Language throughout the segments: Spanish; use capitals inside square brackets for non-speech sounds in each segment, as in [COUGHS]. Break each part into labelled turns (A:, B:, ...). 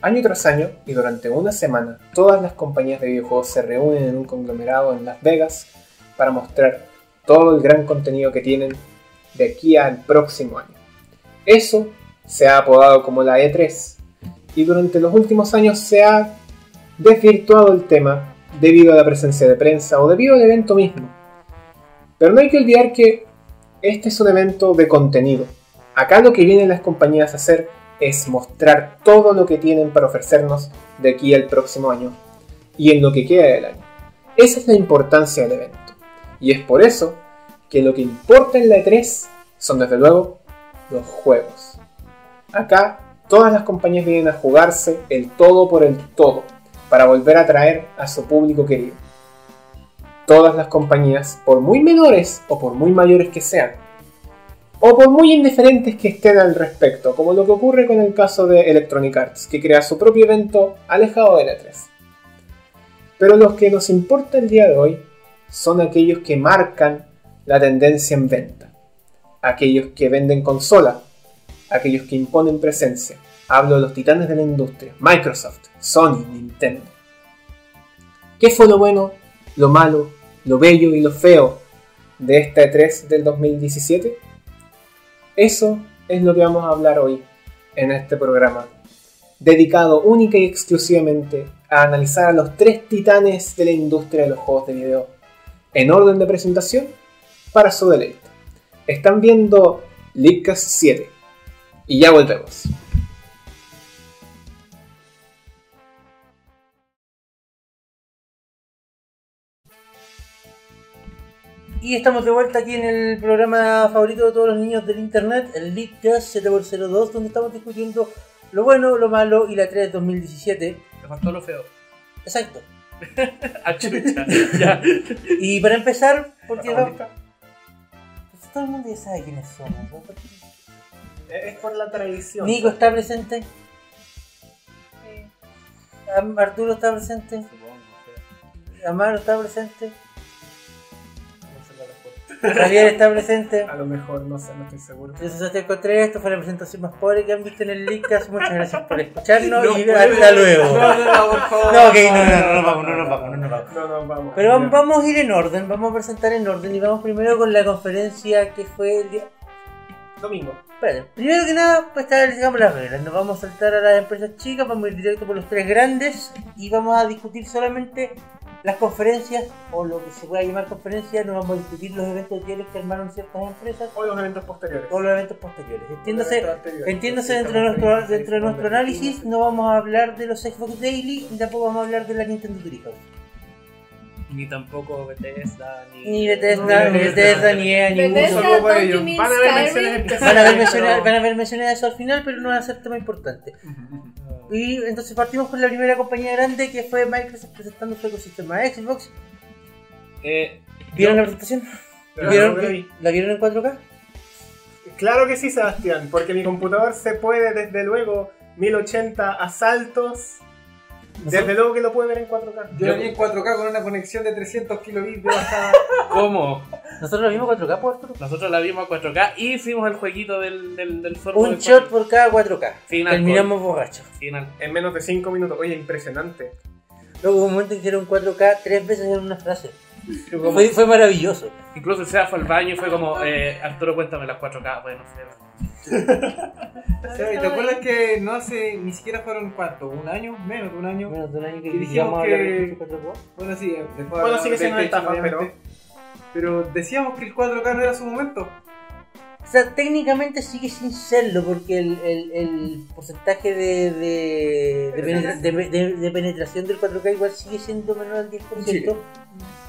A: Año tras año y durante una semana, todas las compañías de videojuegos se reúnen en un conglomerado en Las Vegas para mostrar todo el gran contenido que tienen de aquí al próximo año. Eso se ha apodado como la E3 y durante los últimos años se ha desvirtuado el tema debido a la presencia de prensa o debido al evento mismo. Pero no hay que olvidar que este es un evento de contenido. Acá lo que vienen las compañías a hacer es mostrar todo lo que tienen para ofrecernos de aquí al próximo año y en lo que queda del año. Esa es la importancia del evento. Y es por eso que lo que importa en la E3 son desde luego los juegos. Acá todas las compañías vienen a jugarse el todo por el todo para volver a atraer a su público querido. Todas las compañías, por muy menores o por muy mayores que sean, o por muy indiferentes que estén al respecto, como lo que ocurre con el caso de Electronic Arts, que crea su propio evento alejado de la 3. Pero los que nos importa el día de hoy son aquellos que marcan la tendencia en venta, aquellos que venden consola, aquellos que imponen presencia. Hablo de los titanes de la industria, Microsoft, Sony, Nintendo. ¿Qué fue lo bueno, lo malo, lo bello y lo feo de esta E3 del 2017? Eso es lo que vamos a hablar hoy en este programa, dedicado única y exclusivamente a analizar a los tres titanes de la industria de los juegos de video, en orden de presentación para su deleite. Están viendo Leadcast 7 y ya volvemos.
B: Y estamos de vuelta aquí en el programa favorito de todos los niños del internet, el Leadcast 7x02, donde estamos discutiendo lo bueno, lo malo y la 3 de 2017.
C: Me faltó lo feo.
B: Exacto.
C: Ah, chucha, ya.
B: Y para empezar, porque
A: Ajá,
B: va- Pues todo el mundo ya sabe quiénes somos. ¿no?
A: Es por la tradición.
B: Nico está presente, Am- Arturo está presente, Amaro está presente, Javier está presente.
A: A lo mejor, no sé, no estoy seguro.
B: Yo soy Santiago Contreras, esto fue la presentación más pobre que han visto en el Leadcast. Muchas gracias por escucharnos y
C: puedo.
B: hasta luego.
C: No, no, no, por favor.
B: No, ok, no, no, no, no, vamos, no, no, vamos, no, no, vamos.
A: No, no, vamos.
B: Pero vam-
A: Ya.
B: vamos a ir en orden, vamos a presentar en orden y vamos primero con la conferencia que fue el día...
A: Domingo.
B: Espérate, primero que nada, pues establecemos las reglas. Nos vamos a saltar a las empresas chicas, vamos a ir directo por los tres grandes y vamos a discutir solamente las conferencias o lo que se pueda llamar conferencias. No vamos a discutir los eventos diarios que armaron ciertas empresas
A: O los eventos posteriores.
B: o los eventos posteriores. Entiéndase,
A: Los eventos anteriores.
B: Entiéndase
A: Sí,
B: dentro de
A: estamos
B: nuestro,
A: en el
B: dentro de nuestro análisis, no vamos a hablar de los Xbox Daily, ni tampoco vamos a hablar de la Nintendo Treehouse.
C: Ni tampoco Bethesda, ni.
B: Ni Bethesda,
A: No,
B: ni Bethesda, ni EA, ni
A: Un
D: Bethesda.
B: Google.
A: saludo para
D: Don't
A: ellos.
D: you mean
A: Van a haber
D: Skyrim?
A: menciones [LAUGHS]
B: Van a haber
A: especiales.
B: menciones,
A: pero-
B: [LAUGHS] van a haber menciones de eso al final, pero no van a ser tema importante. Y entonces partimos con la primera compañía grande que fue Microsoft presentando su ecosistema de Xbox.
C: Eh,
B: ¿Vieron la
C: yo-
B: presentación?
A: pero no lo vi.
B: ¿Vieron, ¿La vieron en 4K?
A: Claro que sí, Sebastián, porque mi computador se puede, desde luego, 1080 a saltos. Desde luego que lo puede ver en 4K.
C: Yo-
E: Yo lo vi en 4K con una conexión de 300 kilobits de bajada.
C: ¿Cómo?
B: Nosotros lo vimos 4K, por
C: Nosotros la vimos a 4K y hicimos el jueguito del, del, del sorbo
B: Un
C: de
B: shot
C: cuatro-
B: por cada 4K.
C: Sin alcohol.
B: Terminamos borrachos.
C: sin al-
A: En menos de 5 minutos. Oye, impresionante.
B: Luego hubo un momento en que era un 4K tres veces en una frase. Fue, fue maravilloso.
C: Incluso el Seba fue al baño y fue como, eh, Arturo, cuéntame las 4K. Bueno, Seba.
E: O sea, ¿y ¿Te acuerdas que no hace, ni siquiera fueron cuánto? ¿Un año? Menos de un año.
B: Menos de un año que
E: Y dijimos
B: llegamos a hablar de
E: que-
B: 4K.
E: Bueno, sí, después
A: Bueno,
E: hablamos
A: sigue
E: de
A: siendo una
E: PlayStation,
A: estafa, pero-
E: obviamente. Pero decíamos que el 4K no era su momento.
B: O sea, técnicamente sigue sin serlo porque el, el- el porcentaje de, de, de penetra- de- de- de penetración del 4K igual sigue siendo menor al 10%.
E: Chile.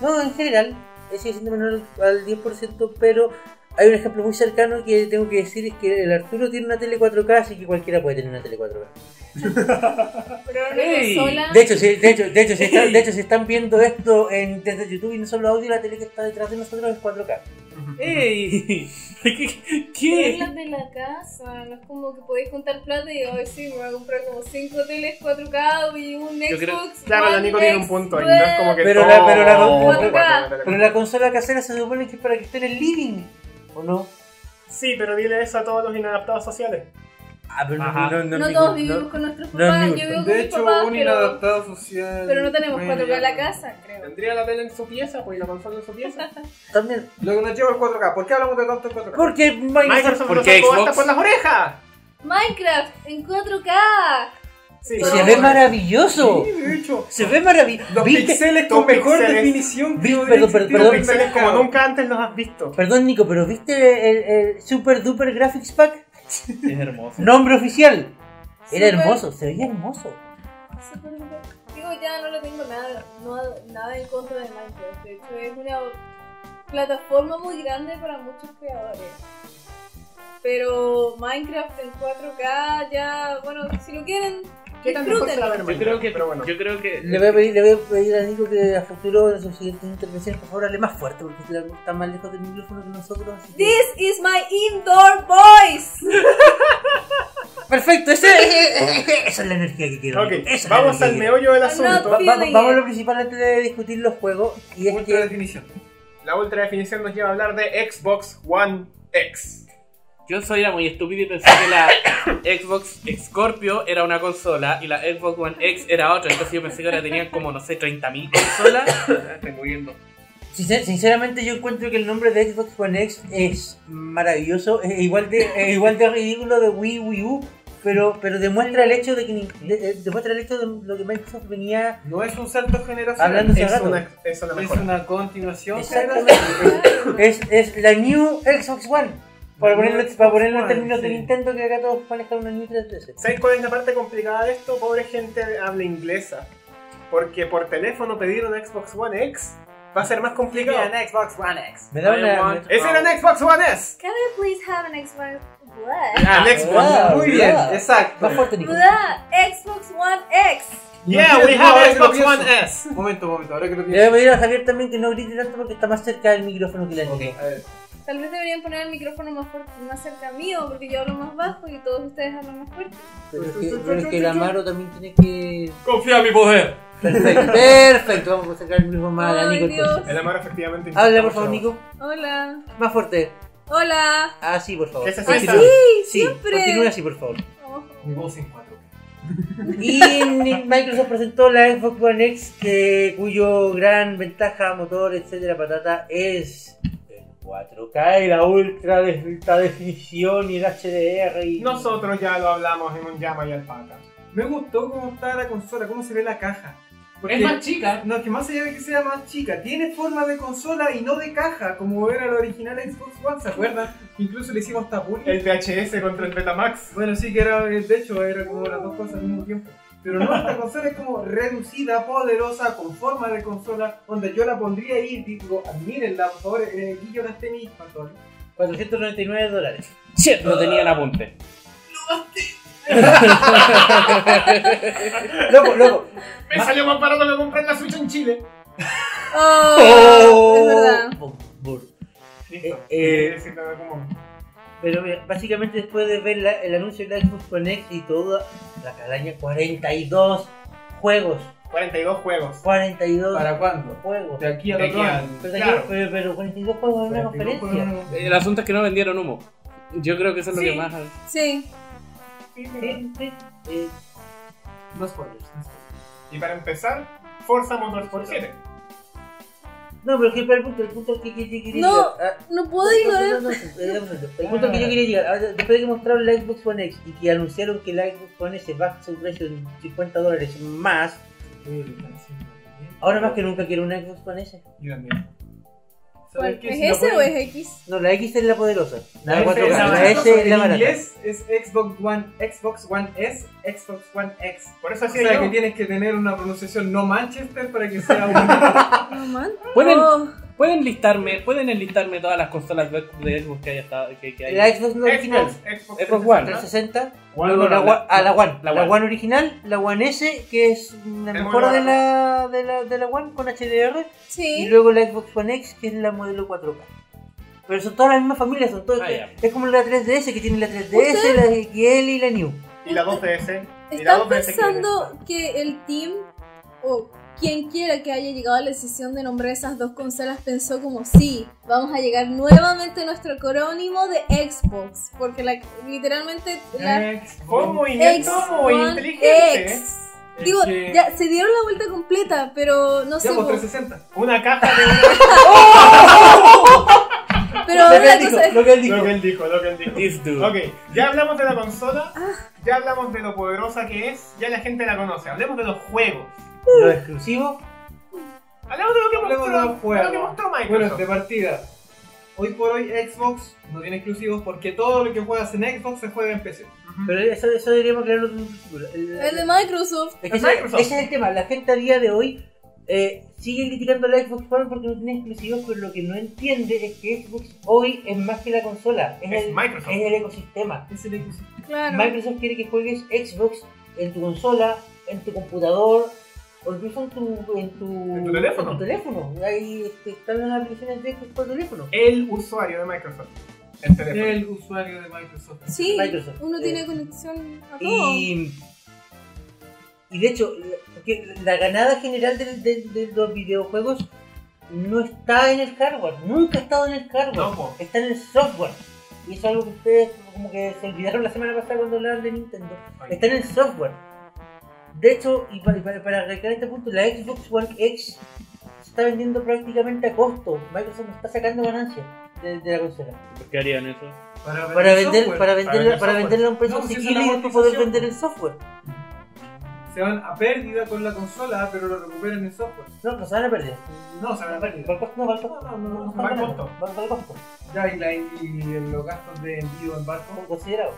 B: No, en general, eh, sigue siendo menor al 10%, pero hay un ejemplo muy cercano que tengo que decir es que el Arturo tiene una tele 4K, así que cualquiera puede tener una tele 4K.
D: Pero una
C: Ey.
D: consola.
B: De hecho, si, de hecho, de hecho, si están, de hecho, si están viendo esto en, desde YouTube y no solo audio, la tele que está detrás de nosotros es 4K.
E: Eh,
C: ¡Ey! [LAUGHS] ¿Qué?
D: pero es
C: ¿Qué?
D: la de la casa, no es como que podéis juntar plata y hoy sí, me voy a comprar como 5 teles 4K y un Xbox.
C: Yo creo-
A: Claro, la
D: One
A: Nico tiene un
D: X,
A: punto ahí. No es como que.
B: Pero la- pero la-
A: todo-
D: pero la-
B: Pero la consola casera se supone que es para que esté en el living, ¿o no?
A: Sí, pero dile eso a todos los inadaptados sociales.
B: Ah, pero no,
C: Ajá.
B: no, no,
D: No,
B: digo-
D: todos vivimos
B: no.
D: con nuestros
B: no es
D: papás.
B: mi
D: Yo vivo con
E: De
D: mis
E: hecho,
D: papás,
E: un
D: pero,
E: inadaptado social.
D: pero no tenemos
E: bueno,
D: 4K en la casa, creo.
A: ¿Tendría la tele en su pieza? Pues la consola en su
B: [LAUGHS]
A: pieza.
B: También.
E: Lo que nos lleva al 4K. ¿Por qué hablamos de tanto en 4K?
B: Porque Microsoft.
A: Microsoft nos
C: qué
A: sacó
C: Xbox?
A: hasta por las orejas.
D: Minecraft en 4K.
A: Sí,
E: Se
B: Se
A: pero-
B: ve maravilloso.
E: Sí, de hecho.
B: Se ve maravilloso.
E: Los
B: ¿Viste?
E: pixeles
A: Dos
E: con mejor
A: píxeles.
E: definición que
B: Vi-
E: hubiera
B: perdón,
E: existido
B: perdón,
E: en el
A: píxeles como
E: mercado.
A: nunca antes los has visto.
B: Perdón, Nico, pero ¿viste el, el Super Duper Graphics Pack?
C: Es hermoso.
B: Nombre oficial. Era
D: Super-
B: hermoso, se veía hermoso.
D: Super duper. Digo, ya no le tengo nada, no- nada en contra de Minecraft. De hecho, es una plataforma muy grande para muchos creadores. Pero Minecraft en 4K ya, bueno, si lo quieren,
A: ¿Qué tan mejor se
D: disfrútenlo.
A: va a ver
C: Yo
A: mañana?
C: creo que.
A: Pero bueno.
C: Yo creo que.
B: Le voy a pedir, le voy a, pedir a Nico que a futuro en su siguiente intervención, por favor, hable más fuerte porque claro, está más lejos del micrófono que nosotros. así que-
D: This is my indoor voice.
B: Perfecto, ese-
D: [LAUGHS]
B: ese- esa es la energía que quiero.
A: Ok,
B: Esa es la
A: vamos
B: energía
A: al
B: que
A: meollo del
D: I'm not
A: asunto.
B: quiero. Va- va-
D: feeling
B: vamos a
D: it.
B: lo principal antes de discutir los juegos y es
E: Ultra
B: que
E: definición.
A: La ultra definición nos lleva a hablar de Xbox One X.
C: Yo soy era muy estúpido y pensé que la [COUGHS] Xbox Scorpio era una consola y la Xbox One X era otra. Entonces yo pensé que ahora tenían como, no sé, 30.000 consolas.
A: Estoy muriendo.
B: sincer- sinceramente yo encuentro que el nombre de Xbox One X es maravilloso, es igual de, es igual de ridículo de Wii Wii U, pero, pero demuestra el hecho de que ni- de- eh, demuestra el hecho de lo que Microsoft venía
E: No es un salto generacional.
B: hablando hace
A: Es
B: rato.
A: una, es una
E: Es
A: mejora.
E: una continuación.
B: Exactamente.
D: Claro.
B: Es, es la New Xbox One. Para ponerlo,
E: New
B: para ponerlo en
E: Xbox One,
B: términos de
E: sí.
B: Nintendo, que acá todos manejan una New 3DS.
A: ¿Sabes cuál es la parte complicada de esto? Pobre gente habla inglesa. Porque por teléfono pedir un Xbox One X va a ser más complicado.
E: Xbox One X.
B: [LAUGHS] Me da
C: I
B: una.
C: want-
A: ¡Ese era un Xbox One S!
D: [LAUGHS] Can I please have an Xbox? What?
A: Ah, el Xbox.
B: Wow.
E: Muy bien,
B: Ah.
E: exacto.
B: Más fuerte, Nico.
D: What? Xbox One X.
A: Yeah,
E: No,
A: we
E: no,
A: have
E: ahora que lo
A: Xbox
E: pienso.
A: One S.
E: Momento, momento, ahora que lo
B: Le voy a
E: pienso.
B: pedir a Javier también que no grite tanto porque está más cerca del micrófono que la
E: Ok,
B: niña.
E: a
A: Eh,
E: ver.
D: Tal vez deberían poner el micrófono más, fuerte, más cerca mío, porque yo hablo más bajo y todos ustedes hablan más fuerte.
B: Pero es que, pero es que el Amaro también tiene que.
C: Confía en mi poder.
B: Perfecto, perfecto. Vamos a sacar el micrófono más a la
D: Ay,
B: Nico entonces.
D: Dios.
A: El amor efectivamente.
B: Habla por favor, Nico.
D: Hola.
B: Más fuerte.
D: Hola.
B: Así, por favor.
A: ¿Qué se
B: Continúa.
A: sienta?
D: Pues Sí,
B: Sí,
D: siempre.
B: continúa así, por favor.
D: Oh.
E: Mi voz en 4K.
B: Y [LAUGHS] ni- Microsoft presentó la Xbox One X, que, cuyo gran ventaja, motor, etcétera, patata, es el 4K y la ultra de- alta definición y el HDR. Y...
A: Nosotros ya lo hablamos en un llama y alpaca.
E: Me gustó cómo está la consola, cómo se ve la caja. Porque-
C: Es más chica.
E: No, que más allá de que sea más chica, tiene forma de consola y no de caja, como era la original Xbox One, ¿se acuerdan? Incluso le hicimos hasta bullying.
A: El VHS contra el Betamax.
E: Bueno, sí que era, de hecho, era como las dos cosas al mismo tiempo. Pero no, esta consola es como reducida, poderosa, con forma de consola, donde yo la pondría ahí, digo, admírenla, por favor, eh, aquí yo las tenis, ¿cuánto vale?
B: 499 dólares.
C: No tenía el apunte.
B: Loco, loco.
A: Me salió más barato que comprar la Switch en Chile.
D: Oh, Es verdad.
B: Bum, bum.
A: Listo.
B: Eh, eh.
A: Quiere decir nada como-
B: Pero mira, básicamente después de ver la- el anuncio de la Xbox One X y toda la calaña, 42 juegos.
A: 42 juegos.
B: 42
E: ¿Para cuándo?
B: juegos.
E: De aquí al
A: De
E: otro
A: aquí
E: año.
A: al-
B: Pero,
A: Claro.
B: pero, pero 42 juegos en una conferencia.
C: El asunto es que no vendieron humo. Yo creo que eso es lo
D: Sí.
C: que más.
D: Sí.
B: Sí, sí. Eh,
E: No spoilers, no spoilers.
A: Y para empezar, Forza Motorsport 7.
B: no, pero que el punto, el punto que, que- que quería
D: No,
B: llegar. Ah,
D: No puedo ignorar.
B: no, no, no, eh, no, no, El punto que yo quería llegar, ahora, después de que mostraron la Xbox One X y que anunciaron que la Xbox One S se baja su precio en 50 dólares más,
E: Uy, lo están haciendo bien.
B: ahora más que nunca quiero una Xbox One S.
E: Yo también.
D: ¿Cuál?
E: ¿Sabes qué? Si la
D: ¿Es ese o
E: ponen-
D: es X?
B: No, la X es la poderosa. La,
E: Ese
B: 4K,
E: es
B: la,
E: barata.
B: S es la
E: En
B: barata.
E: inglés es Xbox One, Xbox One S, Xbox One X.
A: Por eso
E: O
A: hacía
E: sea
A: yo.
E: que tienes que tener una pronunciación no Manchester para que [LAUGHS] sea un...
D: No, man.
C: ¿Pueden,
D: Oh.
C: pueden listarme, pueden enlistarme todas las consolas de de Xbox que haya estado. Que, que hay.
B: La Xbox no original,
A: Xbox, Xbox,
C: Xbox One.
B: 360,
A: One,
B: luego
A: no,
B: la,
A: no,
B: One- ah, la One,
C: la
B: la
C: One.
B: One original, la One S, que es la
A: Es muy
B: mejor de
A: barata.
B: la, de, la, de la One con HDR, y
D: Sí.
B: luego la Xbox One X, que es la modelo 4K. Pero son todas las mismas familias, son todas,
C: Ah, ya.
B: es como la 3DS, que tiene la 3DS, la XL y la New.
A: Y la 2DS. Y la
D: ¿Estás
A: 2DS que
D: pensando que el team o quien quiera que haya llegado a la decisión de nombrar esas dos consolas pensó como sí, vamos a llegar nuevamente a nuestro acrónimo de Xbox, porque la- literalmente la
A: Fue un movimiento muy
D: One
E: ¿eh?
A: inteligente.
D: X.
C: Es
D: Digo,
C: que-
D: ya se dieron la vuelta completa, pero no sé,
E: Ya, pues,
D: po,
E: 360.
A: Una caja de
D: pero
B: Lo que
D: ahora
B: él
D: la
B: dijo,
D: cosa es
B: lo que él [LAUGHS] dijo.
A: lo que él dijo, lo que él dijo.
C: This dude.
A: Ok, ya hablamos de la consola, ya hablamos de lo poderosa que es, ya la gente la conoce. Hablemos de los juegos.
B: Lo exclusivo.
A: Hablamos de lo que
E: Hablemos
A: mostró,
E: de los juegos.
A: lo que mostró
E: Bueno,
A: Microsoft.
E: de partida. Hoy por hoy Xbox no tiene exclusivos porque todo lo que juegas en Xbox se juega en PC.
A: Ujú.
B: Pero eso, eso deberíamos aclararlo de un futuro. El-
D: el de Microsoft.
B: Es que
A: Es
B: ese,
A: Microsoft.
B: ese es el tema. La gente a día de hoy eh, sigue criticando a la Xbox One porque no tiene exclusivos, pero lo que no entiende es que Xbox hoy es más que la consola, es,
A: Es
B: el,
A: Microsoft.
B: es el ecosistema.
E: Es el exclusivo.
D: Claro.
B: Microsoft quiere que juegues Xbox en tu consola, en tu computador. O incluso en tu, en tu,
A: En tu teléfono.
B: en tu teléfono. Ahí este, están las aplicaciones de Xbox por teléfono.
A: El usuario de Microsoft. El teléfono.
E: El usuario de Microsoft.
D: Sí,
B: Microsoft.
D: uno
B: Eh,
D: tiene conexión a todo.
B: Y, y de hecho, la- porque la ganada general del- del- de, los videojuegos no está en el hardware, nunca ha estado en el hardware,
A: No, po.
B: está en el software. Y eso es algo que ustedes como que se olvidaron la semana pasada cuando hablaban de Nintendo.
A: Ay.
B: Está en el software. De hecho, y para, para, para recalcar este punto, la Xbox One X se está vendiendo prácticamente a costo. Microsoft no está sacando ganancias de, de la consola.
C: ¿Por qué harían eso?
B: Para
E: el
B: vender,
E: software.
B: para
A: vender
B: venderla, para
A: software.
B: venderla a un precio
E: No, pues esa es la
B: asequible y después poder
E: amortización.
B: vender el software.
E: Se van a pérdida con la consola, pero lo recuperan en software.
B: No, pues no se van a perder.
E: No, se van a pérdida.
B: Valcosto pues, no, Valcosto.
E: No, no,
B: no,
E: no, no, va al
B: Valcosto.
E: costo.
B: Val- Valcosto,
E: Ya, y, la- y los gastos de envío en barco.
B: como considerado.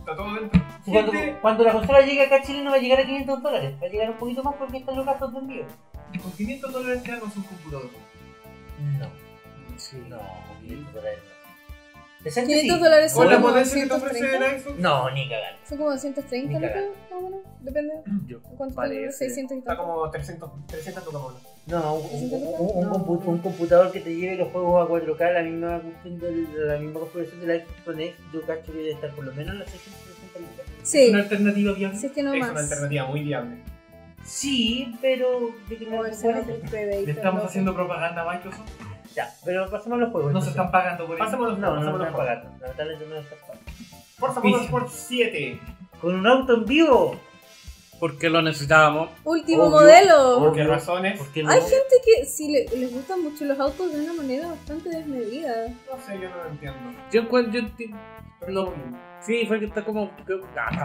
A: Está todo dentro.
B: Si Cuando,
E: Gente-
B: cuando la consola llegue acá a Chile no va a llegar a 500 dólares, va a llegar un poquito más porque están los gastos de envío.
E: Con 500 dólares te armas un computador.
B: No. Sí. No, 500 dólares no. Decente
D: 500
B: sí.
D: dólares
E: Con
D: son
E: la
D: como
E: potencia que te ofrece
D: 230.
E: el Xbox,
B: No, ni cagar.
D: Son como 230,
B: Ni
D: ¿no? Más o menos. Depende.
C: Yo.
D: ¿Cuánto
A: Vale,
D: te-
A: ese.
D: 600 y
A: Está
D: tanto.
A: como 300, 300 lucas por uno.
B: No, un, un-
D: ¿Decente
B: un- un
E: no?
B: compu- un computador que te lleve los juegos a 4K, la misma, cuestión del- la misma configuración de la Xbox One X, yo cacho que debe estar por lo menos en las 660 lucas.
E: es
D: Sí,
E: una alternativa viable.
D: si es que no
A: Es una
D: más.
A: alternativa muy viable.
B: Sí, pero yo creo que
D: O
B: no
D: el
B: es buena.
D: Xbox Predator,
E: Le estamos
D: no sé.
E: haciendo propaganda a Microsoft.
B: Ya, pero pasemos a los juegos.
E: No se
B: entonces.
E: están pagando por eso.
A: Pasemos a los
B: No,
A: juegos,
B: no, no
A: pasemos
B: me
A: a
B: han
A: los juegos.
B: pagado. Lamentablemente no me están pagando.
A: Forza
E: Vicio.
A: Motorsport 7.
B: Con un auto en vivo.
C: Porque lo necesitábamos.
D: Último
B: Obvio.
D: modelo.
A: ¿Por qué razones?
B: ¿Por qué no?
D: Hay gente que si le- les gustan mucho los autos de una manera bastante desmedida.
A: No sé, yo no lo entiendo.
C: Yo encuentro. Yo, enti-
A: Pero
C: No. sí, fue que ah, está como.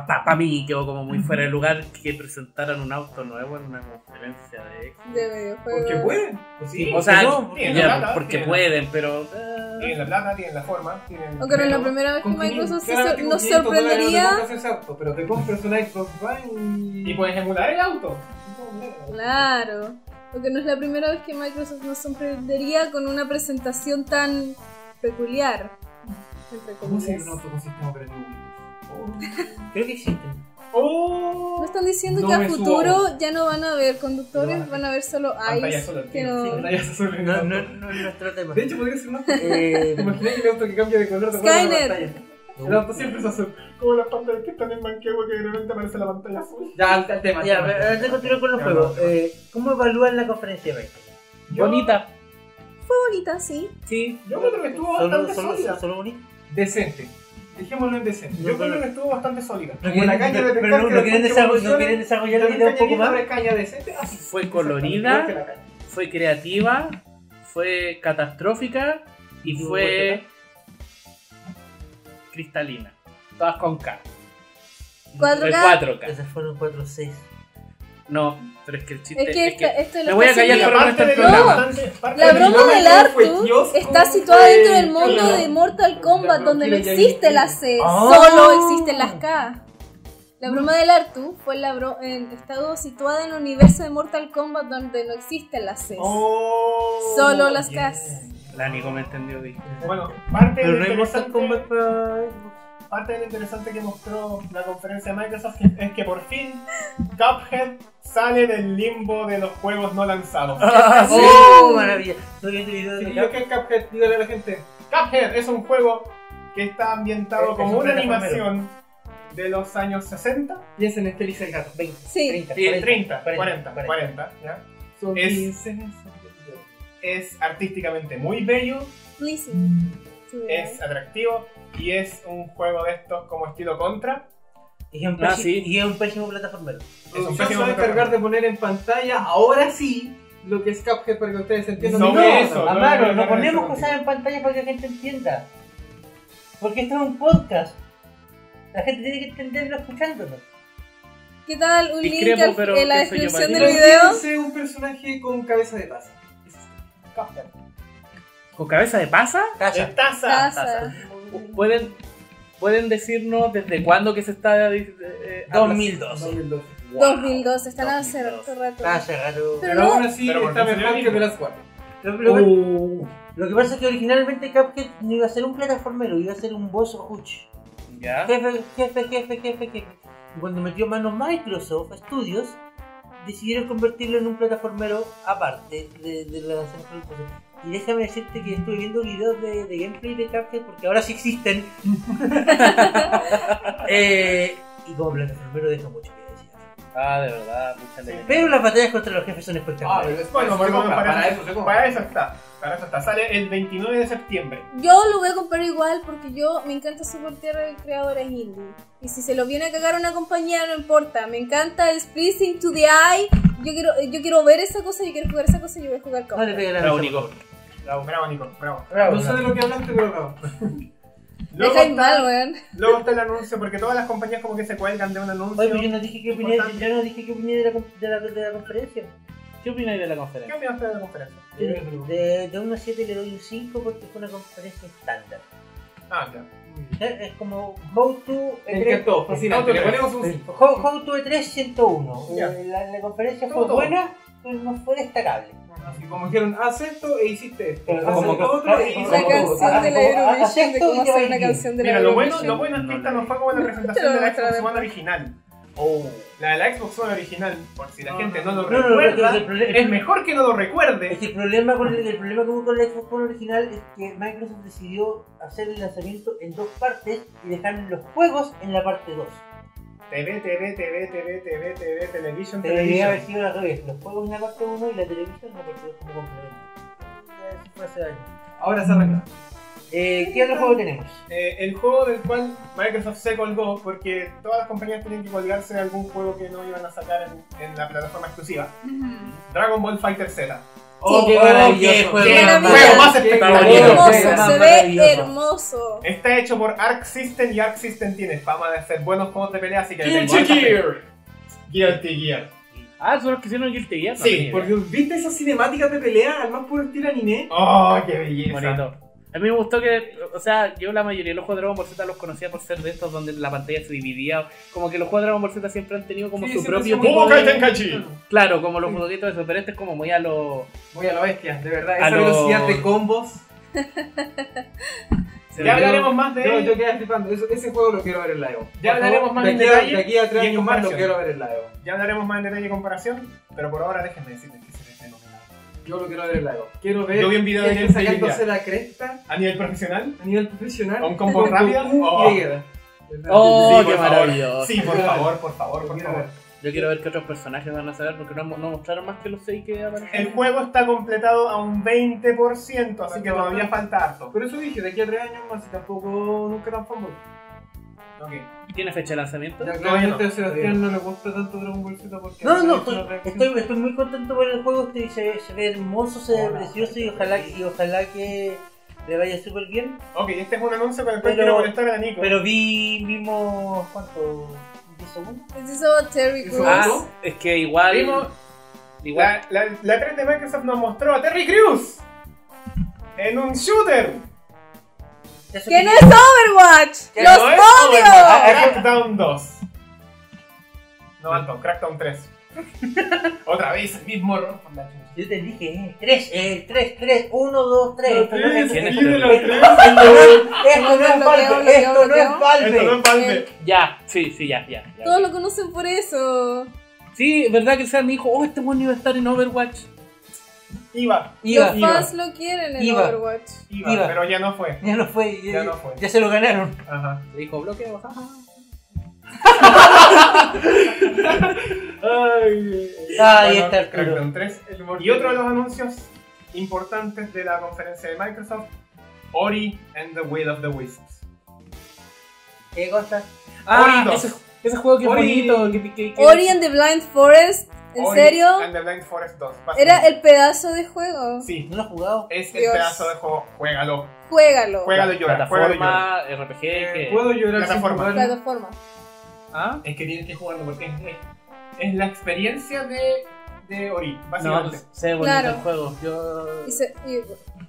C: Para mí quedó como muy fuera de lugar que presentaran un auto nuevo en una conferencia de Xbox.
D: De videojuegos.
E: Porque pueden.
A: Sí,
C: O sea,
B: no,
A: porque no,
C: ya,
A: no,
C: porque
A: no.
C: pueden, pero. eh,
A: Tienen la plata, tienen la forma, tienen.
D: Aunque no es la
A: dinero.
D: primera vez que
E: Con 500
D: Microsoft se
E: claramente
D: sor-
E: con
D: nos
E: 500 dólares no te
D: sorprendería.
E: compras ese auto, pero te compras un Xbox One y...
A: Y puedes emular el auto.
D: Claro. Porque no es la primera vez que Microsoft nos sorprendería con una presentación tan peculiar. Entre
E: ¿Cómo se
D: comillas.
E: llama un auto con sistema operativo Windows?
B: Creo que existen.
A: ¡Oh!
D: No están diciendo
E: No
D: que a
E: me subo.
D: futuro ya no van a haber conductores,
E: No van a-
D: van a haber solo
A: Pantalla
D: eyes.
A: sola,
D: Que
A: tío.
D: no...
E: Ahora ya se suele
B: No,
E: el
B: no,
E: auto.
B: no es nuestro tema.
E: De hecho, podría ser un auto. [LAUGHS]
B: Eh,
E: ¿Te imaginas que el auto que cambia de color de acuerdo a la
D: Skynet.
E: pantalla?
B: no.
E: El auto siempre es azul.
A: Como las pantallas que están en Manquehue que de repente aparece la pantalla azul.
E: Ya, al, al tema.
B: Ya,
E: al tema.
B: pero antes de continuar con los
E: Ya,
B: juegos,
E: no, no.
B: eh, ¿cómo evalúan la conferencia de Microsoft?
A: Yo-
C: Bonita,
D: bonita, sí.
C: sí.
A: Yo creo que estuvo
B: Solo-
A: bastante
B: solo-
A: sólida.
B: solo bonito.
E: Decente. Dejémoslo en decente.
B: No,
A: Yo
B: pero-
A: creo que estuvo bastante sólida.
B: No
E: Como la
B: quieren,
E: caña
B: pero
E: de pescar
B: no,
E: que
B: no
E: la
B: quieren,
E: pesca
B: desarroll- no
E: funciona,
B: quieren desarrollar el
E: Dale
B: video un poco
E: cañita,
B: más.
E: dale caña decente. Ah, sí.
C: Fue colorida, fue creativa, fue catastrófica y
B: Muy
C: fue. cristalina. Todas con K. Fue
D: 4K.
C: 4K.
B: Esas fueron 4 o 6.
C: No, pero es que el chiste.
D: Es que esta, esta es la
C: Me voy a
D: cosa
C: callar
D: que-
C: por
A: Parte
C: el
A: de
D: programa.
A: bastante- parte
D: La
A: de-
D: broma
E: Yo me
D: del
E: acuerdo, fue
D: Artu
E: kiosco,
D: está situada
E: fue-
D: dentro del mundo
E: claro.
D: de Mortal Kombat,
E: Ya,
D: donde no
E: tranquilo, ya
D: existe
E: vi.
D: la C,
B: Ah.
D: solo existen las K. La broma del Artu fue la bro en estado situada en el universo de Mortal Kombat donde no existen las C.
A: Oh,
D: Solo las
A: yeah.
D: Ks.
C: La Nico me entendió bien.
A: Bueno, parte
B: Pero
A: de,
B: no
A: lo
B: hay Mortal
A: interesante,
B: Kombat para Xbox.
A: parte de lo interesante que mostró la conferencia de Microsoft que- es que por fin Cuphead sale del limbo de los juegos no lanzados.
B: ¡Oh, maravilla! No vi el video de
E: Chiquillo, ¿qué es Cuphead? Dígale a la gente.
A: Cuphead es un juego que está ambientado
B: Es-
A: como
B: es un
A: una
B: plataformero.
A: animación
E: de los años 60, piensen en Feliz el Gato.
B: 20,
D: Sí.
B: 30,
E: 30,
B: 40,
E: 30, 40, 40, ¿ya? Son
F: Es-
E: 15 segundos.
F: Es artísticamente muy bello,
D: Pleasing. to the
F: es atractivo y es un juego de estos como estilo contra.
B: Y es un
C: Ah,
B: pésimo,
C: sí.
B: y es un pésimo plataformero.
F: Es un
E: Producción se
F: pésimo
E: va a encargar
F: programa.
E: de poner en pantalla, ahora sí, lo que es Cuphead para que ustedes entiendan.
F: No,
E: mi cosa.
F: eso, no,
B: Amaro,
F: no, no,
B: no
F: no,
B: ponemos
F: no, no.
B: cosas en pantalla para que la gente entienda. Porque esto es un podcast. La gente tiene que entenderlo escuchándolo.
D: ¿Qué tal? Un link
C: Discrepo,
D: al-
C: pero
D: en la
C: que soy
D: descripción
E: Pero
D: del
C: llamativo.
D: video.
E: imagínense un personaje con cabeza de taza. Ese es este, Cuphead.
C: ¿Con cabeza de pasa?
F: ¡De
B: Casa.
F: taza!
D: Taza.
C: ¿Pueden, pueden decirnos desde cuándo que se está... eh, eh,
B: 2012.
E: 2012.
C: Wow.
D: 2002, están hace
C: 2002.
D: harto rato.
B: Casa, gato.
D: Pero
E: Pero
D: no-
E: aún así
F: Pero
E: está
F: porque se
E: mejor
F: ve
E: que
F: bien.
E: The Last Guardian.
B: Lo, lo-
C: Uh,
B: lo que pasa es que originalmente Cuphead no iba a ser un plataformero, iba a ser un boss rush.
C: ¿Ya?
B: Jefe, jefe, jefe, jefe, jefe. Y cuando metió mano Microsoft Studios, decidieron convertirlo en un plataformero aparte de, de la lanzación de productos. Y déjame decirte que estuve viendo videos de, de gameplay de Cuphead porque ahora sí existen. Eh, y como plataformero deja mucho que desear.
C: Ah, de verdad, mucha leyenda.
B: Pero las batallas contra los jefes son
E: Ah,
B: espectaculares.
E: pero es
F: Bueno,
E: para,
F: bueno,
E: para,
F: para
E: eso se compra.
F: Para eso está, para eso está. Sale el 29 de septiembre.
D: Yo lo voy a comprar igual porque yo me encanta soportar a creadores indie. Y si se lo viene a cagar una compañía, no importa. Me encanta el pleasing to the eye. Yo quiero, yo quiero ver esa cosa, yo quiero jugar esa cosa, yo voy a jugar con.
B: No le pega la
C: Bravo,
B: mesa.
C: Nico.
F: Bravo, bravo, Nico, bravo.
B: Bravo,
E: No sé de
B: bravo.
E: lo que hablaste, pero [LAUGHS] no.
D: Me
F: Luego
D: cae
F: está,
D: mal, weón.
F: luego está el anuncio, porque todas las compañías como que se cuelgan de un anuncio.
B: Oye, pero yo no dije qué opinión, yo no dije qué opinión de la, con- de la, de la conferencia.
C: ¿Qué opináis de la
F: ¿Qué
C: conferencia?
F: opina usted de la conferencia?
B: De, de, de 1 a 7 le doy un 5 porque fue una conferencia estándar.
F: Ah, ya.
B: Es es como How to
E: Me
B: E3.
E: encantó, fascinante. Le
F: Otro.
E: ponemos un cinco.
B: How, How to E E3 101.
F: Ya.
B: Eh, La, la conferencia
F: Todo,
B: fue
F: todo.
B: buena, pero no fue destacable.
E: Así como dijeron, haz esto e hiciste esto.
B: Pero
E: Haz
B: como-
E: esto otro e
B: como-
E: hiciste
D: La
E: esto.
D: canción
B: como-
D: de la
B: ah,
D: Eurovision, de
B: acepto
D: cómo
B: y te
D: hacer
B: va
D: una
B: bien.
D: canción de la
F: Mira, lo bueno, lo
D: Eurovision.
F: bueno es que
C: No,
F: esta
C: no.
F: no
B: [LAUGHS]
F: fue como la
D: Te
F: presentación
D: lo
F: de la
D: mostraré
F: Xbox One original.
B: Oh.
F: La de la Xbox One original, por si la
E: No,
F: gente
E: no,
F: no lo
B: No,
E: no,
B: no, no,
F: recuerda,
B: el, problema-
F: es mejor que no lo
B: Es
F: recuerde.
B: que el problema con el, el problema que hubo con el Xbox One original es que Microsoft decidió hacer el lanzamiento en dos partes y dejar los juegos en la parte 2.
F: TV, TV, TV, TV, TV, TV, Television,
B: Debería haber
F: Television.
B: sido al revés, los juegos en la parte 1 y la televisión en la parte 2 como complemento. Ya, eso fue hace años.
E: Ahora se arregla.
B: Eh, ¿Qué otro juego tenemos?
F: Eh, el juego del cual Microsoft se colgó porque todas las compañías tenían que colgarse de algún juego que no iban a sacar en, en la plataforma exclusiva. Dragon Ball Fighter Z.
E: Oh,
D: qué
E: maravilloso.
B: juego
F: ¡Qué
D: maravilla.
F: juego más
C: bonito.
F: espectacular!
D: Hermoso, se ve hermoso.
F: Está hecho por Arc System y Arc System tiene fama de hacer buenos juegos de pelea, así que... le tengo
E: Guilty
F: alta fe.
E: Gear.
F: Guilty Gear.
C: Ah, son los que hicieron Guilty Gear. No
E: Sí,
C: tenía
E: porque viste esas cinemáticas de pelea al más puro estilo anime.
F: ¡Oh, qué
C: idea.
F: belleza!
C: bonito. A mí me gustó que, o sea, yo la mayoría de los juegos de Dragon Ball Z los conocía por ser de estos donde la pantalla se dividía. Como que los juegos de Dragon Ball Z siempre han tenido como
E: Sí,
C: su
E: siempre
C: propio
E: son
F: muy
C: tipo
F: Budokai
C: de...
F: Tenkaichi.
C: Claro, como los juguetitos de eso, pero este es como muy a lo...
E: Voy a la bestia, de verdad.
C: A
E: Esa
C: lo-
E: velocidad de combos.
C: se
F: Ya
C: ve-
F: hablaremos más de
E: Yo,
F: él.
E: yo quedé flipando. Eso- ese juego lo quiero ver en la Evo.
F: Ya
E: Por
F: hablaremos
E: favor,
F: más
E: de
F: en
E: aquí a-
F: detalle
E: De aquí a tres
F: y en
E: años más lo
F: comparación.
E: quiero ver en la Evo.
F: Ya hablaremos más en detalle y comparación, pero por ahora déjenme decirles que se ve fenomenal.
E: Yo lo quiero ver en la Evo. Quiero ver.
F: Yo vi un video de
E: gente
F: él
E: sacándose la cresta
F: A nivel profesional,
E: a nivel profesional.
F: con combo rápido.
E: Y le queda.
C: Oh,
F: Sí, por
C: qué
F: favor.
C: maravilloso.
F: Sí, por favor, por favor, por favor.
C: Yo quiero ver qué otros personajes van a salir porque no, no mostraron más que los seis que aparecen.
F: El juego está completado a un 20%, así que todavía falta harto.
E: Por eso dije, de aquí a tres años más y tampoco nunca tan fanboy.
F: Ok.
C: ¿Tiene fecha de lanzamiento?
E: Ya
F: Todavía no.
E: claramente a Sebastián no le gusta tanto Dragon Ball Z porque...
B: No, no, no,
E: [LAUGHS] Una
B: estoy,
E: reacción.
B: estoy, estoy muy contento por el juego, este, se, ve- se ve hermoso, se ve
F: Hola.
B: precioso y ojalá, y ojalá que le vaya súper bien.
F: Ok, este es un anuncio con el cual
B: Pero-
F: quiero molestar a Nico.
B: Pero vi, vimos, ¿cuánto? ¿10 segundos?
D: This is about Terry
E: Eso-
D: Crews.
C: Ah, es que igual.
F: Vimos-
C: igual
F: La, la, la 3 de Microsoft nos mostró a Terry Crews en un shooter.
B: Eso
D: ¡Que
B: que-
D: no es Overwatch!
B: Que
D: ¡Los
F: no es
D: odio!
F: Ah, Crackdown 2. No, Anton,
C: [LAUGHS]
F: Crackdown 3. Otra vez, el mismo error por la chucha.
B: Yo te dije, eh, 3, 3, 3, 1, 2, 3. Esto no es
C: ¿Quién es
F: ¿Quién de los
B: Esto
F: tres?
C: [LAUGHS]
B: no es Valve,
D: Bloqueo,
B: esto
D: bloqueo,
B: no es
D: bloqueo.
F: Esto no
B: Valve.
F: es Valve.
C: Ya, sí, sí, ya, ya. ya.
D: Todos lo conocen por eso.
C: Sí, es verdad que el Sam me dijo, oh, este buen iba a estar en Overwatch.
F: Iba,
B: Iba,
D: Los
B: iba.
D: fans lo quieren en
B: Iba.
D: Overwatch.
F: iba,
B: Iba.
F: pero ya no fue.
B: Ya no fue,
F: Ya
B: ya,
F: no fue.
B: ya se lo ganaron.
F: Ajá.
C: Le dijo, bloqueo, jaja.
E: Ay,
B: Ahí está el
E: Crackdown 3. el humor. Y otro de los anuncios importantes de la conferencia de Microsoft, Ori and the Will of the Wisps.
B: ¿Qué cosa?
E: Ah,
A: Ori ese, ese juego que es
E: Ori- eh,
A: bonito. Que, que- que-
D: Ori and the Blind Forest, ¿en
E: Ori
D: serio?
E: And the Blind Forest 2.
D: Era el pedazo de juego.
E: Sí,
B: ¿No lo has jugado?
E: es el
D: Dios.
E: pedazo de juego. Juégalo.
D: Juégalo.
E: Juégalo y llora. Juégalo y llora.
C: Plataforma, RPG, ¿qué?
E: Puedo llorar sin
A: Plataforma.
E: jugarlo.
D: Plataforma.
C: ¿Ah?
E: Es que tienes que jugarlo porque es, es- es la experiencia de, de Ori,
C: No,
E: básicamente.
C: pues, se ve bonito
D: Claro.
C: el juego. Yo...
D: Y se- y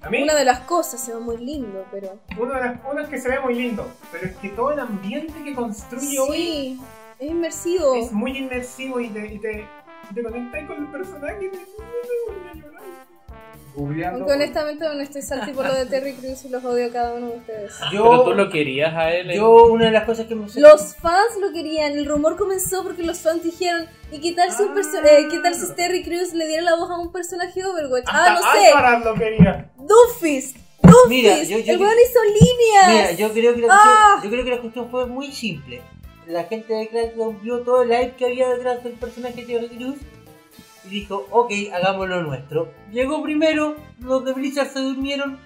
E: a mí,
D: una de las cosas se ve muy lindo, pero.
E: una de las cosas que se ve muy lindo, pero es que todo el ambiente que construye Ori
D: Sí, es inmersivo.
E: es muy inmersivo y te, y te, y te conectas con el personaje. y te- voy a llorar. Googleando.
D: Aunque honestamente no estoy salty por lo de Terry Crews y los odio a cada uno de ustedes.
C: Pero tú
B: Yo,
C: lo querías a él.
B: yo una de las cosas que me
D: Los fans lo querían, el rumor comenzó porque los fans dijeron, ¿y qué tal si, un perso- eh, qué tal si Terry Crews le diera la voz a un personaje de Overwatch? ah, no
E: Ah. Hasta
D: sé,
E: Alcaraz lo quería.
D: Doofus,
B: Mira,
D: Doofus,
B: yo- yo-
D: el weón hizo líneas.
B: Mira, yo creo, que la
D: ¡Ah!
B: cuestión, yo creo que la cuestión fue muy simple. La gente de Crackdown vio todo el hype que había detrás del personaje de Terry Crews y dijo, ok, hagámoslo nuestro. Llegó primero, los de Blizzard se durmieron.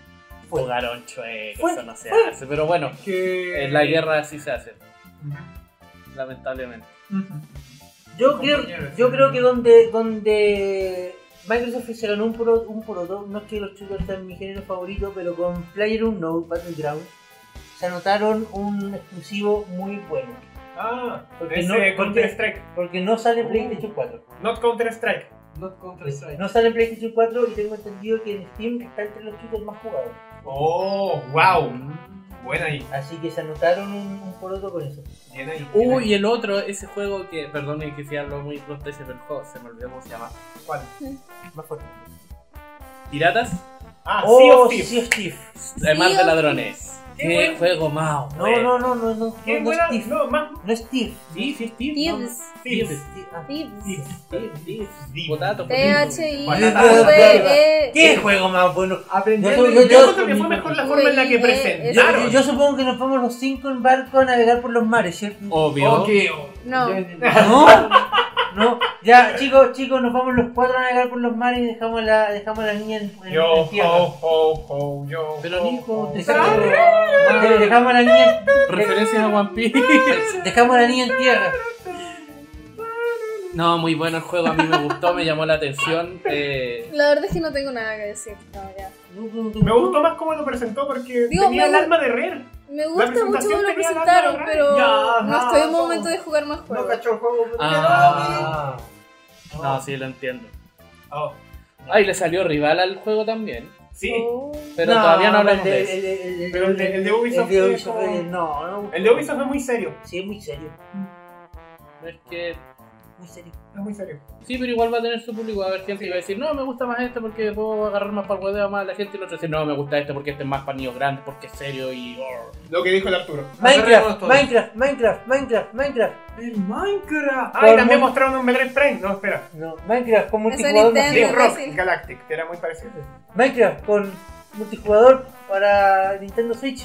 B: Fue.
C: Jugaron chueco,
B: Fue-
C: eso no se hace. Pero bueno,
E: Que...
C: en la guerra así se hace,
E: Ujú.
C: lamentablemente.
E: Ujú.
B: Yo creo, yo creo que donde, donde Microsoft se ganó un puro, un poroto, no es que los shooters sean mi género favorito, pero con Player Unknown Battleground se anotaron un exclusivo muy bueno.
E: Ah,
B: Porque
E: ese
B: no- porque-
E: Counter Strike.
B: Porque no sale en
E: Uh.
B: PlayStation 4.
E: Not Counter Strike.
B: Not No sale en PlayStation 4 y tengo entendido que en Steam está entre los chicos más jugados.
E: Oh, wow. Buena ahí.
B: Así que se anotaron un, un poroto con eso.
E: Bien ahí. bien
C: Uh,
E: ahí.
C: y el otro, ese juego que, perdone que si hablo muy pronto ese pero el juego, se me olvidó cómo se llama.
E: ¿Cuál?
B: Más fuerte.
C: ¿Piratas?
E: Ah,
B: oh,
E: sí,
B: sí, Steve.
C: El mar
D: Sí,
C: de
D: o-
C: ladrones.
E: Qué
C: Qué
E: buen-
C: juego mao.
B: No, no, no, no, no.
E: Qué
B: no,
E: buena.
B: Steve.
E: No, más.
B: No Steve.
C: Sí, sí, sí.
D: Thieves,
E: Sí.
B: Steve. Ah,
D: Thieves.
C: Sí,
E: Sí.
C: Potato,
D: T-H-I,
E: Batata.
D: V, E.
B: ¿Qué juego más bueno?
E: Aprendiendo
B: Yo-
E: y
B: yo- yo-
E: creo que fue mejor la forma en la que
D: Güey, eh,
B: Yo,
E: presentaron.
B: yo- yo supongo que nos vamos los cinco en barco a navegar por los mares, ¿cierto?
C: Obvio.
E: Ok,
D: No.
B: No, no. Ya, chicos, chicos, nos vamos los cuatro a navegar por los mares y dejamos a la, dejamos a la niña en, en-
E: Yo, oh,
B: en tierra.
E: ho, ho, ho, yo.
C: Pero
E: ho,
C: Nico,
E: ho.
C: te-
B: Dej- Dejamos a la niña,
C: Referencias a One Piece. [LAUGHS]
B: dejamos a la niña en tierra.
C: No, muy bueno el juego, a mí me gustó, me llamó la atención. [LAUGHS] Eh,
D: La verdad es que no tengo nada que decir. No, ya.
E: Me gustó más cómo lo presentó porque
D: Digo,
E: tenía
D: me
E: el
D: gu-
E: alma de Rer.
D: Me
E: La
D: gusta
E: presentación
D: mucho cómo lo
E: tenía la
D: presentaron,
E: otra
D: pero
E: Ya,
D: no
E: ajá,
D: estoy en
E: no.
D: momento de jugar más
E: No
D: juegos.
E: cachó el juego. pero-
C: Ah. no, sí, lo entiendo.
E: Oh,
C: Ay, Ah, le salió rival al juego también.
E: Sí.
D: Oh.
C: Pero todavía no hablamos
E: eh,
C: de eso.
E: Pero el de- el de Ubisoft
B: el de
E: es como-
B: eh, no, no.
E: El de Ubisoft es muy serio.
B: Sí, es muy serio.
C: Es que.
B: Muy serio.
E: Es muy serio.
C: Sí, pero igual va a tener su público. Va a haber gente que va a decir, no, me gusta más este porque puedo agarrar más para el hueveo más a la gente. Y el otro dice, no, me gusta este porque este es más para niños grandes, porque es serio y.
E: Lo que dijo el Arturo.
B: Minecraft, Minecraft, Minecraft, Minecraft, Minecraft.
E: El Minecraft.
B: Por
E: Ay, Ah, también
B: mu-
E: mostraron un Metroid Prime. No, espera.
B: No, Minecraft con
D: Es
B: multijugador
D: Nintendo.
E: Deep
B: masivo.
E: Rock
D: sí.
E: Galactic, que era muy parecido.
B: Minecraft con multijugador para Nintendo Switch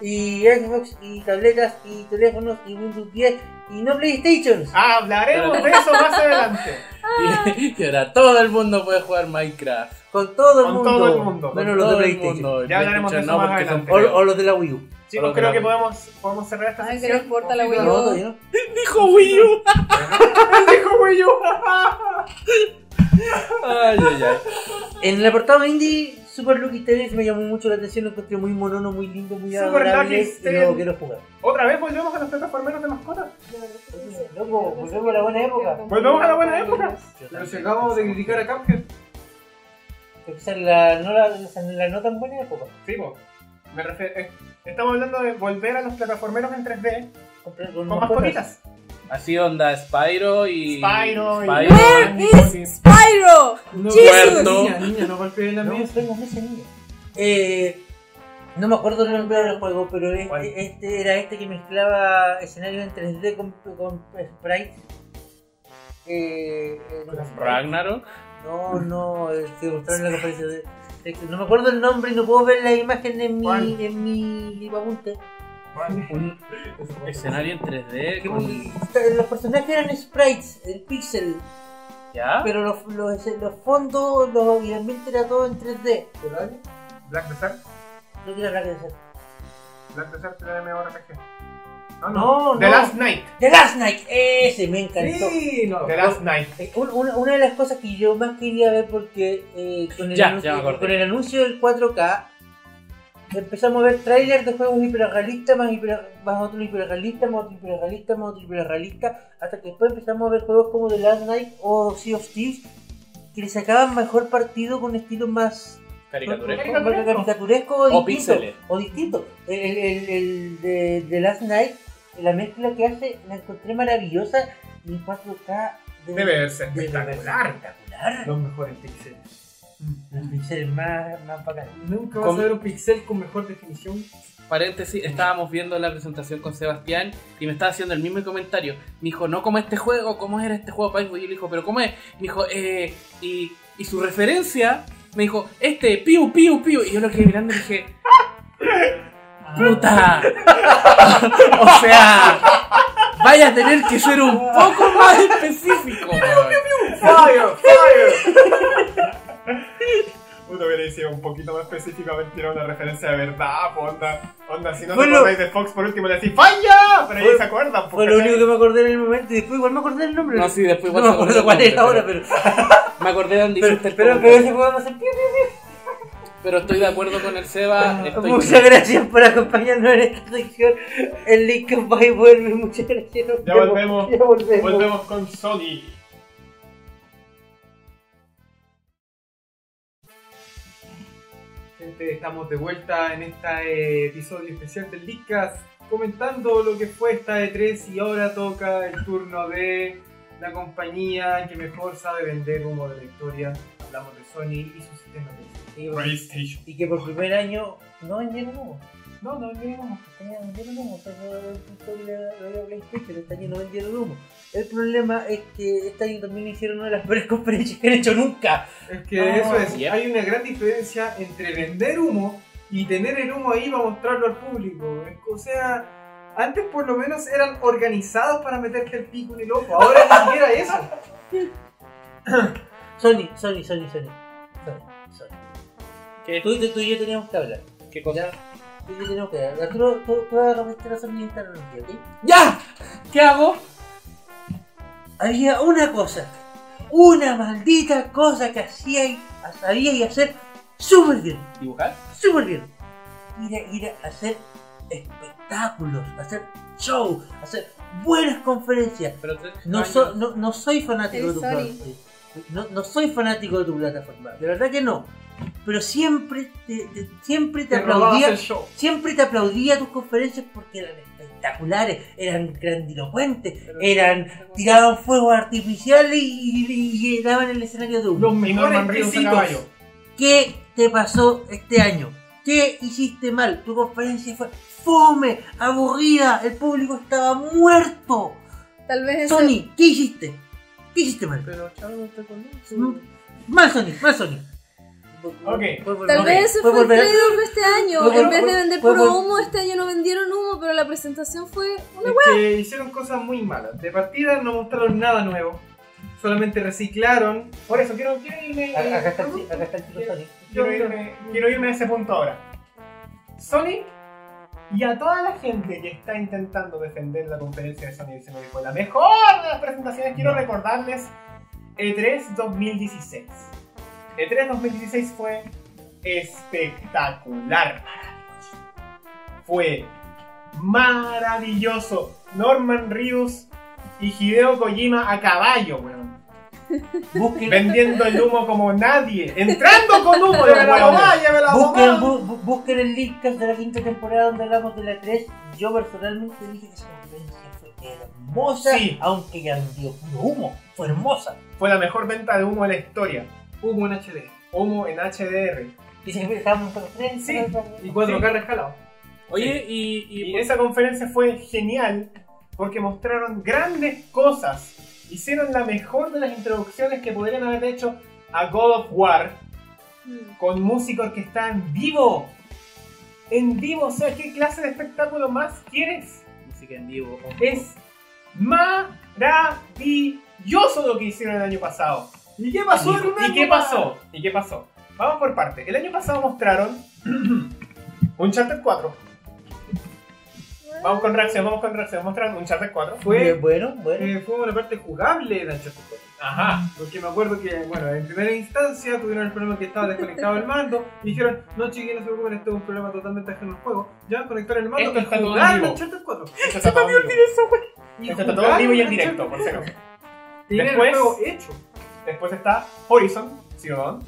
B: y Xbox y tabletas y teléfonos y Windows 10 y no PlayStation.
E: Ah, Hablaremos de eso más adelante. Ah.
C: [LAUGHS] Y, y ahora todo el mundo puede jugar Minecraft.
B: Con todo el
E: Con
B: mundo.
E: todo el mundo.
B: Menos
C: Todo
B: los de
C: el
B: PlayStation.
C: mundo.
E: Ya hablaremos de eso
C: no,
E: más
C: porque son
E: adelante.
B: O, o
C: feos.
B: los de la Wii U.
E: Chicos,
C: Solo
E: creo que
C: grabando.
E: podemos, podemos cerrar esta
D: Ay, que
E: sesión.
D: no importa la
B: No,
D: Wii U.
B: todavía no.
C: Dijo Wii [LAUGHS] U.
E: Dijo Wii U.
C: Ay, ay, ay.
B: En el apartado indie, Super Lucky Tales me llamó mucho la atención. Lo encontré muy monono, muy lindo, muy
E: Super
B: adorable.
E: Lucky
B: Y
E: Tales.
B: lo quiero jugar.
E: Otra vez volvemos a los plataformeros de mascotas.
B: Loco, volvemos a la buena época.
E: Volvemos a la buena época.
B: Yo
F: Pero si
B: también
F: acabamos de
B: pensaba
F: criticar
B: que-
F: a Cuphead,
B: que quizás la, no la, la no tan buena época.
E: Sí, po. Me refiero. eh, estamos hablando de volver a los plataformeros en 3D
B: Comprar
E: con
B: mascotas.
E: mascotitas.
C: Así onda Spyro y.
E: Spyro y-
C: Spyro.
E: Ah,
D: Where is Spyro?
F: no
D: Jesus.
F: niña, niña, no golpeé la
B: No,
F: mesa.
B: tengo mesa niña. Eh, no me acuerdo el nombre del juego, pero
E: ¿Cuál?
B: este, este era este que mezclaba escenarios en 3D con, con sprites. Eh, eh,
E: Con las
C: Ragnarok.
B: no, no, el que mostraron en la conferencia de- de- No me acuerdo el nombre, no puedo ver la imagen en mi,
E: ¿Cuál?
B: en mi apunte.
C: un escenario en 3D
B: Que
C: con...
B: muy- Los personajes eran sprites, el pixel,
E: Ah.
C: ¿Ya?
B: pero los, los, los fondos los, y el ambiente era todo en 3D.
E: ¿Del año? Black Desert.
B: No quiero hablar de eso.
E: Black Desert era MMORPG. Ah,
B: No,
A: The
B: no.
A: Last Night.
B: The Last Night, ese me encantó.
E: Sí, no.
A: The Last Night.
B: Eh, un- Una, una de las cosas que yo más quería ver porque eh, con, el
C: Ya, ya me
B: anuncio,
C: acordé.
B: con el anuncio del 4K empezamos a ver trailers de juegos hiperrealistas, más, hiper, más otro hiperrealista, más otro hiperrealista, más otro hiperrealista, hasta que después empezamos a ver juegos como The Last Night o Sea of Thieves que le sacaban mejor partido con estilos más
C: Caricaturesco.
B: más caricaturesco o,
C: O
B: distinto,
C: píxeles.
B: o distinto. El, el- el- el de, de Last Night, la mezcla que hace, la encontré maravillosa y en 4K de-
A: Debe verse
B: de- de-
A: espectacular.
B: espectacular.
E: Los mejores píxeles.
B: Los píxeles más, más bacanes.
E: Nunca vas
C: Con-
E: a ver un pixel con mejor definición.
C: Paréntesis, estábamos viendo la presentación con Sebastián y me estaba haciendo el mismo comentario. Me dijo, no como este juego, ¿cómo era este juego? para Xbox? Y yo le dijo, ¿pero cómo es? Me dijo, eh, y, y su referencia me dijo, este, piu, piu, piu. Y yo lo quedé mirando y dije, ¡puta! [LAUGHS] o sea, vaya a tener que ser un poco más específico.
E: ¡Fire! ¡Fire!
F: Uno hubiera sido un poquito más específicamente era una referencia de verdad, po, onda, onda, si no
B: Fue
F: te
B: lo-
F: acordáis de Fox por último le decís ¡Falla! Pero
B: Fue-
F: ellos se acuerdan, po,
B: Fue lo
F: ¿cachai?
B: único que me acordé en el momento y después igual me acordé el nombre.
C: No, sí, después
B: No
C: igual
B: me acuerdo
C: se acordó el
B: cuál
C: nombre,
B: era ahora,
C: [LAUGHS]
B: pero
C: Me acordé de donde
B: pero,
C: hiciste el
B: pero, pero,
C: comentario.
B: ese juego no se pierde.
C: Pero estoy de acuerdo con el Seba. Ah, Estoy
B: Muchas gracias por acompañarnos en esta sección. El link va y vuelve. Muchas gracias. nos
F: Ya
B: vemos.
F: volvemos.
B: Ya volvemos.
F: Volvemos con Sony.
E: Gente, estamos de vuelta en este episodio especial del Discast comentando lo que fue esta E3 y ahora toca el turno de la compañía que mejor sabe vender humo de la historia. Hablamos de Sony y su sistema de
B: Y,
F: PlayStation.
B: y que por primer año no vendieron humo.
E: No, no, no, no.
B: Tenía vendieron humo. o sea, yo- yo le- le doy a PlayStation, Este año no vendieron humo. El problema es que este año también hicieron una de las peores [LAUGHS] conferencias que han hecho nunca.
E: Es que
B: Ah,
E: eso es,
C: ya.
E: hay una gran diferencia entre vender humo y tener el humo ahí para mostrarlo al público. Es- O sea, antes por lo menos eran organizados para meterte el pico en el ojo, ahora ni siquiera eso.
B: Sony, Sony, Sony, Sony. Sony, Sony.
C: ¿Qué?
B: Tú, tú- tú y yo teníamos que hablar.
C: ¿Qué
B: Ya.
C: cosa?
B: Tú y yo teníamos que hablar. Arturo, tú, tú vas a contestar a Sony Instagram, ¿ok?
C: ¡Ya! ¿Qué hago?
B: había una cosa, una maldita cosa que hacía y sabía y hacer súper bien,
C: ¿Dibujar?
B: súper bien. Ir a, ir a hacer espectáculos, hacer show, hacer buenas conferencias.
C: Pero tres
B: No,
C: años.
B: so- no, no soy fanático de
D: Eres
B: tu
D: Sony.
B: plataforma. No, no soy fanático de tu plataforma, de verdad que no. Pero siempre te, te- siempre te,
E: Te robabas
B: aplaudía
E: el show.
B: siempre te aplaudía tus conferencias porque eran espectaculares, eran grandilocuentes, eran tiraban fuegos artificiales y, y- y llenaban el escenario de
E: Los
B: humo.
E: mejores
F: Norman Reedus a
E: requisitos.
F: caballo.
B: ¿Qué te pasó este año? ¿Qué hiciste mal? Tu conferencia fue fome, aburrida, el público estaba muerto.
D: Tal vez eso.
B: Sony, ¿qué hiciste? ¿Qué hiciste mal?
C: Pero Chavo está con eso.
B: Mm, Mal Sony, mal Sony.
F: Ok.
B: Puedes volver-
D: Tal
B: ok,
D: vez ese
B: puedes
D: fue el
B: volver.
D: trade-off de este año.
B: Puedo
D: en
B: volver-
D: vez de vender
B: puedo
D: puro
B: vol-
D: humo, este año no vendieron humo, pero la presentación fue una
E: Es que hicieron cosas muy malas. De partida no mostraron nada nuevo. Solamente reciclaron.
F: Por eso quiero, quiero irme.
B: Acá acá está el chi- acá está el chico Sony.
F: Quiero irme, quiero irme a ese punto ahora. Sony y a toda la gente que está intentando defender la conferencia de Sony diciendo que fue la mejor de las presentaciones, quiero recordarles E3 2016. E3 2016 fue espectacular. Fue maravilloso. Norman Reedus y Hideo Kojima a caballo, weón.
B: Busquen-
F: Vendiendo el humo como nadie. Entrando con humo de
E: ¡Me la
F: huevo.
E: mamá, ya me la
B: Busquen,
E: mamá!
B: bu- bu- busquen el linkcast de la quinta temporada donde hablamos de la 3. Yo personalmente dije que esa conferencia fue hermosa,
F: Sí.
B: aunque ya vendió puro humo. Fue hermosa.
F: Fue la mejor venta de humo de la historia.
E: Hubo un HD.
F: Humo en HDR.
B: Dicen que estábamos en conferencia.
F: Sí.
E: Y 4K rescalado.
C: Oye, y, y,
F: Y esa conferencia fue genial porque mostraron grandes cosas. Hicieron la mejor de las introducciones que podrían haber hecho a God of
D: hueá.
F: War con música orquestada en vivo. en vivo. O sea, ¿qué clase de espectáculo más quieres?
C: Música en vivo. ojo.
F: Es maravilloso lo que hicieron el año pasado.
E: ¿Y qué pasó
F: ¿Y,
E: con una
F: y qué
E: copa?
F: pasó? ¿Y qué pasó? Vamos por parte. El año pasado mostraron un Charter 4. Vamos con reacción, vamos con reacción. Mostraron un Charter 4.
E: Fue-
B: bueno, bueno.
E: Eh, fue una parte jugable de Uncharted 4.
F: Ajá.
E: Porque me acuerdo que, bueno, en primera instancia tuvieron el problema que estaba desconectado el mando y dijeron, no chiquillos, no se preocupen, esto es un programa totalmente ajeno al juego. Ya conectar el mando
F: Esto
E: y
F: está todo en
E: jugar
F: vivo.
E: Uncharted 4.
F: Esto está todo en vivo.
E: Y
F: Esto está todo en
E: jugar
F: vivo y en
E: Uncharted
F: directo, por
E: 4.
F: cierto.
E: Tener
F: Después-
E: el juego hecho.
F: Después está Horizon Zero Dawn.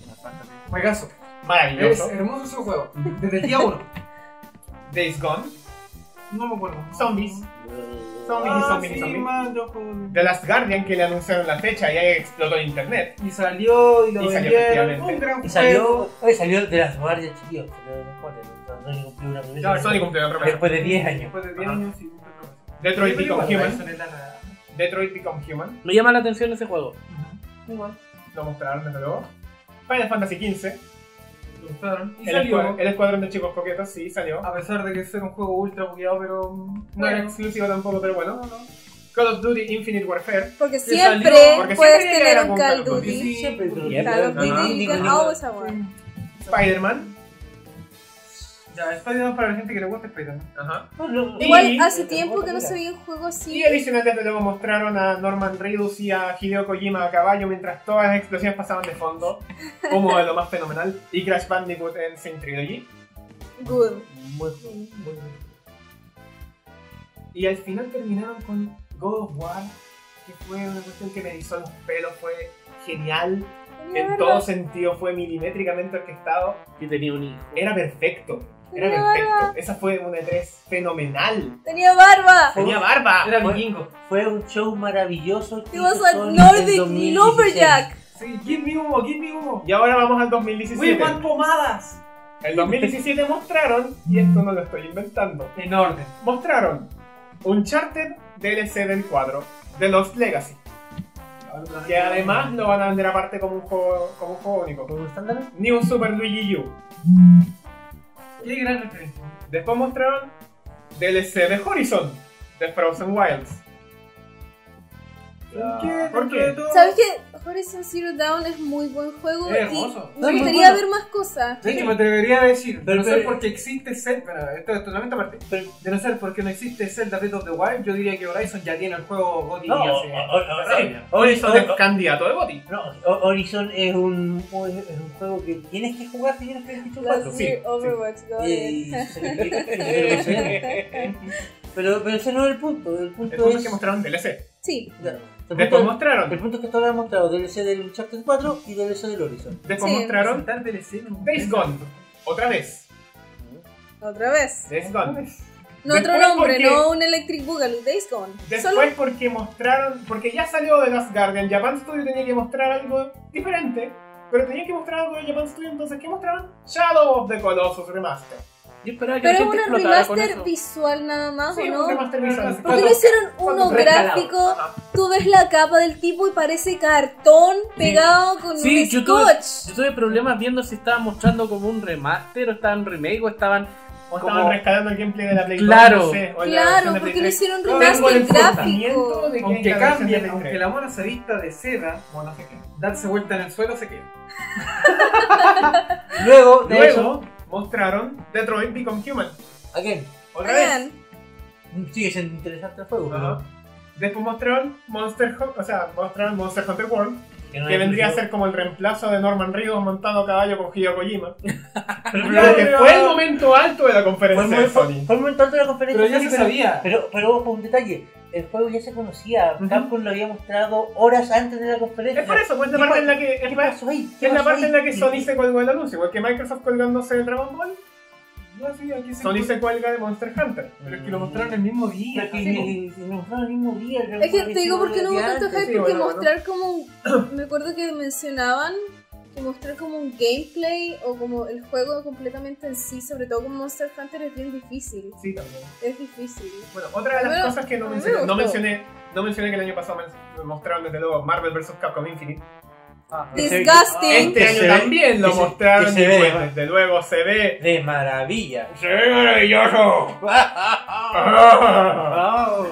E: Juegazo. Es
F: Maravilloso.
E: hermoso ese juego. Desde el día 1.
F: Days Gone.
E: No me acuerdo.
F: Zombies. Zombies y
E: Ah,
F: zombies y
E: sí,
F: zombies.
E: mando con-
F: The Last Guardian que le anunciaron la fecha y ahí explotó en internet.
E: Y salió y lo
F: Y salió,
E: vendieron.
F: efectivamente.
E: Un gran juego.
B: Y salió, oye, salió de las guardias, chiquillos. Salió de las guardias. Entonces, Sony cumplió una promesa.
F: Sony cumplió la promesa.
B: Después de 10 años.
E: Después de 10
F: Ajá.
E: años y nunca lo hice.
F: Detroit
E: Pero
F: Become
E: igual,
F: Human.
E: eso es la-
F: Detroit Become Human.
C: Me llama la atención ese juego.
F: Lo mostraron desde luego. Final Fantasy XV.
E: lo usaron. Y
F: El, escua-
E: salió.
F: el escuadrón de chicos coquetos, sí, salió.
E: A pesar de que ser un juego ultra bugueado, pero. mm,
F: No era
E: Bueno,
F: exclusivo tampoco, pero bueno. Call of Duty Infinite Warfare.
D: Porque
F: salió,
D: siempre
F: porque
D: puedes
F: siempre
D: tener
F: era
D: un Ah,
F: con
D: Call
F: Call
D: of
F: of Duty,
D: Duty.
B: Siempre tuvo.
C: Siempre.
D: Call of
C: Ajá.
D: Duty, you can
B: Ninguna.
D: always have one.
F: Spider-Man.
E: ya, Spider-Man para la gente que le gusta Spider-Man.
F: Ajá.
B: No, no,
F: Y-
B: y-
F: Sí,
D: Igual hace
B: pero
D: tiempo
B: bueno,
D: que no
B: mira.
D: se veía un juego
F: Y
D: así.
F: adicionalmente luego mostraron a Norman Reedus y a Hideo Kojima a caballo mientras todas las explosiones pasaban de fondo. Un modelo más fenomenal. Y Crash Bandicoot en Saint Trilogy.
D: Good.
B: Muy, muy bien.
F: Y al final terminaron con God of War, que fue una cuestión que me hizo los pelos, fue genial. En todo sentido, fue milimétricamente orquestado.
C: Y tenía un hijo.
F: Era perfecto. Era perfecto. Esa fue una E3 fenomenal.
D: Tenía barba.
F: Tenía barba.
E: Era
B: Bueno.
E: vikingo.
B: Fue un show maravilloso.
D: It
B: que
D: was
B: hizo
D: a
B: Sony en
D: Nordic
B: 2016.
D: lumberjack.
E: Sí, give me humo, give me humo.
F: Y ahora vamos al
E: We
F: 2017.
E: want pomadas.
F: El 2017 mostraron, y esto no lo estoy inventando,
E: En orden.
F: mostraron Uncharted DLC del 4 de Lost Legacy. Que además lo van a vender aparte como un juego, como un juego único.
B: ¿Cómo están, Dani?
F: New Super Luigi U.
E: Qué gran referencia.
F: Después mostraron DLC de Horizon, de Frozen Wilds.
E: ¿Qué?
F: ¿Por
E: Dentro de
F: qué?
E: todo-
D: ¿Sabes qué? Horizon Zero Dawn es muy buen juego.
E: Es
D: y
E: hermoso.
D: Me
B: Es muy
D: gustaría
B: bueno.
D: ver más cosas.
E: De hecho, me atrevería a decir, de
B: Pero-
E: no ser
B: pero-
E: porque existe Zelda, bueno, esto es totalmente aparte,
B: Pero-
E: de no ser porque no existe Zelda Breath of the Wild, yo diría que Horizon ya tiene el juego eh. GOTY
B: No,
E: hace-
B: o- o- o-
E: hace años.
F: Horizon es
B: o-
F: candidato de Boti.
B: No, o- Horizon es un, es un juego que tienes que jugar si quieres PlayStation 4.
D: Last
F: sí,
D: year
F: sí.
D: Overwatch, go
B: Eh,
D: ahead.
B: se me olvidó que yo lo mencioné. pero, pero ese no es el punto. El punto
F: El punto es
B: es.
F: que mostraron DLC.
D: Sí,
B: Claro, el, [LAUGHS]
F: Después
B: punto, el
F: mostraron,
B: punto es que todavía han mostrado DLC del Uncharted 4 y DLC del Horizon.
F: después
D: Sí.
F: mostraron
E: Presentar DLC no-
F: Days Gone, otra vez.
D: otra vez.
F: Days Gone.
D: No otro
F: Después
D: nombre,
F: porque-
D: no un Electric Boogaloo, Days Gone. Solo
F: Después porque mostraron, porque ya salió de Last Guardian, Japan Studio tenía que mostrar algo diferente, pero tenía que mostrar algo de Japan Studio, entonces ¿qué mostraron? Shadow of the Colossus Remaster.
C: Yo esperaba que
D: Pero es
C: la gente
D: una
C: explotara con
D: remaster
C: eso.
D: visual nada más,
F: Sí,
D: ¿o
F: un
D: no?
F: remaster visual.
D: ¿Por qué no hicieron uno
E: Recalado.
D: gráfico?
E: Ajá.
D: Tú ves la capa del tipo y parece cartón pegado con
C: Sí,
D: un
C: yo tuve-
D: scotch.
C: Yo tuve problemas viendo si estaban mostrando como un remaster o estaban remake o estaban.
F: O
C: como-
F: estaban rescatando el gameplay de la Play
C: Claro.
F: dos, no sé, o la versión
D: Claro,
F: de Play
D: porque no
F: tres.
D: hicieron
E: Tengo el
D: remaster
F: Miento
D: gráfico.
F: de que
E: Aunque
F: la versión de
E: cambie,
F: Play
E: aunque
F: tres.
E: la mona se vista de seda,
F: Bueno, sé qué.
E: darse vuelta en el suelo se queda.
B: Luego, de eso,
F: Luego mostraron Detroit Become Human.
B: again,
F: Otra vez.
D: Vean,
B: sigue siendo interesante el juego,
F: Ajá.
B: pero
F: Después mostraron Monster, Hu- o sea, mostraron Monster Hunter World.
B: que no
F: Que
B: es
F: vendría a
B: exclusivo.
F: ser como el reemplazo de Norman Reedus montando a caballo con Hideo Kojima.
B: [LAUGHS] Pero- pero-
F: Porque fue el momento alto de la
B: Fue el
F: conferencia de
B: momento-
F: Sony.
B: fue el momento alto de la conferencia.
E: Pero ya
B: sí,
E: se sabía.
B: Pero, pero ojo, un detalle. El juego ya se conocía.
E: Ujú.
B: Capcom lo había mostrado horas antes de la conferencia.
F: Es por eso, pues es
B: ¿Qué
F: la parte
B: pa-
F: en la que,
B: ¿Qué
F: es más,
B: pasó ahí? ¿Qué
F: es la
B: pasó
F: parte
B: ahí?
F: en la que Sony se colgó el anuncio, igual que Microsoft colgándose de Dragon Ball,
E: No, sí, aquí se
F: Sony se cuelga de Monster Hunter.
E: Pero es que lo mostraron el mismo día.
B: Y- y- y- y nos fueron el mismo día.
D: es que te digo porque no hubo tanto
B: antes.
D: hype,
F: sí,
D: porque
F: bueno, bueno.
D: mostrar como un- Me acuerdo que mencionaban que mostrar como un gameplay o como el juego completamente en sí, sobre todo con Monster Hunter, es bien difícil.
F: Sí, también.
D: Es difícil.
F: Bueno, otra de las
D: Bueno,
F: cosas que no
D: a mí me
F: mencioné, no
D: gustó.
F: mencioné, no mencioné que el año pasado men- mostraron desde luego Marvel vs. Capcom Infinite.
G: Ah,
F: Se-
D: Disgusting.
F: Este
G: Que se ve-
F: año también lo
G: que se-
F: mostraron
G: que se
F: y
G: ve,
F: pues,
G: va.
F: desde luego se ve.
G: De maravilla.
F: ¡Se ve
C: [LAUGHS]
F: maravilloso!
C: Ah,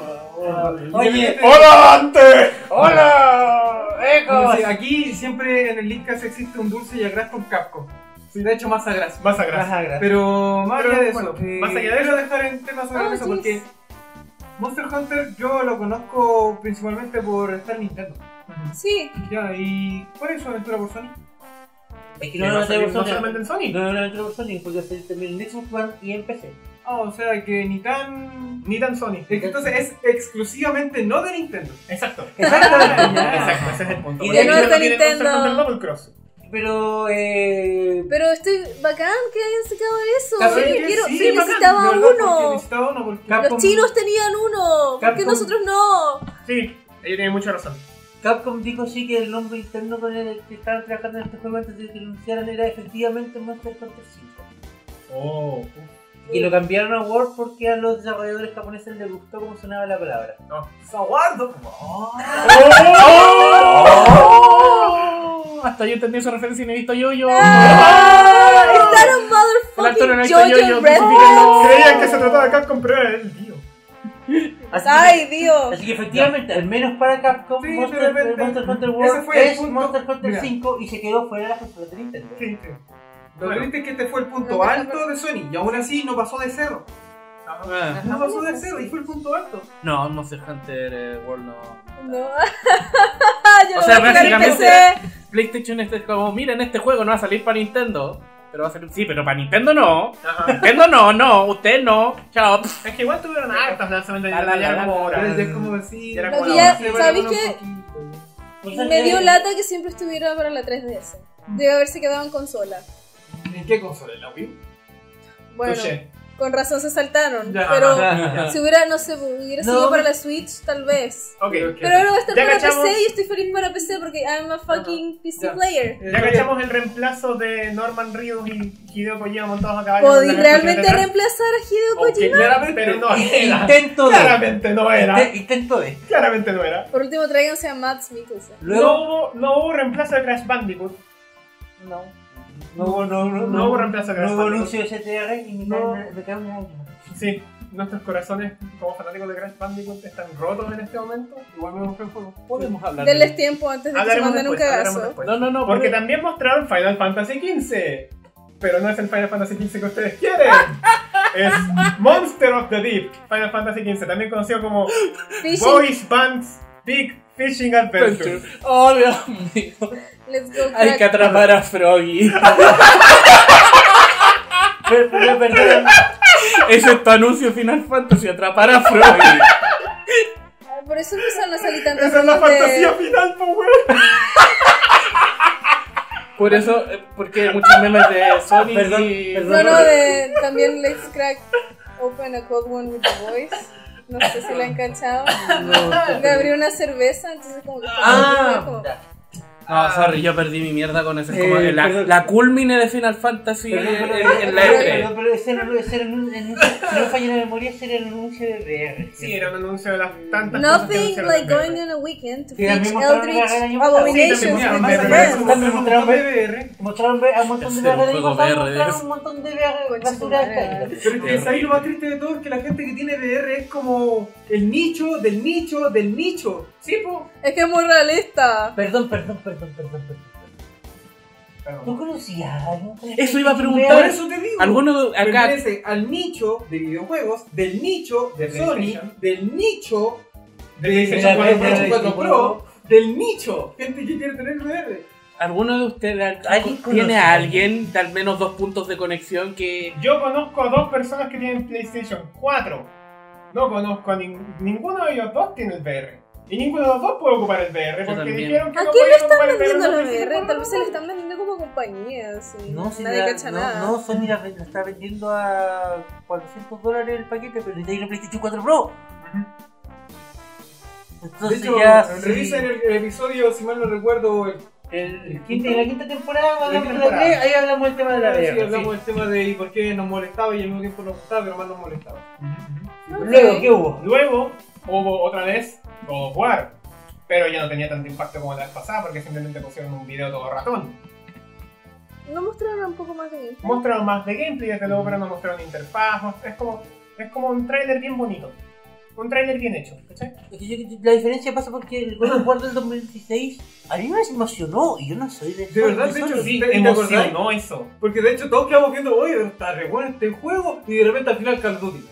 G: Oye,
C: Este
F: ¡Hola, Dante!
G: hola,
E: Bueno, sí,
G: Ecos.
E: aquí siempre en el Linkcast existe un dulce y agras con Capcom. Sí, de hecho, más agras.
F: Más atrás.
E: Pero más
F: Pero,
E: allá de eso,
F: bueno,
E: eh,
F: más allá de Ah,
E: quiero dejar en temas sobre
D: Oh,
E: eso
D: jeez.
E: porque Monster Hunter yo lo conozco principalmente por estar en Nintendo.
D: Sí,
E: Ya, ¿y cuál es su aventura por Sony?
B: Es que
F: No,
B: no lo
F: salió-
B: tenemos
F: no solamente en Sony.
B: No, no, no, entró por Sony, porque salió también en Xbox One y en PC.
E: Ah, o sea que ni tan...
F: Ni tan Sony.
E: Es que Entonces es exclusivamente no de Nintendo.
F: Exacto.
E: Exactamente.
F: Exacto, ese es el punto.
B: Y
F: Por
B: de
D: nuevo
F: eso creo
D: está
F: que tiene Monster
D: Nintendo.
F: Hunter Double Cross.
B: Pero, eh.
D: pero estoy bacán que hayan sacado eso.
E: La verdad
D: Sí,
E: es que
D: quiero,
E: sí,
D: sí,
E: bacán,
D: necesitaba
E: de verdad, porque
D: uno.
E: Necesitaba uno porque...
B: Capcom-
D: Los chinos tenían uno, ¿por qué
B: Capcom-
D: nosotros no?
F: Sí, ella tiene mucha razón.
B: Capcom dijo sí que el nombre interno con el que estaban trabajando en este juego antes de que lo anunciaran era efectivamente Monster Hunter 5.
F: Oh,
B: Y que lo cambiaron a Word porque a los desarrolladores japoneses les gustó cómo sonaba la palabra.
F: no.
E: ¡Saguardo!
C: Hasta yo entendí esa referencia y no he visto yo, yo.
D: Ah, Están a
C: El actor no
D: motherfucking
C: ha visto yo, yo.
D: Jojo Rabbit.
C: Creían
F: Creían que se trataba de Capcom, pero era el tío.
B: Así,
D: Ay,
B: que,
D: Dios.
B: así que efectivamente, al menos para Capcom,
E: Sí, de
B: Monster,
E: repente.
B: Monster Hunter
E: Ese
B: World
E: fue el
B: es
E: punto.
B: Monster Hunter
E: Mira.
B: 5 y se quedó fuera de la consola de Nintendo.
F: Sí, sí.
E: Lo
F: Bueno.
E: triste es que este fue el punto alto de Sony y aún así no pasó de cero.
C: Ah,
E: No pasó de cero y fue el punto alto.
C: No, Monster Hunter eh, World no.
D: No. [LAUGHS] Yo
C: O
D: lo
C: sea,
D: voy a jugar en
C: básicamente-
D: PC.
C: PlayStation es como, miren, este juego no va a salir para Nintendo. Pero va a salir. Sí, pero para Nintendo no.
F: Ajá.
C: Nintendo no, no. Usted no. Chao.
F: Es que igual tuvieron hartas lanzamientos
C: La, la,
F: ya
C: la,
F: era como
C: la,
F: hora.
E: Pero es como decir.
F: mm, Era
D: Lo
F: como
D: que
F: la
D: ya-
F: hora.
D: ¿sabéis qué?
B: Entonces,
D: Me dio
B: eh,
D: lata que siempre estuviera para la 3DS. Debe haberse quedado en consola.
E: ¿En qué consola? ¿En la Wii?
D: Bueno,
F: Touché.
D: con razón se saltaron.
E: Ya.
D: Pero
B: ah,
C: Ya.
D: si hubiera, no sé, hubiera
B: No,
D: sido
B: me-
D: para la Switch, tal vez.
F: Ok.
D: Pero ahora va a estar
F: Ya
D: para
F: cachamos.
D: PC y estoy feliz para PC porque I'm a fucking PC
E: Ya.
D: player.
F: Ya cachamos el reemplazo de Norman Reedus y Hideo Kojima montados a caballo. en
D: ¿Podí
F: una
D: realmente
F: estación de tren.
D: reemplazar a Hideo
F: Aunque
D: Kojima?
F: claramente- Pero no era.
B: Intento de.
F: [LAUGHS] Claramente no
D: Este
F: era.
B: Inte- Intento de.
F: Claramente no era.
D: Por último, tráiganse a Max Mikkelsen.
F: No
B: Luego.
F: hubo, no hubo reemplazo de Crash Bandicoot.
B: No. No hubo, no, no,
F: No hubo reemplazo de Crash
B: No hubo
F: Bandicoot.
B: anuncio de CTR y me
F: No.
B: cae- me cae una lágrima.
F: Sí, nuestros corazones como fanáticos de Crash Bandicoot están rotos en este momento. Igual me gusta el juego.
C: Podemos hablar. de-
D: Denles tiempo antes de que Este se
F: Hablaremos
D: manden un
F: después, hablaremos
D: cagazo.
F: después.
C: No, no, no.
F: Porque
C: podemos-
F: también mostraron Final Fantasy XV. Pero no es el Final Fantasy XV que ustedes quieren.
D: [LAUGHS]
F: Es Monster of the Deep, Final Fantasy XV, también conocido como
D: Fishing,
F: Boris Band's Big Fishing Adventure.
C: Oh, Dios mío.
D: let's go
C: Hay que
D: crack.
C: atrapar a Froggy.
B: Pero, pero, perdón,
C: Ese es tu anuncio Final Fantasy, atrapar a Froggy.
D: Ah, Por eso empezaron a salir tantos
F: Esa es la
D: juegos de-
F: fantasía final, po, weón.
C: Por eso, eh, porque hay muchos memes de Sony
B: Perdón,
C: y...
B: perdón.
D: No, no, de, también let's crack open a cold one with the boys. No sé si la han cachado. Me abrí una cerveza, entonces como que estaba como-
B: Ah,
C: No, sorry, yo perdí mi mierda con ese. es como
B: Eh,
C: la,
B: perdón.
C: la culmine de Final Fantasy en,
B: perdón, perdón,
C: en- en la E
B: perdón,
C: E3.
B: perdón, pero ese era, ese era un anuncio, si no falla la memoria, ese era el anuncio de VR.
F: Sí, era un anuncio de las tantas cosas que
D: Nothing
F: anunciaron
D: like
F: en el
D: going on a weekend to
B: Sí, a mí
D: reach
B: me mostraron la
D: Eldritch
B: cara de-
D: Abominations
F: Sí, también,
D: with my
F: mira, me
D: friends.
F: recuerdo.
B: También mostraron
E: Montón de
B: VR.
E: VR.
B: Mostraron a un montón de
C: Ese
B: VR de
C: juego
B: Xbox,
C: VR,
B: mostraron un montón de VR
D: Concha tu
B: basura de Skyrim.
D: madre.
E: Pero
F: Eh.
E: es que ¿sabes lo más triste de todo? Es que la gente que tiene VR es como el nicho del nicho del nicho.
F: Sí, po.
D: Es que es muy realista.
B: Perdón, perdón, perdón, perdón, perdón. ¿Tú
F: Perdón.
B: conocías a alguien?
C: Eso iba a
E: Por
C: preguntar.
E: eso te digo.
C: Alguno de- acá.
E: Pertenece al nicho de videojuegos, del nicho de
F: De
E: Sony,
F: PlayStation.
E: del nicho
F: De
E: de
F: PlayStation
E: la
F: 4 Pro,
E: 4
B: Pro.
E: Pro, del nicho. Gente que quiere tener VR.
C: ¿Alguno de ustedes
B: ¿Alguien conoce
C: tiene
B: a
C: a alguien de al menos dos puntos de conexión que.
F: Yo conozco a dos personas que tienen PlayStation 4. No conozco a nin- ninguno de ellos dos tiene el VR. Y ninguno de los dos puede ocupar el VR porque
C: también.
F: dijeron que
D: ¿A
F: no
D: quién
F: podían ocupar el
D: Vendiendo la
F: VR.
D: VR, tal vez se le están vendiendo como compañías. y
B: No, si
D: nadie
B: la-
D: cacha
B: no,
D: nada.
B: no, Sony la, la está vendiendo a 400 dólares el paquete, pero necesita ir a PlayStation 4 Pro.
E: De
B: Entonces
E: hecho,
B: ya. sí.
E: revisen el, el episodio, si mal no recuerdo, el-
B: El quinto- en la quinta temporada,
E: La
B: hablamos de la
E: temporada.
B: tres, ahí hablamos del tema de la
E: Sí,
B: VR.
E: hablamos del tema de por qué nos molestaba y al mismo tiempo nos gustaba, pero más nos molestaba.
F: Ujú, ujú.
D: Ok.
B: Luego, ¿qué hubo?
F: Luego hubo otra vez God of War. Pero ya no tenía tanto impacto como la vez pasada porque simplemente pusieron un video todo ratón.
D: No mostraron un poco más de él.
F: Mostraron más de gameplay, desde luego, pero no mostraron interfaz. mos- Es como, es como un tráiler bien bonito. Un tráiler bien hecho, ¿cachai?
B: Es que yo- la diferencia pasa porque el God of War del 2016 a mí me emocionó y yo no soy de.
E: De verdad, de
B: soy-
E: hecho,
B: soy-
F: Sí,
E: ¿Te- te
F: emocionó eso.
E: Porque de hecho todos quedamos viendo, oye, está re bueno este juego, y de repente al final Call of Duty.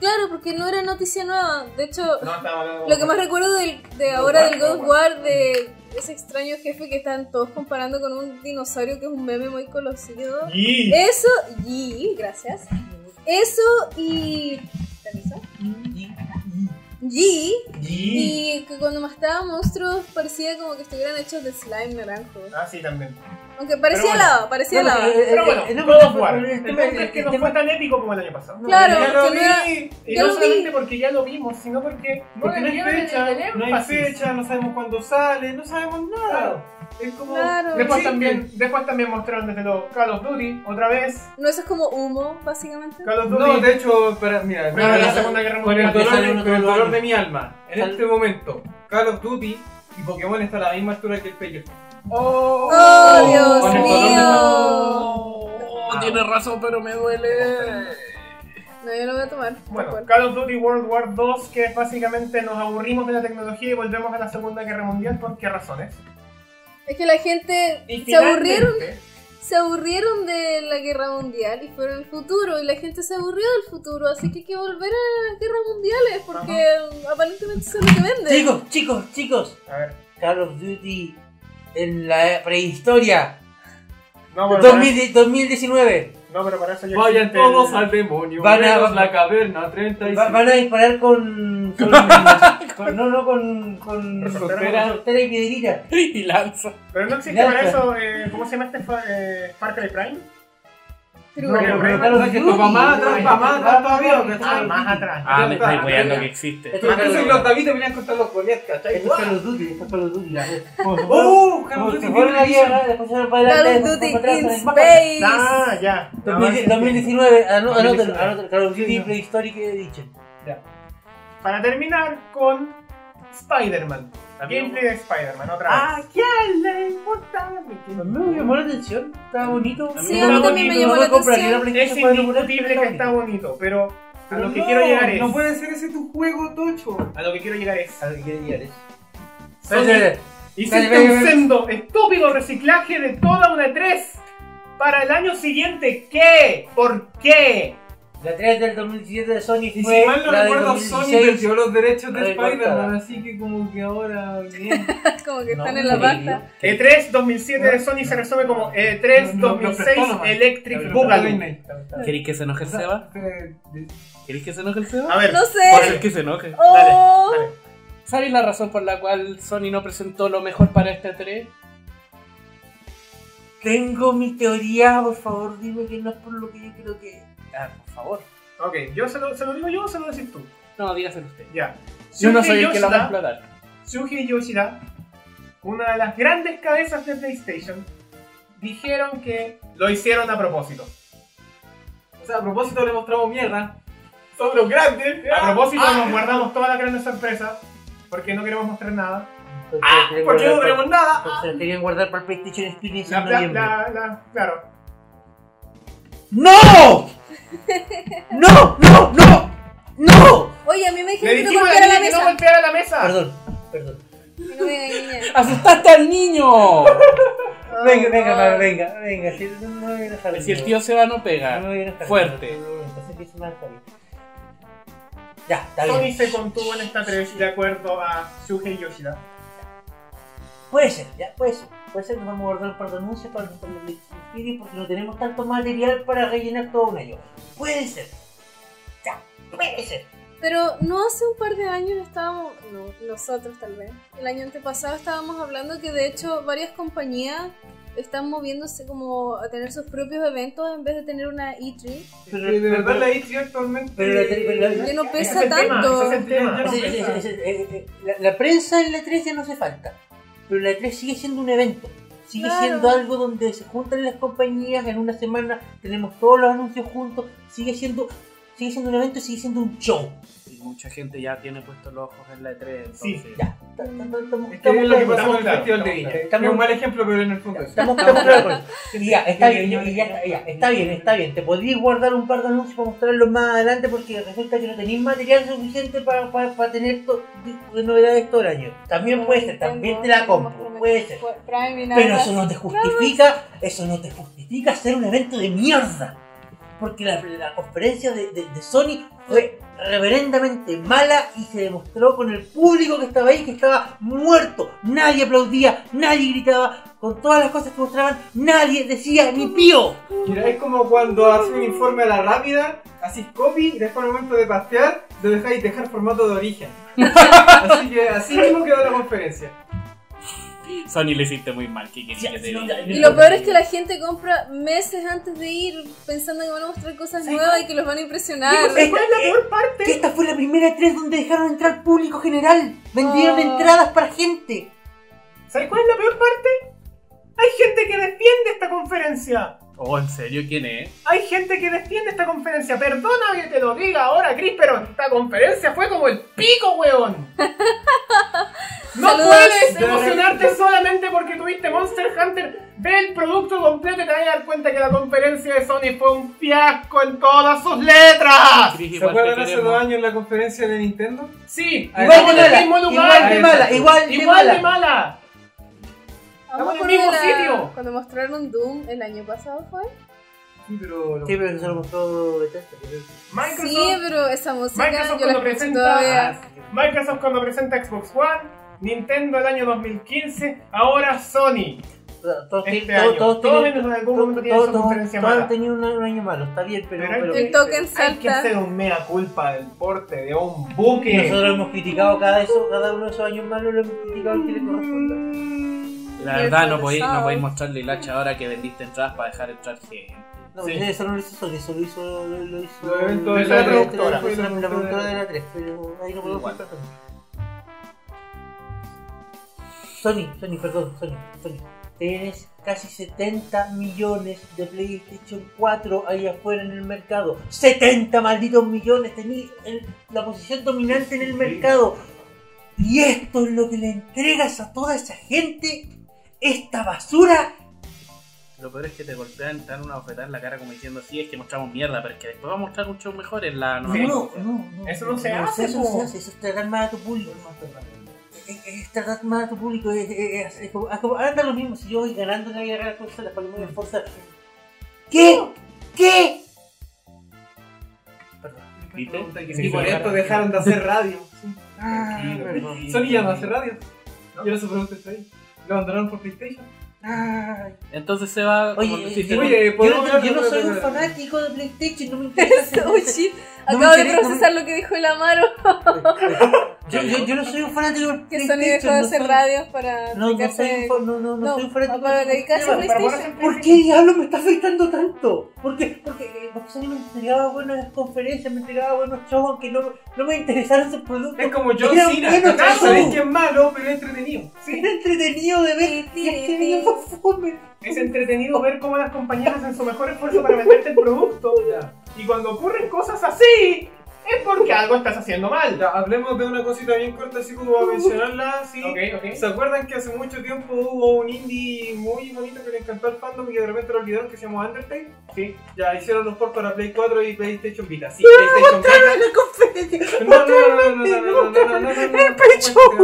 D: Claro, porque no era noticia nueva. De hecho,
F: No, estaba hablando-
D: lo que más recuerdo del- de ahora del God of War, de ese extraño jefe que están todos comparando con un dinosaurio que es un meme muy conocido.
F: Y-
D: Eso, y gracias. Eso y. ¿Permiso? Y.
F: y-
D: Y que cuando mataba monstruos parecía como que estuvieran hechos de slime naranjo.
F: Ah, sí, también.
D: Aunque parecía
F: Pero bueno.
D: helado, parecía
B: No,
D: helado.
B: porque, eh,
F: Pero bueno,
B: eh, no,
F: God of
B: pero-
F: War.
B: pero el
F: El
B: tema-
F: punto es que
B: el
F: no
B: tema-
F: fue tan épico como el año pasado.
D: Claro,
E: Ya lo
D: que no era-
E: vi.
F: Y
D: Ya
F: no
D: lo
F: solamente
D: vi.
F: porque ya lo vimos, sino porque no
E: Porque
F: le
E: no hay
F: dieron el- el
E: fecha, no hay
F: énfasis.
E: fecha, no sabemos cuándo sale, no sabemos nada.
F: Claro.
E: Es como...
D: Claro.
F: Después
E: Sí.
F: también, después también mostraron desde luego Call of Duty, otra vez.
D: No, eso es como humo, básicamente.
F: Call of Duty.
E: No, de hecho, para, mira,
F: Pero
E: con
F: en la
E: el-
F: Segunda Guerra
E: con el
F: Mundial.
E: dolor,
G: sale uno
E: con
G: todos
E: el
G: los
E: dolor
G: años.
E: de mi alma, en
B: Sal-
E: este momento, Call of Duty y Pokémon está a la misma altura que el Pello.
F: Oh,
D: ¡Oh,
E: con
D: Dios
E: el
D: mío!
C: Oh, Tienes razón, pero me duele.
D: No, yo lo voy a tomar. por
F: Bueno,
D: favor.
F: Call of Duty World War II, que es básicamente nos aburrimos de la tecnología y volvemos a la Segunda Guerra Mundial, ¿por qué razones?
D: Es que la gente
F: Y
D: se aburrieron,
F: finalmente,
D: se aburrieron de la guerra mundial y fueron al futuro. Y la gente se aburrió del futuro, así que hay que volver a las guerras mundiales porque aparentemente eso es lo que vende.
B: Chicos, chicos, chicos.
F: A ver,
B: Call of Duty en la prehistoria.
F: no, pero,
B: 2000 2019.
F: para, no, pero para eso ya
E: Vayan
F: existe el-
E: todos al demonio,
B: Van a-
E: menos la caverna 35.
B: Va- van a disparar con.
E: [LAUGHS]
B: con- con- no, no, con. con.
F: Soltera.
B: con soltera y piedrita.
C: Y lanza.
F: Pero no existe
B: Ya
F: para
B: está.
F: eso, eh, ¿cómo se llama este fa- eh, Far Cry Prime?
D: Pero
F: No,
D: bueno,
F: pero- pero-
B: Call of
E: no, que
B: Duty.
E: esto va más atrás, va más atrás todavía, ¿o
F: Ah,
E: cachai?
F: más atrás.
C: Ah, me estáis
E: Ah,
C: weando
E: ya.
C: que existe.
B: Esto es Call of
E: Entonces
B: Duty.
E: los David deberían contar los Goliath, ¿cachai?
B: Esto es Call of Duty, esto es Call of Duty. ya.
E: ¡Uh! Call
B: Como
E: of
B: se
E: Duty
B: fueron a la
E: Division.
B: guerra, después se fueron para
D: Call
B: adelante,
D: of
B: después
D: Duty
B: se fueron
D: in
B: para atrás,
D: Space.
F: Ah, ya.
B: en el mapa. 2000- 2019, ano-
F: 2019.
B: anótalo, anótalo, Call of
F: Sí,
B: Duty
F: no.
B: prehistórico he dicho.
F: Para terminar con Spider-Man.
C: También-
F: Gameplay de Spider-Man, otra vez.
E: ¿A quién le importa?
B: A mí me llamó la atención, estaba bonito.
D: Sí,
F: a mí
B: Estaba
F: también me
B: bonito,
D: llamó
B: no
D: la
B: lo compraría,
D: atención.
B: la
F: Es
B: PlayStation para regular,
F: indiscutible
B: pero
F: que está
B: bonito.
F: bonito, pero a lo que
E: no,
F: quiero llegar es.
E: No puede ser ese tu juego, Tocho.
F: A lo que quiero llegar es.
B: A ver, ¿qué día eres?
F: Sony
B: Espérate,
F: hiciste
B: espérate,
F: un
B: espérate.
F: sendo estúpido reciclaje de toda una 3 para el año siguiente. ¿Qué? ¿Por qué?
B: La 3 del 2017 de Sony
E: Y
B: fue
E: si mal no
B: la del
E: recuerdo, Sony
B: 2016.
E: perdió los derechos de
B: recortada.
E: Spider-Man, así que como que ahora [LAUGHS] bien.
D: como que
B: No,
D: están en la
B: no,
D: pasta.
F: E3 2007 de Sony se resume como E E3
E: No, no,
F: 2006
E: no, no, no.
F: Electric Boogaloo.
C: ¿Queréis que se enoje el Seba? ¿Queréis que se enoje el Seba?
F: A ver,
D: No
C: Por
D: sé.
C: el que se enoje.
D: Oh,
F: dale.
C: eh. ¿Sabéis la razón por la cual Sony no presentó lo mejor para este 3?
B: Tengo mi teoría, por favor, dime que no es por lo que yo creo que.
C: Ah, por favor.
F: ok, yo se lo, se lo digo yo o se lo decís tú.
C: No, dígaselo usted.
F: Ya.
C: Yo no
F: Shuhei
C: soy el que la va a
F: Yoshida-
C: explotar.
F: Shuhei Yoshida, una de las grandes cabezas de PlayStation, dijeron que lo hicieron a propósito.
E: O sea, a propósito le mostramos mierda.
F: Son los grandes.
D: Ah.
F: A
E: Ah,
F: propósito, nos guardamos todas las grandes sorpresas porque no queremos mostrar nada.
B: Porque se la
E: Porque
B: querían
E: no
B: guardar
E: tenemos nada.
B: para- se la querían guardar para el PlayStation Experience
F: La,
B: en
F: la,
B: noviembre.
F: la, la- claro.
C: [LAUGHS]
B: ¡No! ¡No! ¡No! ¡No! ¡No!
D: oye, a mí me
F: Le
D: dijeron que no
F: dijimos a
D: golpeara
F: la
D: la mesa.
F: niña que no golpeara la mesa.
B: Perdón, perdón.
D: Y No me engañé.
C: ¡Asustaste al niño!
B: Venga, venga,
D: Oh.
B: Pablo, venga, venga, si no me voy a enojar.
C: Si el
B: no.
C: tío Seba no
B: No me
C: pega.
B: voy a enojar.
C: fuerte.
B: No, no, no, entonces empiezo mal, está bien. Ya, está
F: Sony
B: bien.
F: se contuvo en esta 3 de acuerdo a Shuhei Yoshida.
B: Puede ser, ya, puede ser. Puede ser que nos vamos a guardar un par de anuncios para para los Xperia porque no tenemos tanto material para rellenar todo un año. Puede ser. Ya, puede ser.
D: Pero no hace un par de años estábamos, no, nosotros tal vez, el año antepasado estábamos hablando que de hecho varias compañías están moviéndose como a tener sus propios eventos en vez de tener una E E3,
B: Pero-
E: Que de verdad
B: pero-
E: la E3 actualmente.
B: pero la tele- pero la-
D: que no
F: Ese
D: pesa
F: es el tema,
D: tanto.
F: ese es el tema.
E: Yo no
B: Sí, sí,
E: pensaba.
B: sí, sí, eh, eh, La, la prensa en la 3 ya no hace falta, pero la 3 sigue siendo un evento, sigue
D: Claro.
B: siendo algo donde se juntan las compañías en una semana, tenemos todos los anuncios juntos, sigue siendo sigue siendo un evento, sigue siendo un show.
C: Y mucha gente ya tiene puestos los ojos en la E3, entonces.
F: Sí.
B: Ya. ta- ta- ta- Estamos
E: Es que es lo que pasó con el
F: claro,
E: festival de
F: estamos
E: Viña.
F: claro.
E: Es un mal ejemplo, pero en el fondo. es.
B: estamos claros con eso. Y ya, está bien, ya, ya está, ya, está bien, está bien. Te podrías guardar un par de anuncios para mostrarlos más adelante porque resulta que no tenéis material suficiente para, para, para tener to- novedades todo el año. También puede ser, también te la compro, puede ser.
D: Prime y nada
B: Pero
D: más.
B: eso no te justifica, eso no te justifica hacer un evento de mierda. Porque la, la conferencia de, de- de Sony fue reverendamente mala y se demostró con el público que estaba ahí que estaba muerto. Nadie aplaudía, nadie gritaba. Con todas las cosas que mostraban, nadie decía ni pío.
E: Mira, es como cuando haces un informe a la rápida, haces copy y después al momento de pastear, lo dejáis dejar formato de origen. así que así mismo quedó la conferencia.
C: Sony le hiciste muy mal, ¿qué querés
B: Sí,
C: que te
B: sí,
C: diga?
B: ya,
D: Y lo peor es que la gente compra meses antes de ir pensando que van a mostrar cosas nuevas y que los van a impresionar.
B: Esta- que Esta fue la primera tres donde dejaron entrar público general. Vendieron
D: Ah.
B: entradas para gente.
F: ¿Sabes cuál es la peor parte? Hay gente que defiende esta conferencia.
C: Oh, ¿en serio quién es?
F: Hay gente que defiende esta conferencia. Perdona que te lo diga ahora, Chris, pero esta conferencia fue como el pico, weón. No
D: Saludos.
F: puedes emocionarte solamente porque tuviste Monster Hunter. Ve el producto completo y te vas a dar cuenta que la conferencia de Sony fue un fiasco en todas sus letras.
C: Chris,
E: ¿Se
C: igual te
E: acuerdan hace
C: queremos.
E: dos años la conferencia de Nintendo?
F: Sí,
E: Ah,
F: estamos en
B: de
F: el
B: mala,
F: mismo
B: igual
F: lugar. Ah,
B: de mala, igual de
F: Igual de
B: mala.
F: mala.
D: Vamos
F: Estamos en
D: por
F: el mismo
D: la-
F: sitio.
D: Cuando mostraron Doom el año pasado fue.
E: Sí, pero lo-
B: Sí, pero se lo mostró Bethesda, creo.
F: Microsoft.
D: Sí, pero esa música
F: Microsoft
D: yo la
F: cuando
D: escucho
F: presenta-
D: todavía.
F: Microsoft cuando presenta Xbox One, Nintendo el año 2015, ahora Sony.
B: Todos- todos-
F: Este
B: todos-
F: año.
B: todos
F: Todos
B: tienen-
F: en algún
B: Todos
F: momento tienen su conferencia mala.
B: han tenido un, un año malo, está bien, pero.
F: Pero hay
B: pero-
F: que-
D: El token
F: Hay que
D: salta.
F: hacer un mea culpa del porte de un buque.
B: Nosotros hemos criticado cada, eso, cada uno de esos años malos, lo hemos criticado al que le corresponda.
C: La verdad, no podéis no podéis mostrarle el hacha ahora que vendiste entradas para dejar entrar gente.
B: No,
F: Sí.
B: eso no lo hizo Sony, eso lo hizo. Lo, lo hizo
E: Lo evento
F: de la
B: la
E: productora.
B: fue La, la
E: Lo evento de la-
B: productora de la 3, pero ahí no puedo
C: Igual.
B: contar. Sony, Sony, perdón, Sony, Sony. Tienes casi 70 millones de PlayStation 4 ahí afuera en el mercado. 70 malditos millones, tenés el- la posición dominante en el mercado. Y esto es lo que le entregas a toda esa gente, esta basura.
C: Lo peor es que te golpean, te dan una bofetada en la cara como diciendo, sí, es que mostramos mierda, pero es que después vamos a mostrar un show mejor en la nueva
B: No,
C: conferencia".
B: no, no.
F: Eso no se hace,
B: Eso no
F: po.
B: se hace, eso es tratar mal a tu público, hermano. Es- Es tratar mal a tu público, es, es- es como, es como- ahora da lo mismo, si yo voy ganando en la guerra de las fuerzas, para que me voy a esforzar. ¿Qué? ¿Qué?
C: ¿Viste?
E: Y
C: Sí,
E: por
C: sí,
E: esto
C: sí.
E: dejaron de hacer radio.
B: Ah, perdón.
E: Sony ya no hace radio. Y ahora su producto está ahí. Lo abandonaron por PlayStation.
B: Ay.
C: Entonces se va... como
B: Oye,
C: lo
B: eh,
C: hiciste
B: yo,
C: con-
E: Oye,
B: yo no,
E: ¿podemos
B: yo no
E: hablar de-
B: soy un
E: de-
B: fanático de PlayStation, no me interesa.
D: [LAUGHS] Oh shit,
B: No me
D: acabo de
B: interesa, no me-
D: procesar lo que dijo el Amaro,
B: Yo, yo- yo no soy un fanático de
D: que
B: PlayStation.
D: Sony dejó de
B: no
D: hacer
B: soy-
D: radios
B: No,
D: para
B: no soy un
D: dedicarse-
B: fa- no, no, no
D: No,
B: soy un fanático
D: para
B: de-
D: dedicarse a
F: Para
D: PlayStation.
F: ponerse en
B: ¿Por qué diablo me está afectando tanto? ¿Por qué? Porque, eh, porque Sony me entregaba buenas conferencias, me entregaba buenos shows, aunque no, no me interesaron sus productos.
E: Es como John
B: Era
E: Cena.
B: bueno,
E: ¿cachai?
B: chavo.
E: Sabéis que es malo, pero es entretenido.
B: Era entretenido de ver y este video fue fome.
F: Es entretenido ver cómo las compañías hacen su mejor esfuerzo para venderte el producto. Y cuando ocurren cosas así, es porque algo estás haciendo mal.
E: Ya, hablemos de una cosita bien corta, así como a mencionarla. Así.
F: Ok, ok.
E: ¿Se acuerdan que hace mucho tiempo hubo un indie muy bonito que le encantó al fandom y que de repente lo olvidaron que se llamó Undertale?
F: Sí.
E: Ya hicieron los ports para Play 4 y PlayStation Vita. Sí, PlayStation Vita.
B: La conferencia.
E: No, no, no, no, no, no, no, no, no, no, no, no, no,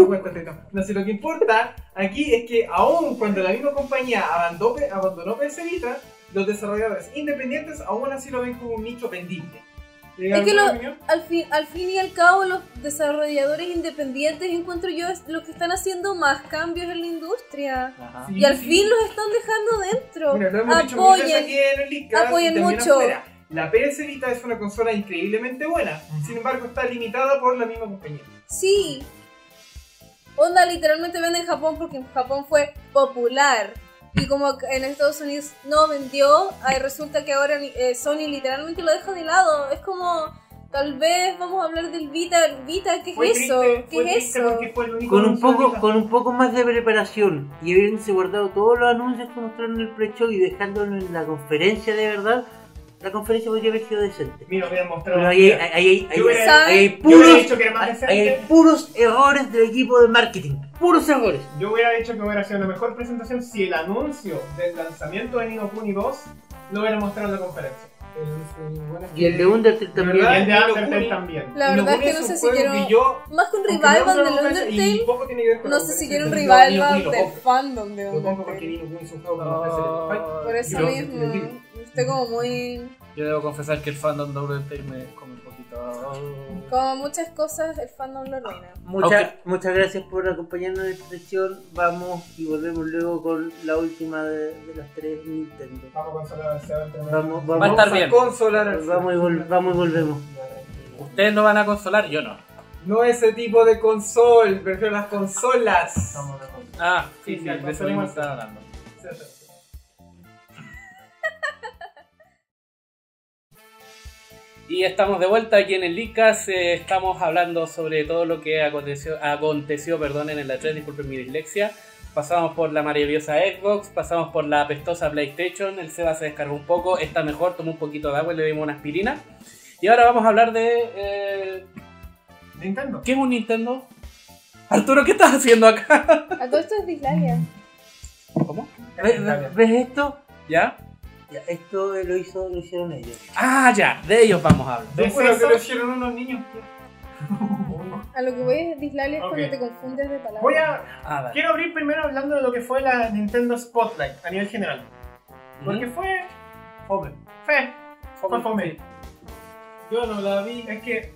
E: cuenta, te da cuenta. No, si lo que importa aquí es que aún cuando la misma compañía abandonó, abandonó PS Vita, los desarrolladores independientes aún así lo ven como un nicho pendiente. ¿Llegaron
D: Es que
E: a
D: lo-
E: la opinión?
D: Al fin, al fin y al cabo, los desarrolladores independientes encuentro yo es lo que están haciendo más cambios en la industria.
C: Ajá.
E: Sí,
D: Y al
E: sí.
D: fin los están dejando
E: Mira,
D: dentro.
E: lo hemos dicho mil
D: Apoyen.
E: veces aquí en el Leadcast y
D: Apoyen
E: también
D: mucho.
E: afuera. La PS Vita es una consola increíblemente buena, sin embargo está limitada por la misma compañía.
D: Sí. Onda literalmente vende en Japón porque en Japón fue popular. Y como ac- en Estados Unidos no vendió, ahí resulta que ahora eh, Sony literalmente lo deja de lado. Es como, tal vez vamos a hablar del Vita. Vita, ¿qué es
F: Fue
D: eso?
F: triste,
D: ¿Qué
F: fue
D: es
F: triste
D: eso?
F: porque fue el único
B: Con un
F: anuncio de
B: poco,
F: Vita.
B: con un poco más de preparación y habiéndose guardado todos los anuncios que mostraron en el pre-show y dejándolo en la conferencia de verdad, la conferencia podría haber sido decente.
F: Mira, voy a mostrar.
B: Pero ahí, ahí, ahí- ahí-
F: Yo hubiera-
B: ahí hay
F: yo hubiera
B: puros,
F: dicho que era más
B: ahí
F: decente.
B: hay puros errores del equipo de marketing. Puros errores.
F: Yo hubiera dicho que hubiera sido la mejor presentación si el anuncio del lanzamiento de Nino Kuni 2 lo hubiera mostrado en la conferencia.
E: Eh,
B: Y el de Undertale también.
E: ¿Verdad?
F: Y el de
E: Nino
F: Undertale
E: Kuni.
F: también.
D: La verdad es que no sé si quiero. Más que un revival del Undertale,
E: poco tiene que ver con
D: no
E: la
D: sé si
E: conferencia.
D: quiero un
E: No,
D: revival
E: Nino Kuni lo
D: del
E: compro.
D: fandom de
E: Lo compro porque
D: Undertale.
E: Nino Kuni es un juego
F: Oh.
E: que no
B: Ah.
E: ofrece-
D: Por eso
C: yo,
D: mismo, estoy como muy.
C: yo debo confesar que el fandom de Undertale me come un poquito.
D: Como muchas cosas, el fandom lo arruina.
B: Muchas, muchas gracias por acompañarnos en esta sección. Vamos y volvemos luego con la última de, de las tres Nintendo.
F: Vamos a consolar al Seba. entre-
B: Vamos,
C: Va a
B: vamos,
C: estar bien.
E: Consolar al-
B: vamos, y, vol- vamos y volvemos.
C: Ustedes no van a consolar, yo no.
E: No ese tipo de consol, prefiero las consolas.
F: Vamos, vamos.
C: Ah, sí,
F: Sí,
C: sí,
F: la
C: de eso
F: consola
C: mismo
F: más-
C: estaba hablando. Y estamos de vuelta aquí en el Licas. estamos hablando sobre todo lo que aconteció, aconteció perdonen, en la 3, disculpen mi dislexia. Pasamos por la maravillosa Xbox, pasamos por la apestosa PlayStation. El Seba se descargó un poco, está mejor, tomó un poquito de agua y le dimos una aspirina. Y ahora vamos a hablar de. eh,
F: Nintendo.
C: ¿Qué es un Nintendo? Arturo, ¿qué estás haciendo acá?
D: A todo esto es Dislalia.
C: ¿Cómo?
B: ¿Ves, ves- ves esto?
C: ¿Ya?
B: Ya, esto eh, lo, hizo, lo hicieron ellos.
C: Ah, ya, de ellos vamos a hablar.
F: ¿De
E: Yo creo que
F: eso?
E: lo hicieron unos
B: [LAUGHS]
E: niños.
D: A lo que voy es Dislalia es
F: Ok.
D: cuando te confundes de palabras.
F: Voy a.
C: Ah, dale.
F: Quiero abrir primero hablando de lo que fue la Nintendo Spotlight a nivel general. Porque
C: Ujú.
F: fue.
C: Fome.
F: Fe. Fue fome.
E: Yo no la vi.
F: Es que.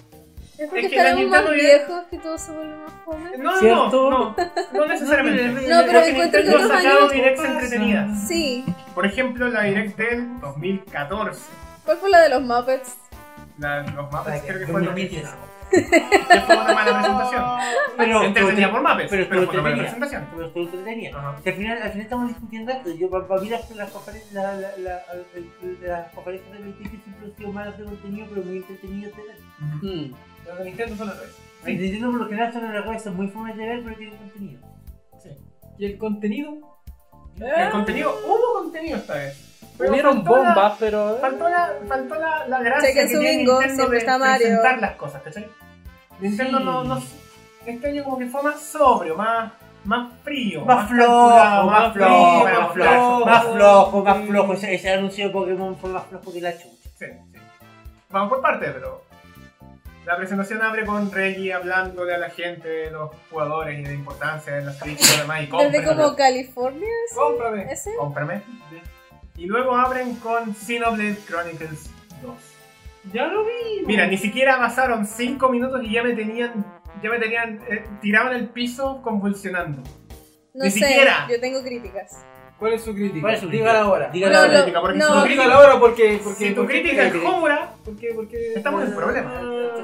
D: Es porque
F: es que la
D: estábamos más
F: Nintendo ya-
D: viejos que todo se vuelve más fome.
F: No, no,
C: ¿Cierto?
F: no. No necesariamente.
D: No, pero
F: Porque
D: encuentro que
F: Nintendo
D: otros
F: ha sacado
D: años
F: directs
E: pasa.
F: entretenidas.
D: Sí.
F: Por ejemplo, la direct del 2014.
D: ¿Cuál fue la de los Muppets?
F: La, los mapas creo que fue el
G: 2015.
F: 2015. Que fue una mala presentación.
B: Pero,
F: Entretenida por mapas,
B: pero
F: pero, fue una mala
B: entretenida.
F: presentación.
B: pero estoy entretenida.
F: Ajá.
B: Si al final, al final estamos discutiendo esto, yo para, mí las, las conferencias, la, la, la- el- las conferencias de PlayStation siempre han sido malas de contenido, pero muy entretenidas de ver.
C: Mm.
E: Los de Nintendo son las redes.
B: Las Nintendo por lo general son una cosa muy fome de ver, pero tienen contenido.
E: ¿Y el contenido?
D: ¿Eh?
F: El contenido, hubo contenido esta vez. Pero
C: Hubieron
F: faltó la-
C: bombas, pero. eh,
F: Faltó la, faltó la, la gracia
D: Chequen
F: que
D: su
F: tiene
D: bingo,
F: Nintendo
D: siempre
F: de
D: está Mario.
F: presentar las cosas, ¿cachai? Nintendo
C: Sí.
F: no, no... Este año como que fue más sobrio, más, más frío.
B: Más flojo,
F: calculado,
B: más
F: frío,
B: flojo,
F: más
B: más flojo,
F: flojo.
B: más flojo, más flojo. Ese, ese anuncio de Pokémon fue más flojo que la chucha.
F: Sí, sí. Vamos por partes, pero... La presentación abre con Reggie hablándole a la gente de los jugadores y de la importancia de las Switch y lo demás. Y
D: Desde
F: cómprame.
D: como California,
E: Cómprame.
D: ese.
F: Cómprame. Y luego abren con Xenoblade Chronicles 2.
E: Ya lo vi.
F: Mira, ni siquiera pasaron 5 minutos y ya me tenían. Ya me tenían. eh, tirado en el piso convulsionando.
D: No
F: Ni
D: sé,
F: siquiera.
D: yo tengo críticas.
E: ¿Cuál es su crítica?
B: ¿Cuál es su
E: Dígala
B: crítica?
E: ahora.
B: Dígalo
D: No,
B: ahora.
D: lo-
F: crítica, porque
D: no.
F: si tu
E: Dígala
F: crítica,
E: ahora porque. porque
F: si tu
E: porque-
F: crítica es
E: porque-
F: Homura,
E: ¿Por qué? ¿Por qué?
F: estamos en problemas.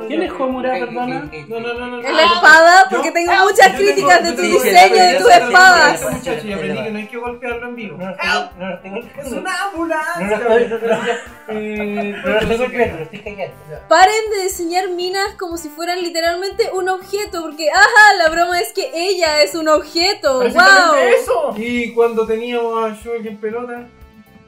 C: ¿Quién es Homura,
B: Ok, ok,
C: perdona?
B: ok, ok.
E: No, no, no, no.
D: En la espada, porque tengo muchas
E: Ah, Yo
D: críticas de
E: tengo-
D: tu
E: yo tengo-
D: diseño de
E: yo
D: tus
E: tengo-
D: espadas.
E: Ese muchacho, yo aprendí que no hay que golpearlo en vivo.
B: No los tengo, no los tengo.
E: [LAUGHS] ¡Es una
B: No
E: ambulancia!
B: los estoy, no los-
F: [LAUGHS]
E: Eh,
B: no los tengo golpeando, los estoy callando.
D: Paren de diseñar minas como si fueran literalmente un objeto, porque ajá, la broma es que ella es un objeto. ¡Wow!
F: Precisamente eso!
E: [LAUGHS] Y cuando teníamos a Shulk en pelota,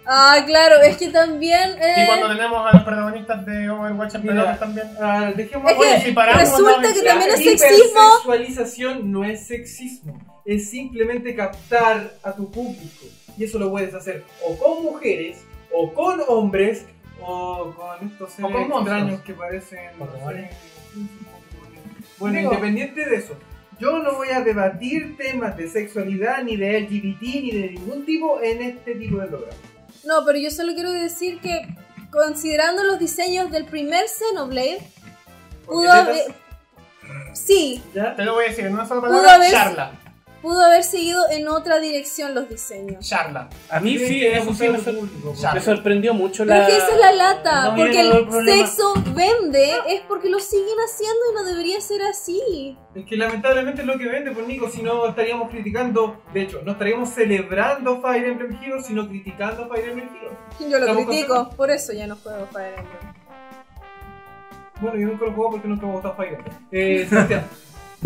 D: Ah, claro, es que también. eh,
F: Y cuando tenemos a los protagonistas de Overwatch en
E: Mira.
F: pelotas también.
E: ah, dejemos
D: Es que
F: Oye, si paramos,
D: resulta
F: no,
D: que
F: la-
D: también es
E: La
D: sexismo.
E: hipersexualización no es sexismo, es simplemente captar a tu público. Y eso lo puedes hacer o con mujeres, o con hombres, o con estos seres
F: con monstruos.
E: extraños que parecen...
F: Pokémones.
E: Bueno,
F: Digo-
E: independiente de eso, yo no voy a debatir temas de sexualidad, ni de LGBT, ni de ningún tipo en este tipo de programa.
D: No, pero yo solo quiero decir que, considerando los diseños del primer Xenoblade, pudo haber. Sí,
E: ¿Ya?
F: Te lo voy a decir en una sola
D: Pudo
F: palabra:
D: haber-
F: charla.
D: pudo haber seguido en otra dirección los diseños.
F: Charla.
C: A mí
E: Tienen
C: sí,
E: que
C: eso sí
E: gustar
C: me,
E: al
C: sor-
E: público,
F: Ya.
C: me sorprendió mucho
D: Pero
C: la.
D: es que esa es la lata,
B: No,
D: porque
B: mira, no, el
D: el
B: problema-
D: sexo vende, es porque lo siguen haciendo y no debería ser así.
E: Es que lamentablemente es lo que vende, por Nico, si no estaríamos criticando, de hecho, no estaríamos celebrando Fire Emblem Heroes, sino criticando Fire Emblem Heroes.
D: Yo lo
E: Estamos
D: critico, por eso ya no juego Fire Emblem.
E: Bueno, yo nunca lo juego porque nunca me gustó Fire Emblem. Eh, Sebastián,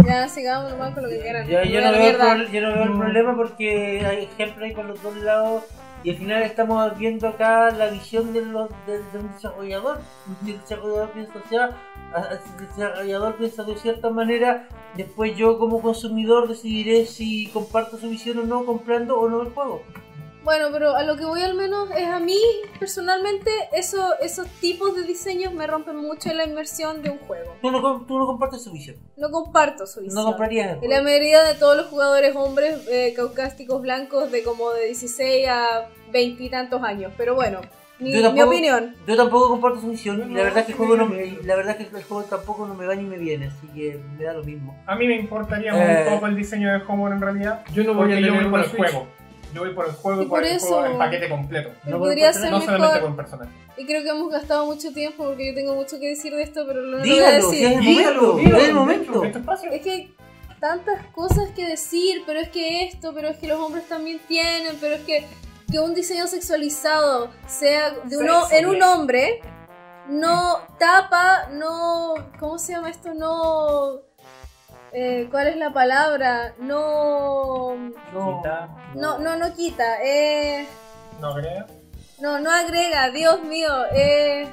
D: Ya, sigamos nomás con lo que quieran.
B: Yo,
D: Me
B: yo
D: voy a
B: no
D: la
B: veo el
D: mierda.
B: proble- yo no veo el problema porque hay ejemplos ahí por los dos lados. Y al final estamos viendo acá la visión de los, de, de un desarrollador. Si el desarrollador piensa, o sea, a- a- si el desarrollador piensa de cierta manera, después yo como consumidor decidiré si comparto su visión o no, comprando o no el juego.
D: Bueno, pero a lo que voy al menos es a mí, personalmente, eso, esos tipos de diseños me rompen mucho la inmersión de un juego.
B: Tú no, com- tú no compartes su visión.
D: No comparto su
B: No
D: visión.
B: comprarías el
D: Y la
B: juego.
D: mayoría de todos los jugadores hombres eh, caucásticos blancos de como de 16 a 20 y tantos años. Pero bueno, mi,
B: Yo tampoco-
D: mi opinión.
B: Yo tampoco comparto su visión y la verdad es que el juego, no,
F: No, no,
B: y la verdad es que el juego tampoco no me va ni me viene, así que me da lo mismo.
F: A mí me importaría
B: Eh.
F: muy poco el diseño de Homeworld en realidad.
E: Yo no voy a
F: Porque yo
E: tener
F: voy por
E: una
F: el
E: Switch.
F: juego. Yo voy por el juego
D: Y
F: y por
D: por
F: el
D: eso-
F: juego en paquete completo.
B: No voy a
D: podría
B: encontrar-
D: ser
F: No solamente
D: mejor.
F: con personaje.
D: Y creo que hemos gastado mucho tiempo porque yo tengo mucho que decir de esto, pero no lo voy a
B: Dígalo, si
D: decir.
B: es el
F: Dígalo,
B: momento,
F: dígalo,
B: es el momento.
F: Este espacio.
D: Es que hay tantas cosas que decir, pero es que esto, pero es que los hombres también tienen, pero es que que un diseño sexualizado sea de un ho- en un hombre no tapa, no ¿cómo se llama esto? No eh, ¿cuál es la palabra? No
B: No.
D: no no no quita, eh,
F: No creo.
D: no no agrega, Dios mío, eh,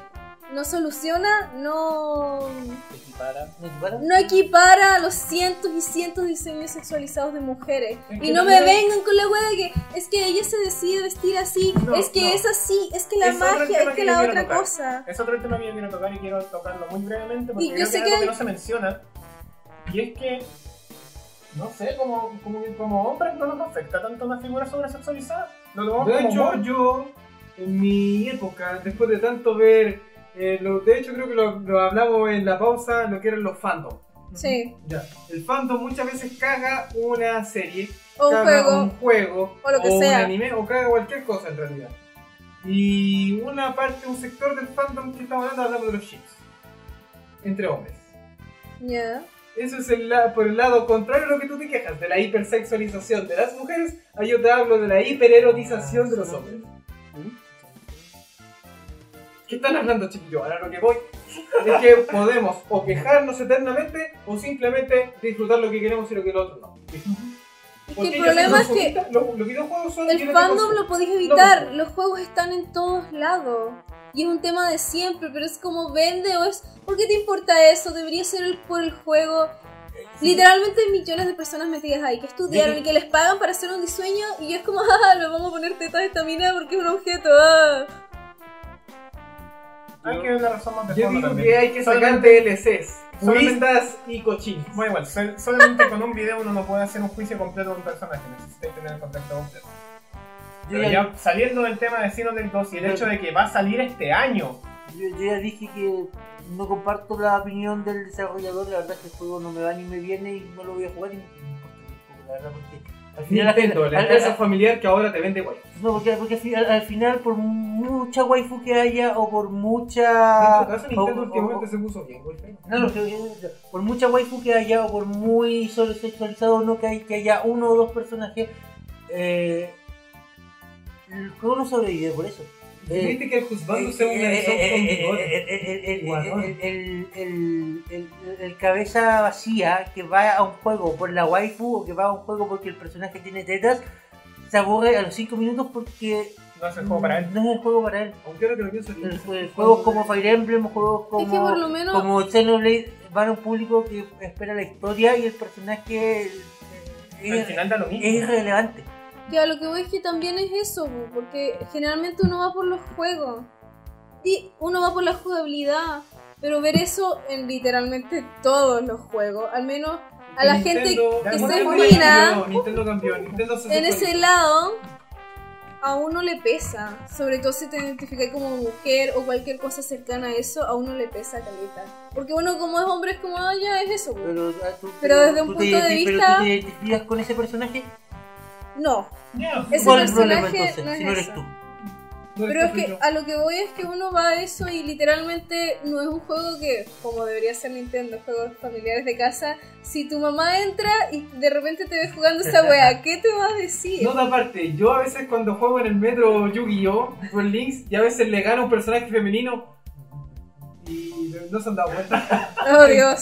D: no soluciona, no
B: ¿Me equipara?
D: no equipara a los cientos y cientos de diseños sexualizados de mujeres.
F: Es que
D: Y no
F: no
D: me
F: le-
D: vengan con la hueá de que es que ella se decide vestir así,
F: No,
D: es que
F: no.
D: es así, es que la
F: Es otro
D: magia,
F: tema
D: es que
F: que
D: la
F: yo quiero
D: otra
F: tocar.
D: cosa.
F: Es otro tema que yo quiero tocar y quiero tocarlo muy brevemente porque
D: Y yo
F: creo
D: sé
F: que es
D: que
F: algo que
D: hay-
F: no se menciona. Y es que, no sé, como, como, como hombres no nos afecta tanto una figura sobresexualizada. Lo tomamos
E: De
F: como
E: hecho,
F: humor.
E: yo, en mi época, después de tanto ver, eh, lo- de hecho creo que lo, lo hablamos en la pausa, lo que eran los fandom.
D: Sí,
E: Ya. El fandom muchas veces caga una serie,
D: o un
E: caga un
D: juego.
E: juego,
D: o lo que
E: un
D: sea.
E: anime, o caga cualquier cosa en realidad. Y una parte, un sector del fandom que estamos hablando, hablamos de los chips. Entre hombres.
D: Ya.
E: Eso es el la- por el lado contrario a lo que tú te quejas, de la hipersexualización de las mujeres, ahí yo te hablo de la hipererotización de los hombres. ¿Qué están hablando, chiquillo? Ahora lo que voy es que podemos o quejarnos eternamente o simplemente disfrutar lo que queremos y lo que el otro no.
D: Es que
E: Porque
D: el
E: ellas
D: problema es
E: son
D: que
E: consumistas, Los, los videojuegos son.
D: el
E: tienen
D: fandom
E: consumo.
D: lo podéis evitar.
E: consumo.
D: Los juegos están en todos lados. Y es un tema de siempre, pero es como vende o es. ¿Por qué te importa eso? Debería ser el- por el juego. Literalmente millones de personas metidas ahí que estudiaron y que les pagan para hacer un diseño y yo es como, [LAUGHS] ah, le vamos a poner tetas a esta mina porque es un objeto, ah.
F: Hay Ah, que ver la razón más de
E: Yo
F: fondo
E: digo
F: también.
E: que hay que sacar
F: Solamente-
E: DLCs,
F: solamente-
E: listas y cochinos.
F: Bueno, igual, sol- solamente con un video uno no puede hacer un juicio completo de un personaje, necesitáis tener el contexto completo.
B: Yo
F: Pero
B: ya-
F: ya saliendo del tema de Xenoblade 2 y el hecho de que va a salir este año,
B: Yo, yo ya dije que no comparto la opinión del desarrollador, la verdad es que el juego no me va ni me viene y no lo voy a jugar y no me importa tampoco, la verdad porque al final,
E: Nintendo,
B: al-
E: la
B: al-
E: empresa
B: al-
E: familiar que ahora te vende guay.
B: no, porque, porque al, final, al final por mucha waifu que haya o por
E: En
B: mucha
E: tu caso,
B: o-
E: Nintendo
B: o-
E: últimamente
B: o-
E: se puso bien, güey.
B: no, no, que- que- por mucha waifu que haya o por muy solo sexualizado o no que, hay, que haya uno o dos personajes eh, el juego no sobrevive por eso Eh,
E: ¿Viste que el juzgando
B: Eh,
E: se une
B: eh,
E: a
B: eh, eh,
E: eso
B: eh, eh, eh,
E: Guadón.
B: eh, el- el- el- el- el cabeza vacía que va a un juego por la waifu o que va a un juego porque el personaje tiene tetas se aburre a los 5 minutos porque
F: no es el juego para él.
B: no es el juego para él.
E: Aunque ahora que lo pienso,
B: El- el- juegos como Fire Emblem, juegos como,
D: Es que por lo menos-
B: como Xenoblade van a un público que espera la historia y el personaje eh,
F: Al
B: es,
F: final da lo mismo.
B: es irrelevante.
D: Que a lo que voy es que también es eso, bu, porque generalmente uno va por los juegos. Y uno va por la jugabilidad. Pero ver eso en literalmente todos los juegos, al menos a la gente que
F: Nintendo
D: se
F: cambió,
D: mira
E: Nintendo cambió, Nintendo se
D: en ese lado, a uno le pesa. Sobre todo si te identificas como mujer o cualquier cosa cercana a eso, a uno le pesa caleta. Porque uno como es hombre es como, ah, ya es eso. bu".
B: Pero, ah, tú-
D: Pero desde un
B: tú
D: punto de
B: identi- pero
D: vista-
B: tú te identificas con ese personaje
D: No,
F: Ya,
D: Ese
B: ¿Cuál es el problema
D: personaje
B: entonces?
D: no es
B: si no eres
D: eso.
B: tú.
D: Pero es que a lo que voy es que uno va a eso y literalmente no es un juego que, como debería ser Nintendo, juegos familiares de casa, si tu mamá entra y de repente te ve jugando esa wea, ¿qué te va a decir?
E: No, aparte, yo a veces cuando juego en el metro Yu-Gi-Oh! con Links y a veces le gano un personaje femenino y no se han dado cuenta.
D: Oh Dios.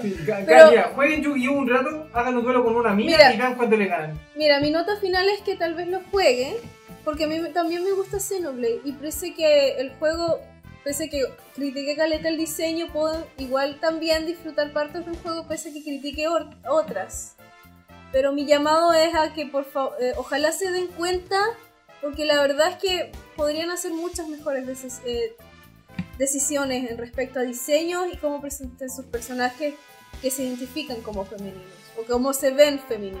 E: Sí, ga-
D: Pero-
E: Mira, jueguen Yu-Gi-Oh! un rato, hagan un duelo con una amiga
D: Mira.
E: y vean cuánto le ganan.
D: Mira, mi nota final es que tal vez lo juegue, Porque a mí me- también me gusta Xenoblade y parece que el juego, pese a que critique caleta el diseño, puedo igual también disfrutar partes del juego pese a que critique or- otras. Pero mi llamado es a que por favor, eh, ojalá se den cuenta, porque la verdad es que podrían hacer muchas mejores decis- eh, decisiones en respecto a diseños y cómo presenten sus personajes que se identifican como femeninos o cómo se ven femeninos.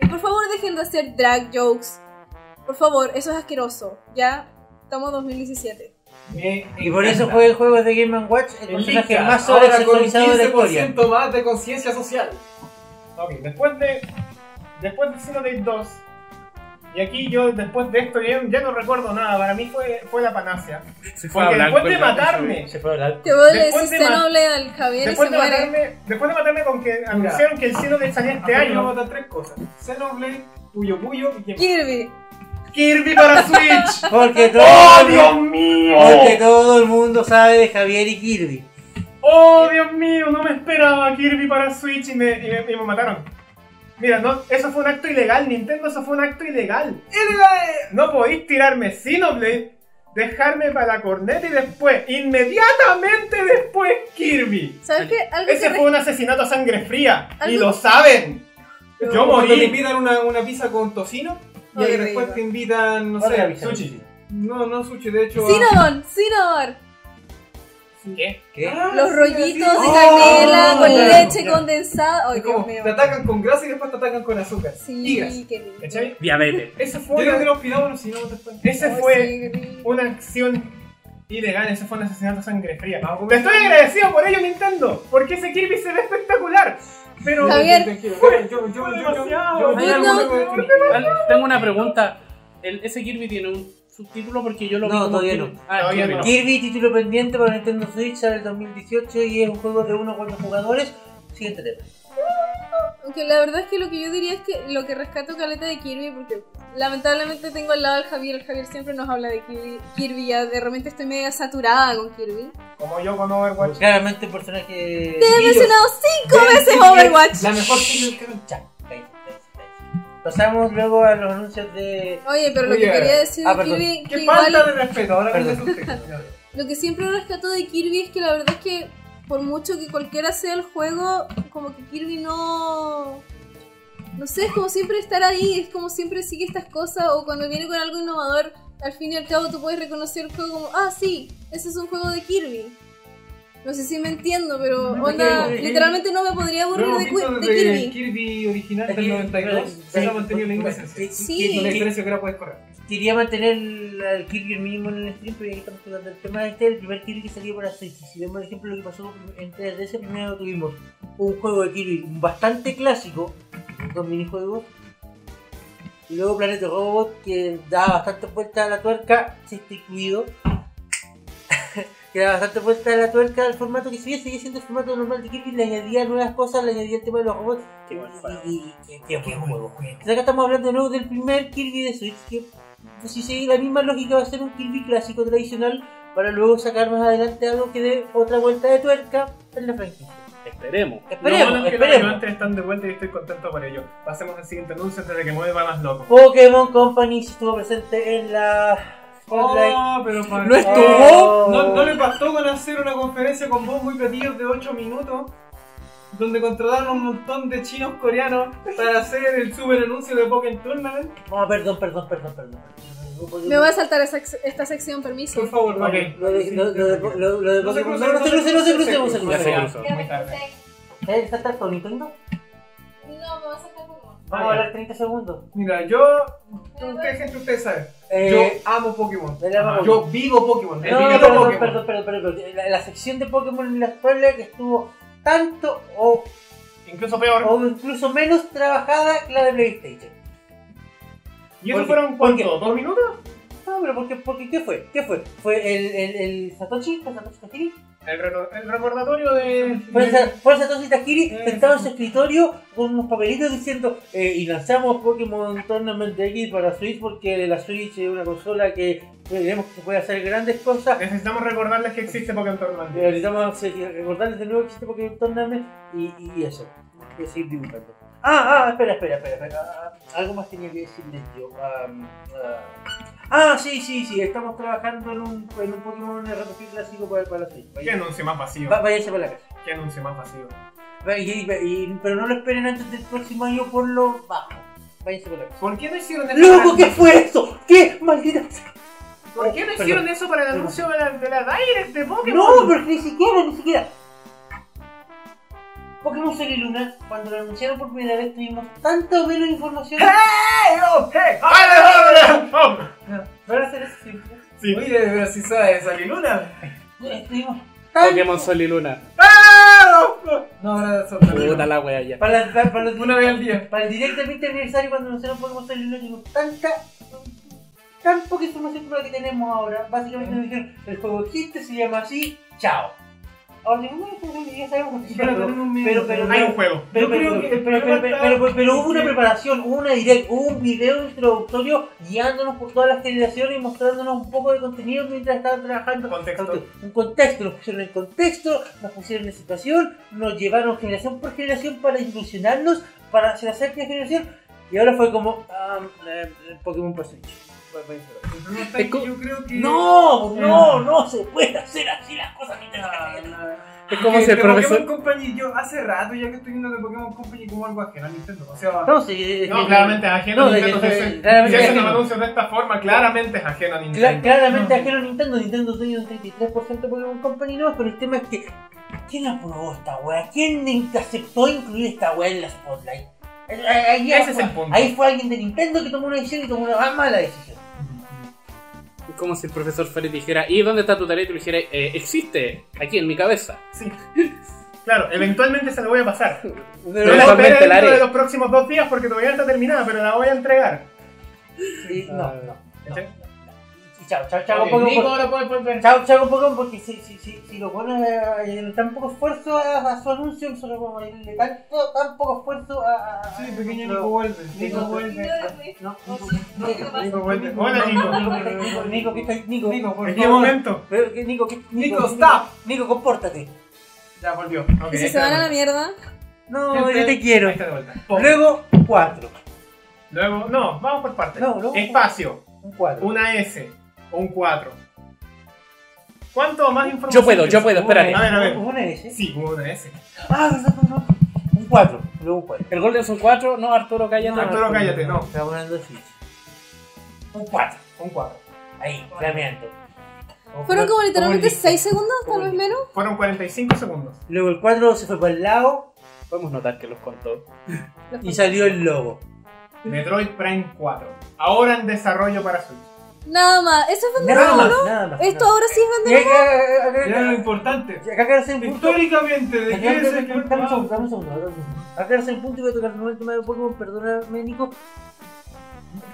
D: Y por favor dejen de hacer drag jokes por favor, eso es asqueroso. Ya estamos 2017.
B: Y por eso fue el juego de Game Watch el personaje más sobresexualizado de la historia.
E: más de conciencia social.
F: Ok, después de. Después de Xenoblade 2. Y aquí yo, después de esto, ya, ya no recuerdo nada. Para mí fue, fue la panacea.
C: Se fue
F: Porque
C: a blanco
F: después de
C: el rato,
F: matarme.
B: Se fue a hablar.
D: Te voy a decir
F: Después de ma-
D: noble al Javier y se
F: Después de,
B: ¿eh?
D: muere.
F: matarme, después de matarme con que anunciaron que el Xenoblade salía
B: Ah,
F: este
E: Vamos
F: año.
E: a matar tres cosas. Xenoblade, Puyo Puyo y Gem-
D: Kirby.
F: Kirby para Switch.
B: Porque todo,
F: ¡Oh,
B: el
F: Dios
B: mundo-
F: mío!
B: porque todo el mundo sabe de Javier y Kirby.
F: ¡Oh, Dios mío! No me esperaba Kirby para Switch y me, y me- y me mataron. Mira, no, eso fue un acto ilegal, Nintendo, eso fue un acto ilegal. No podéis tirarme Xenoblade, dejarme para la corneta y después, inmediatamente después, Kirby.
D: ¿Sabes qué? Algo que
F: Ese fue un asesinato a sangre fría. Y
D: Algo-
F: lo saben.
D: respeto-
F: Yo
E: Cuando te
F: morí.
E: invitan una, una pizza con tocino y
D: Ay,
E: ahí
D: rico.
E: después te invitan, no
B: Otra
E: sé,
B: pizza.
E: sushi. No, no sushi, de hecho.
D: Cinnamon, Cinnamon.
B: ¿Qué? ¿Qué?
E: Ah,
D: Los
E: sí,
D: rollitos
E: sí.
D: de canela
E: Oh,
D: con
E: ya,
D: leche
E: ya.
D: condensada. Ay,
E: Es como,
D: Dios mío.
E: Te atacan con grasa y después te atacan con azúcar. Y grasa.
D: Sí, qué lindo.
F: ¿Cachai?
C: Diabetes.
F: Ese fue,
E: Yo creo que
F: una,
E: nos pidamos si no después.
F: ese
D: Ay,
F: fue
D: Oh, sí, qué lindo.
F: una acción ilegal, eso fue un asesinato a sangre fría.
E: Vamos a
F: Te
E: comer.
F: estoy agradecido por ello, Nintendo, porque ese Kirby se ve espectacular. Pero
D: Javier.
E: Tranquilo, yo, yo, yo,
F: Fue
E: yo-
F: demasiado.
E: yo- yo-
C: Hay
E: yo-
C: algo-
E: yo- yo-
C: Al- Tengo una pregunta. El- ¿Ese Kirby tiene un subtítulo? Porque yo lo vi
B: No,
C: como
B: todavía
C: Kirby.
B: no.
C: Ah,
F: Todavía
C: Kirby.
F: no.
B: Kirby, título pendiente para Nintendo Switch, sale el 2018 y es un juego de 1 a 4 jugadores. Siguiente tema.
D: Aunque la verdad es que lo que yo diría es que lo que rescato caleta de Kirby, porque lamentablemente tengo al lado al Javier, el Javier siempre nos habla de Kirby, Kirby ya de repente estoy media saturada con Kirby.
F: como yo con Overwatch,
B: Claramente un personaje.
D: Te he mencionado cinco veces Overwatch.
B: La mejor serie del canal. Ya, ahí, ahí, ahí. Pasamos luego a los anuncios de.
D: Oye, pero lo
E: Oye,
D: que quería decir
B: ah,
D: de
B: perdón.
D: Kirby, que
F: qué
D: igual
F: falta de respeto. Ahora que
B: Perdón.
F: es usted. Ya.
D: lo que siempre rescato de Kirby es que la verdad es que por mucho que cualquiera sea el juego, como que Kirby no... No sé, es como siempre estar ahí, es como siempre sigue estas cosas o cuando viene con algo innovador, al fin y al cabo tú puedes reconocer el juego como, ah, sí, ese es un juego de Kirby. No sé si me entiendo, pero
E: No,
D: onda,
E: porque-
D: literalmente no me podría
E: Lo
D: aburrir
E: hemos
D: de,
E: visto
D: Qui- de
E: desde el
D: Kirby.
E: Kirby original del 92,
B: Sí.
E: pero ha mantenido la inocencia.
D: Sí.
E: Con la diferencia que ahora puedes correr.
B: Quería mantener el- al Kirby el mínimo en el stream, pero ya que estamos tocando el tema, este es el primer Kirby que salió para Switch. Si vemos, por ejemplo, lo que pasó en 3DS, primero tuvimos un juego de Kirby bastante clásico, con minijuegos, y luego Planet Robot, que da bastante vuelta a la tuerca, si está incluido, [LAUGHS] que da bastante vuelta a la tuerca al formato que sigue, sigue siendo el formato normal de Kirby, le añadía nuevas cosas, le añadía el tema de los robots,
G: Qué buen juego.
B: y, y- y- qué- qué buen juego. Entonces acá estamos hablando de nuevo del primer Kirby de Switch, que pues, si sigue la misma lógica va a ser un Kirby clásico tradicional para luego sacar más adelante algo que dé otra vuelta de tuerca en la franquicia.
C: Esperemos.
B: Esperemos,
F: Lo bueno es que los
B: esperemos.
F: ayudantes están de vuelta y estoy contento por ello. Pasemos al siguiente anuncio antes de que mueva más loco.
B: Pokémon Company estuvo presente en la Spotlight. Oh.
E: Oh, pero para-
C: No
B: estuvo.
E: No, no le bastó con hacer una conferencia con voz muy platillos de 8 minutos, donde contrataron a un montón de chinos coreanos para hacer el super anuncio de Pokémon Tournament.
B: No, Oh, perdón, perdón, perdón, perdón. perdón.
D: Me voy a saltar esa- esta sección, permiso.
E: Por favor,
F: Ok.
E: vale.
B: Lo de- lo- lo de- lo- lo de
E: No se
B: Pokémon-
E: crucen,
B: No no se cruce, no se cruce,
E: se
B: no se
C: Ya se
B: cruce.
C: cruzó.
F: muy tarde.
B: ¿Eh, ¿Está tan bonito? Indo?
D: No, me vas a sacar como...
B: Vamos a hablar 30 segundos.
E: Mira, yo. Ustedes, gente, ustedes saben.
B: Eh,
E: yo amo Pokémon.
B: de la-
E: Yo vivo Pokémon. he
B: No,
E: vivido
B: perdón,
E: Pokémon.
B: perdón, perdón, perdón. La, la sección de Pokémon en la Spotlight estuvo tanto o,
F: Incluso peor.
B: o incluso menos trabajada que la de PlayStation.
F: ¿Y
B: ¿Por
F: eso
B: qué?
F: fueron
B: ¿Por qué?
F: cuánto? ¿Dos minutos?
B: No, pero porque, porque ¿qué fue? ¿Qué fue? ¿Fue el, el, el Satoshi? ¿Fue Satoshi Tajiri?
F: El, reto- el recordatorio de.
B: Fue,
E: Mm.
B: el, Sa- fue el Satoshi Tajiri
F: Eh,
B: sentado en su escritorio con unos papelitos diciendo eh, y lanzamos Pokémon Tournament X para Switch porque la Switch es una consola que creemos que puede hacer grandes cosas
F: Necesitamos recordarles que existe Pokémon Tournament.
B: Necesitamos recordarles de nuevo que existe Pokémon Tournament y, y eso. Voy a seguir dibujando. Ah, ah, espera, espera, espera. espera. Ah, ah, Algo más tenía que decirles yo. Am, ah, ah, sí, sí, sí. Estamos trabajando en un, en un Pokémon RPG clásico para, para la Switch.
F: ¿Qué
B: Vaya-
F: anuncio más vacío?
B: va- Váyanse para la casa.
F: ¿Qué anuncio más vacío?
B: Va- y- y- pero no lo esperen antes del próximo año por lo bajo. Váyanse para la casa.
F: ¿Por qué no hicieron eso?
B: ¡Loco, qué
F: para-
B: fue esto! ¡Qué maldita!
F: ¿Por qué no
B: Perdón.
F: hicieron eso para el anuncio de la, de la Direct de Pokémon?
B: No, pero ni siquiera, ni siquiera. Pokémon Sol y Luna, cuando lo anunciaron por primera vez, tuvimos tanta o menos información.
E: ¡Hey, oh, hey!
F: ¡Alejandra!
B: ¿Van a hacer eso siempre?
F: Sí.
E: Oye, pero si sabes, salió Luna.
B: Eh, Tuvimos tan-
C: Pokémon Sol y Luna.
E: No, ahora son de
C: Puta
E: Luna.
C: la wea ya.
B: Para, la- para, para,
E: Una vez al día.
B: para el directo del 20 aniversario, cuando anunciaron Pokémon Sol y Luna, tuvimos tanta. Tan poca información como la que tenemos ahora. Básicamente nos dijeron: el juego existe, se llama así, chao. Ahora, ninguna de estas ya sabemos que
E: Pero tenemos un
B: pero-
E: minuto.
B: pero-
F: Hay un juego.
B: Pero,
E: Yo creo
B: pero,
E: que el
B: pero,
E: problema
B: pero-
E: está-
B: pero- pero- pero hubo una preparación, hubo una direct, hubo un video introductorio guiándonos por todas las generaciones y mostrándonos un poco de contenido mientras estaban trabajando.
F: Contexto.
B: Un contexto, nos pusieron en contexto, nos pusieron en situación, nos llevaron generación por generación para ilusionarnos, para hacer la séptima generación. Y ahora fue como ah, eh, Pokémon por Switch. Fue- fue eso.
E: El problema está en que yo creo que.
B: No, no, no se puede hacer así las cosas mientras las generaciones.
C: Es como
E: Que
C: si el
E: de
C: profesor.
E: Pokémon Company, yo hace rato ya que estoy viendo de Pokémon Company como algo ajeno a Nintendo. O sea,
B: No, sí,
F: No,
B: eh,
F: claramente es ajeno
B: no,
F: a
B: de
F: Nintendo.
B: que-
F: Si
B: de-
F: hacen-
B: claramente es
F: si hacen los
B: ajeno.
F: anuncios de esta forma, claramente es ajeno a
B: Cla-
F: Nintendo.
B: claramente
E: Ajá.
B: ajeno a Nintendo, Nintendo tiene un 33% de Pokémon Company no, pero el tema es que ¿quién aprobó esta wea? ¿Quién in- aceptó incluir esta wea en la Spotlight? Eh, Ahí, ahí
F: Ese es
B: fue,
F: el punto.
B: ahí fue alguien de Nintendo que tomó una decisión y tomó una más mala decisión.
C: Es como si el profesor Ferry dijera, ¿y dónde está tu tarea? Y tú le dijera, "Eh, existe, aquí en mi cabeza.
F: Sí. Claro, eventualmente se la voy a pasar. No la
C: Eventualmente
F: esperé
C: la
F: dentro
C: haré.
F: de los próximos dos días porque todavía no está terminada, pero la voy a entregar.
B: Y, no, no, no, no.
F: ¿Cachai?
B: Y chao, chao, chao,
F: Ok,
B: Pokémon.
F: Nico,
B: por-
F: ahora puede volver.
B: Chao, chao, Pokémon, porque si, si, si, si lo ponen a, a- a- tan poco esfuerzo a, a su anuncio, nosotros vamos a irle tanto, tan poco esfuerzo a. a-
E: sí,
B: a-
E: pequeño
B: no.
E: Nico vuelve.
B: Nico
E: Nico vuelve.
B: No,
D: No,
B: Nico,
D: sí, no,
B: Nico,
D: ¿qué pasa?
E: Nico vuelve.
F: Hola, Nico.
B: Nico, Nico, ¿qué estás? Nico,
E: Nico, por
F: ¿En qué
E: favor.
F: momento?
B: Pero, ¿qué- Nico, ¿qué-
E: Nico, stop.
B: Nico, compórtate.
E: Ya volvió.
F: Ok,
D: ¿Y si
F: ahí
D: se
F: está
D: van
F: de
D: a la
F: vuelta.
D: mierda?
B: No,
F: Gente,
B: yo te quiero.
F: Ahí está de vuelta.
B: Luego, cuatro.
F: Luego, no, vamos por partes.
B: No, luego-
F: Espacio,
B: Un cuatro.
F: una S, un 4. ¿Cuánto más información?
C: Yo puedo, yo
F: quieres?
C: puedo, espérate.
F: A ver, a ver.
B: Un S.
F: Sí, hubo una S.
B: eh? Ah, verdad, no, no. Un cuatro. Luego un cuatro.
C: El Golden son 4, no, Arturo, cállate.
F: No, Arturo, cállate, no.
B: Está volando el switch. Un cuatro.
F: Un 4.
B: Ahí, flameando.
D: Fueron como literalmente 6 segundos, tal
B: Como
D: vez
B: el-
D: menos.
F: Fueron 45 segundos.
B: Luego el cuatro se fue para el lado
C: Podemos notar que los contó.
B: y salió el logo.
F: Metroid Prime 4. Ahora en desarrollo para Switch.
D: Nada más. Eso es vender
B: Nada
D: humo,
B: más,
D: ¿no?
B: nada más.
D: Esto
B: nada.
D: ahora sí es
B: Y
D: vender humo.
B: acá- acá-
E: Era lo
B: acá-
E: importante.
B: acá quiero hacer un punto.
E: Históricamente, ¿de
B: Acá
E: qué
B: quiero
E: es
B: hacer
E: el
B: un- dame un segundo, dame un segundo, dame un segundo. Acá quiero hacer un punto y voy a tocar nuevamente tema de Pokémon, perdóname Nico.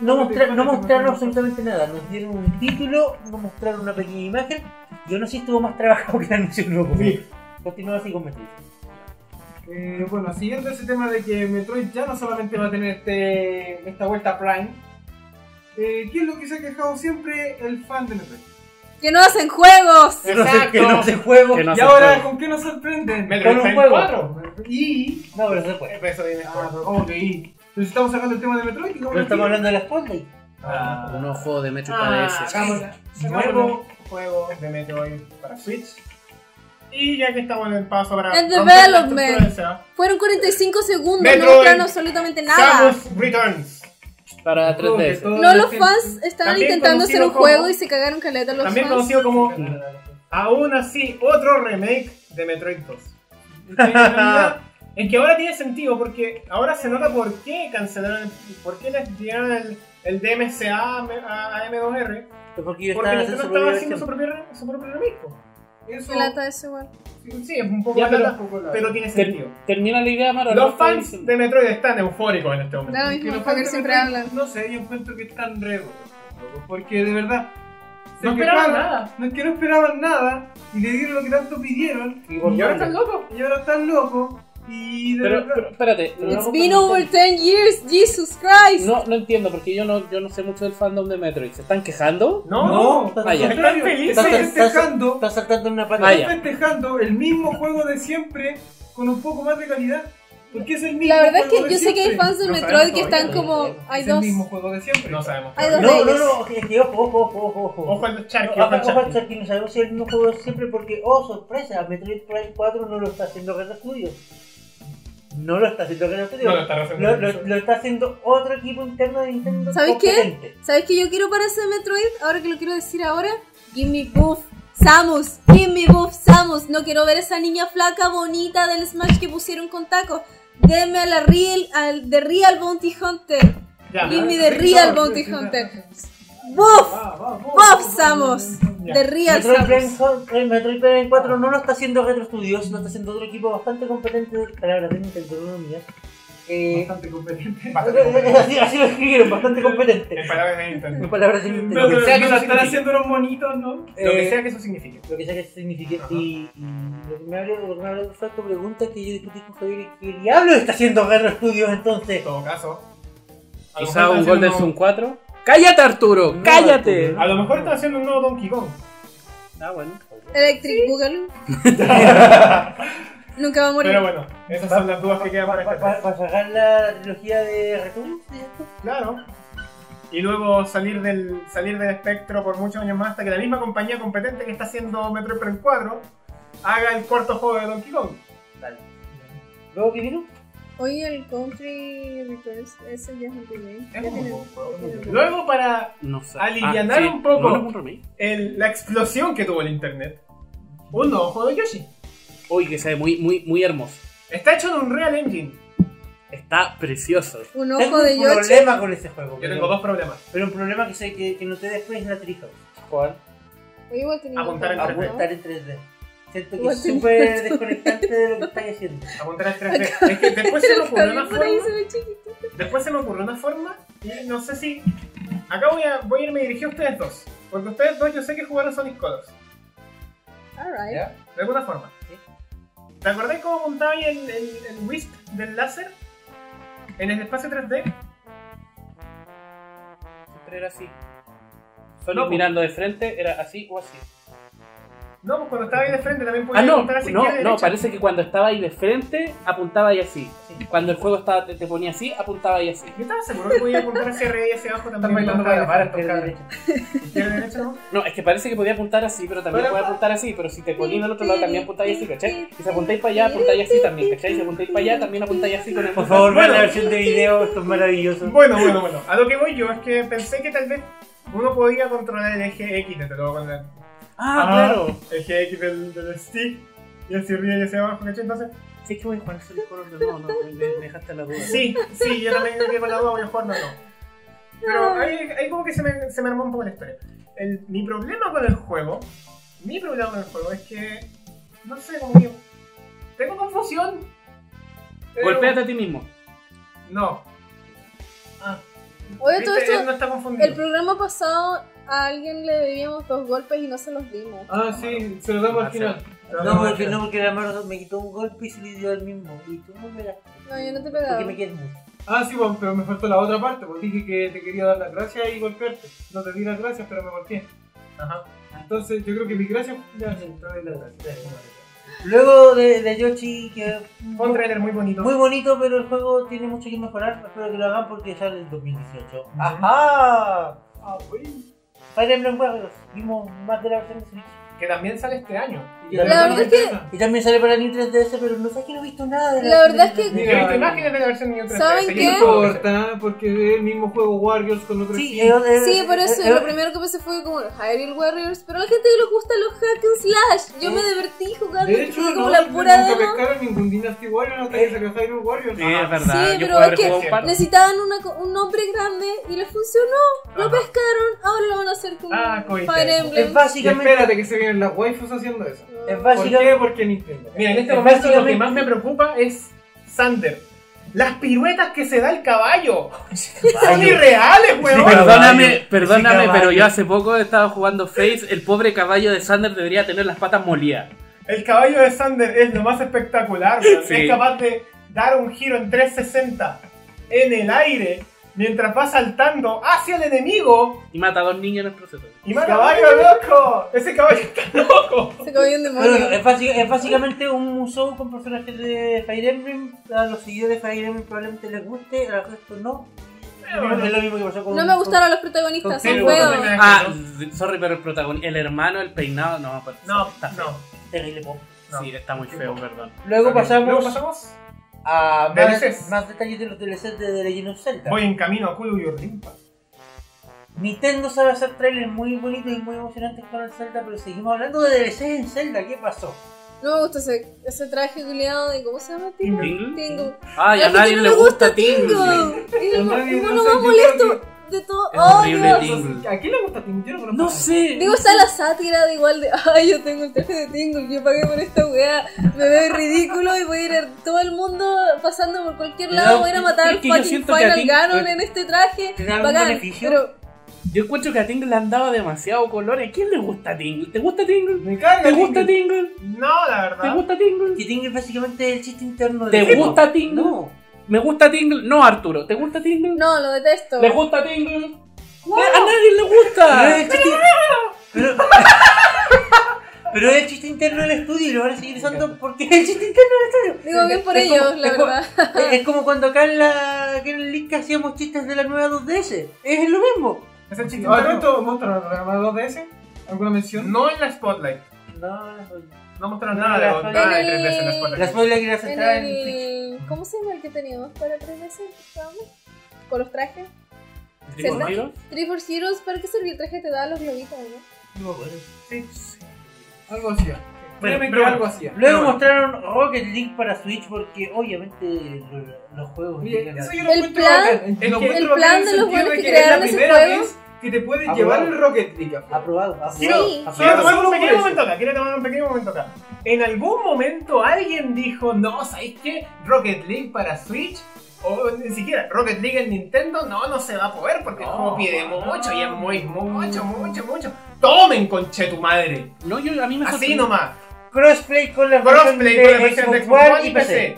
B: No, mostra- no mostraron absolutamente nada, nos dieron un título, nos mostraron una pequeña imagen y aún así estuvo más trabajado [LAUGHS] que el anuncio nuevo.
F: Sí.
B: Continúa así con Metroid.
E: Eh, bueno, siguiendo ese tema de que Metroid ya no solamente va a tener este, esta vuelta Prime, eh, ¿qué es lo que se ha quejado siempre el fan de Metroid?
D: Que no hacen juegos.
B: Que no se-
F: Exacto.
B: Que no se juego.
C: Que no
E: y
C: se
E: ahora,
C: puede.
E: ¿con qué nos sorprenden?
F: Metroid
B: un
F: Prime
B: juego.
F: 4.
E: Y...
B: No, pero se juega.
F: Eh, Eso viene
E: Ah,
F: después.
E: ok. Entonces estamos sacando el tema de Metroid y
B: Pero estamos hablando de la Spotlight.
E: Ah.
C: Un juego de Metro
F: Ah,
C: para DS.
F: hagamos- Nuevo juego de Metroid para Switch. Y ya que estamos en el paso para.
D: En
F: romper la
D: development.
F: estructura del SEA,
D: Fueron 45 segundos,
F: Metroid.
D: no mostraron absolutamente nada.
F: Samus Returns.
C: Para
E: Creo que
C: 3DS.
E: toda
D: No,
E: la
D: los
E: gente-
D: fans estaban
F: También
D: intentando hacer un
F: conocido
D: juego
F: como-
D: y se cagaron caleta los
F: También
D: fans.
F: conocido como. Aún así, otro remake de Metroid 2. [LAUGHS] En realidad, Es que ahora tiene sentido porque ahora se nota por qué cancelaron, el- por qué les dieron el, el DMCA a M- a M2R.
B: Porque yo estaba
F: Porque
B: haciendo
F: Nintendo
B: su
F: estaba
B: propia
F: haciendo
B: versión.
F: su propio, re- su propio remake. po.
E: Eso,
D: Qué lata es igual.
F: Sí, es un poco
C: Ya, pero-
F: lata, pero tiene sentido.
C: Termina la idea, Maro.
F: Los
C: no
F: fans
C: estoy
F: de Metroid están eufóricos en este momento.
D: Da lo
E: que
D: mismo,
E: los
D: los
E: fans de
D: fuckers siempre
E: Metroid,
D: hablan.
E: No sé, yo encuentro que están re locos, Porque de verdad. se
F: No esperaban
E: quejaron,
F: nada.
E: No es que no esperaban nada y le dieron lo que tanto pidieron. Y,
B: por
E: ahora
B: dónde?
E: están locos. Y ahora están locos. Y de
C: Pero,
E: verdad.
C: pero, espérate.
D: It's
C: No,
D: been over 10 years, Jesus Christ.
C: no, no entiendo, porque yo no, yo no sé mucho del fandom de Metroid. ¿Se están quejando?
F: No,
B: No,
C: Ah, ya.
E: Al contrario,
F: Están felices.
E: Están
B: Están- están-
E: festejando,
B: Estás saltando en una
C: Ah,
B: pantalla.
C: ya.
E: están festejando el mismo juego de siempre con un poco más de calidad. Porque es el mismo
D: La verdad es
E: juego
D: que yo
E: de
D: sé que hay
E: siempre.
D: fans de
F: No
D: Metroid
F: sabemos
D: que están
F: todavía,
D: como.
F: ¿no?
D: Hay
E: es el
D: dos.
E: mismo juego de siempre.
F: No sabemos.
D: Hay
F: todavía.
D: dos
B: No, no,
D: reyes.
B: no, es que ojo, ojo, ojo, ojo, ojo.
F: Ojo al Sharky,
B: No, ojo,
F: ojo al
B: ojo al
F: Sharky.
B: Sharky, no sabemos si es el mismo juego de siempre porque, oh, sorpresa, Metroid Prime 4 no lo está haciendo Retro Studios. No lo está haciendo Retro Studios.
F: No lo está haciendo
B: lo, lo-
F: Retro.
B: lo está haciendo otro equipo interno de Nintendo.
D: ¿Sabes qué?
B: competente.
D: ¿Sabes qué yo quiero para ese Metroid? Ahora que lo quiero decir ahora. Give me buff. Samus, give me buff, Samus. No quiero ver esa niña flaca, bonita del Smash que pusieron con tacos. Deme a la real, al de Real Bounty Hunter.
F: Ya,
D: Give
F: ya.
D: me the Real Bounty Hunter. Buff,
E: Ah, va, vamos.
D: buff, Samus. The Real
B: Metroid Prime,
D: Samus.
B: Hot- eh, Metroid Prime 4 no lo está haciendo Retro Studios, lo está haciendo otro equipo bastante competente. Palabras de Nintendo, no mías. Eh,
E: Bastante
B: [LAUGHS]
E: competente.
F: Bastante competente.
B: así, así lo escribieron, bastante competente.
F: En palabras de Nintendo.
B: En palabras de
E: No,
B: Nintendo.
E: pero
F: Lo que sea que
E: no
F: eso
E: están
F: signifique.
E: haciendo los monitos, ¿no?
F: Lo que
B: Eh,
F: sea que eso signifique.
B: lo que sea que eso signifique.
F: Ajá.
B: Y, y lo que me habla, lo que me habla de facto pregunta que yo discutí con Javier es que diablo está haciendo Retro Studios entonces.
F: En todo caso. a lo
C: Quizá
F: mejor
C: un
F: están
C: gol del
F: haciendo
C: Zoom 4. ¡Cállate, Arturo!
B: No,
C: ¡Cállate!
F: un nuevo- A lo mejor están haciendo un nuevo
B: [LAUGHS]
F: Donkey Kong.
C: Ah, bueno.
D: Electric Boogaloo. Nunca va a morir.
F: Pero bueno, esas son las dudas que quedan para
B: Para
F: este test.
B: sacar la trilogía de Return, ¿sí?
F: Claro. Y luego salir del, salir del espectro por muchos años más hasta que la misma compañía competente que está haciendo Metroid Prime 4 haga el corto juego de Donkey Kong.
B: Luego que vino,
D: Hoy el Country Returns, ese ya es un remake. Ya
F: Es un
D: tiene-
F: buen juego.
D: ya tiene-
F: Luego para
C: No sé. Ah,
F: Alivianar un poco.
C: ¿No era un remake?
F: el- la explosión que tuvo el internet, un nuevo juego de Yoshi.
C: Uy, que se ve muy, muy, muy hermoso.
F: Está hecho en Unreal Engine.
C: Está precioso.
D: Un
B: tengo
D: ojo de
B: un
D: Yoshi.
B: problema con ese juego.
F: Yo
B: pero-
F: tengo dos problemas.
B: Pero un problema que sé que, que noté después es la Treehouse.
C: Juan.
D: Oye, igual tenía
F: Apuntar
D: un
F: en
D: ojo,
F: tres
D: ¿no?
B: Apuntar en 3D. Siento que
D: Igual
B: es
D: tenía
B: súper
D: razón.
B: desconectante de lo que estáis haciendo.
F: Apuntar al 3D. Es que después
D: [LAUGHS]
F: se me ocurrió una
D: Pero por ahí
F: forma.
D: se ve chiquito.
F: Después se me ocurrió una forma y no sé si. Acá voy a, voy a irme dirigido a ustedes dos. Porque ustedes dos yo sé que jugaron Sonic Colors.
D: Alright.
G: ¿Ya?
F: De alguna forma.
G: Sí.
F: ¿Te acordáis cómo apuntaba ahí el, el, el Wisp del láser? En el espacio 3D.
C: Siempre era así. Solo
F: No, pues.
C: mirando de frente era así o así.
F: No, pues cuando estaba ahí de frente también podía
C: Ah, no,
F: apuntar hacia izquierda
C: no,
F: y
C: no,
F: derecha.
C: parece que cuando estaba ahí de frente apuntaba ahí así. Cuando el juego estaba, te, te ponía así, apuntaba ahí así.
F: Yo estaba seguro que podía apuntar hacia arriba y hacia abajo también.
E: Están bailando
F: Estaba
E: para la
F: de
E: vara,
F: frente,
E: estos cabros.
F: izquierda, derecha, ¿no?
C: No, es que parece que podía apuntar así, pero también
F: Pero-
C: podía apuntar así. Pero si te ponían al otro lado también apuntáis así, ¿cachai? Y si apuntáis para allá, apuntáis así también, ¿cachai? Si apuntáis para allá, también apuntáis así con el
B: Por favor,
F: Bueno.
B: vean la versión de video, esto es maravilloso.
F: Bueno, bueno, bueno. A lo que voy yo es que pensé que tal vez uno podía controlar el eje X, te lo con el
C: Ah,
F: Ah.
C: claro.
F: eje X del, del stick y hacia arriba y hacia abajo, ¿cachai? Entonces,
C: Sí, que voy a jugar el color de no, no, me, me dejaste la duda.
F: sí, sí, yo también me quedé con la duda, voy a jugar no, no. Pero ahí, ahí como que se me, se me armó un poco la historia. El- mi problema con el juego, mi problema con el juego es que, no sé, como que tengo confusión. Pero-
C: Golpéate a ti mismo.
F: No. Ah.
D: Oye, todo
F: Viste,
D: esto.
F: él no está confundido.
D: El programa pasado a alguien le debíamos dos golpes y no se los dimos.
E: Ah, sí, se lo damos al final.
B: No, porque, no, porque la mano me quitó un golpe y se le dio el mismo. Y tú no me das.
D: No, yo no te
B: Porque
D: he pegado.
B: me quieres mucho.
E: Ah, sí, bueno, pero me faltó la otra parte, porque dije que te quería dar las gracias y golpearte. No te di las gracias, pero me golpeé.
F: Ajá.
E: Entonces, yo creo que mi gracia. Ya, sí, te doy las gracias.
B: Luego de, de Yoshi, que
F: Fue un trailer muy bonito.
B: muy bonito, pero el juego tiene mucho que mejorar. Espero que lo hagan porque sale el 2018.
G: ¡Ajá!
E: Ah, bueno.
B: Fire Emblem Warriors, vimos más de la versión de Switch.
F: que también sale este año.
E: Y la
D: La
E: verdad
D: verdad
E: me
D: es que-
E: interesa.
B: Y también sale para New 3DS, pero no sé que no he visto nada de
D: La verdad es que-
F: Yo
E: Mira,
F: he visto
E: eh,
F: imágenes de la versión de Nintendo 3DS.
D: ¿Saben
F: y
D: qué?
F: no
E: No
F: puedo creer.
E: importa, porque es el mismo juego Warriors con otro
B: Sí,
E: estilo.
D: Sí, por eso lo primero que pensé fue como los Hyrule Warriors, pero a la gente le gusta los hack and slash. Yo me divertí jugando
E: De
D: jugué
E: hecho,
D: como
E: no,
D: la pura
E: nunca
D: demo.
E: pescaron ningún Dynasty Warriors hasta que
F: Eh.
E: salió Hyrule Warriors.
C: Sí,
E: Ah,
C: es verdad.
D: Sí,
C: Yo
D: pero
C: puedo haber
D: es que-
C: jugado un par.
D: Necesitaban una co- un nombre grande y les funcionó. Lo
F: Ajá.
D: pescaron, ahora lo van a hacer con
F: Ah, coite.
D: Fire
B: Es
D: Emblem.
E: Y
B: básicamente.
E: espérate que se vienen las waifus haciendo eso.
B: Es
E: ¿Por
B: básicamente.
E: qué? Porque Nintendo.
F: Mira, en este
B: Es
F: momento lo que
B: básicamente-
F: más me preocupa es Sander. Las piruetas que se da el caballo. [LAUGHS] Son irreales, weón.
C: Perdóname,
B: caballo,
C: perdóname,
B: ese
C: pero
B: caballo.
C: yo hace poco estaba jugando Face. El pobre caballo de Sander debería tener las patas molidas.
F: El caballo de Sander es lo más espectacular, weón.
C: Sí.
F: Es capaz de dar un giro en 360 en el aire, mientras va saltando hacia el enemigo
C: Y mata a dos niños en el proceso.
F: y mata caballo loco. Ese caballo está loco.
D: Se comió un
B: Bueno,
D: demonio.
B: [LAUGHS] es, básica- es básicamente un museo con personajes de Fire Emblem. A los seguidores de Fire Emblem probablemente les guste, a los restos no. Es lo mismo que pasó con.
D: No me gustaron los
B: con
D: protagonistas, son
B: Taylor,
D: feos.
F: también
C: Ah, sorry, pero el protagonista, el hermano, el peinado, no, pero-
F: No,
C: está feo.
F: no.
B: Terrible, po.
F: no.
C: Sí, está muy feo, perdón.
B: Luego pasamos,
F: Luego pasamos.
B: a más,
F: DLCs.
B: más detalles de los DLCs de The Legend of Zelda.
F: Voy en camino a Culo y Urlimpa.
B: Nintendo sabe hacer trailers muy bonitos y muy emocionantes con el Zelda, pero seguimos hablando de DLCs en Zelda. ¿Qué pasó?
D: No me gusta ese, ese traje culiado de. ¿Cómo se llama? Tingo.
C: ¿Tingle?
D: Tingo.
C: Ay,
D: Es
C: a
D: que
C: nadie
D: no
C: le
D: me
C: gusta Tingle.
D: Tingo. Es el mo-
E: nadie
D: el
E: le
D: mono más
E: gusta, yo creo
D: molesto de todo.
C: Es
D: ¡Oh,
C: horrible,
D: Dios!
C: Tingle.
E: ¿A quién le gusta pues, Tingle? Yo conozco
C: No
E: a-
C: sé.
D: Digo, está la sátira de igual de, ay, yo tengo el traje de Tingle, yo pagué por esta weá, me veo ridículo y voy a ir a todo el mundo pasando por cualquier lado,
C: No,
D: voy a ir a
C: es
D: matar al
C: que yo
D: fucking
C: siento que a
D: Final
C: ti-
D: Ganon en este traje.
B: ¿Te da algún
D: Bacán,
B: beneficio?
D: pero
C: Yo encuentro que a Tingle le han dado demasiado color. ¿A quién le gusta Tingle? ¿Te gusta Tingle?
F: Me carga
C: ¿Te gusta
F: Tingle. Ah.
C: Tingle?
F: No, la
C: ¿Te
F: verdad.
C: gusta Tingle?
B: Que Tingle básicamente es el chiste interno de.
C: ¿Te gusta Tingle?
B: No.
C: ¿Me gusta Tingle? No, Arturo. ¿Te gusta Tingle?
D: no, lo detesto.
C: ¿Le gusta Tingle? A nadie le gusta.
B: Pero
C: [LAUGHS]
B: es el chiste. Pero, [LAUGHS] pero es el chiste interno del estudio y lo van a seguir usando porque es el chiste interno del estudio.
D: Digo, bien por
B: Es como-
D: ellos, la
B: es como-
D: verdad.
B: Es como cuando acá en, la, que en el link hacíamos chistes de la nueva 2DS. Es lo mismo.
F: Es el chiste.
E: ¿Has visto Monster Hunter 2DS? ¿Alguna mención?
F: No en la Spotlight.
B: No,
F: No mostraron nada de
B: La
F: nada
B: Spotlight.
F: de 3DS en la Spotlight.
B: las spoiler que las
D: En
B: entraban en Twitch.
D: el... ¿Cómo se llama el que teníamos para tres veces? ¿Estábamos? ¿Con los trajes?
C: ¿Tingle?
D: ¿Zelda? Three for Heroes, ¿para qué servía el traje? Te da los globitos, ¿no?
B: No, bueno.
E: Algo así.
F: Bueno,
E: Créeme que
F: pero bueno.
E: algo así.
B: Luego
F: bueno.
B: mostraron Rocket Link para Switch porque obviamente lo- los juegos
E: Oye,
B: llegan a-
E: eso yo lo
D: El
E: encuentro
D: plan-
E: bacán.
F: el
E: Lo encuentro
D: plan
E: bacán en
D: de
E: el
D: los
E: sentido
D: buenos
E: de
D: que
E: es
D: crearon
E: la
D: ese
E: primera
D: juego.
E: vez que te
C: Ah,
E: puede
B: Aprobado.
E: llevar el Rocket League. afuera.
B: aprobado. aprobado,
F: Quiero,
D: Sí.
F: quiero
B: aprobado.
F: tomar un
E: Solo por
F: pequeño
E: eso.
F: momento acá, quiero tomar un pequeño momento acá. En algún momento alguien dijo, no, ¿sabéis qué? Rocket League para Switch, o ni siquiera Rocket League en Nintendo, no, no se va a poder porque el juego pide mucho y es muy, mucho, mucho, mucho. Tomen, conche tu madre.
C: No, yo, a mí me
F: Así
C: sorprendió.
F: nomás.
B: Crossplay con la versión
F: Crossplay con la
B: de
F: versión de
B: Xbox One y PC.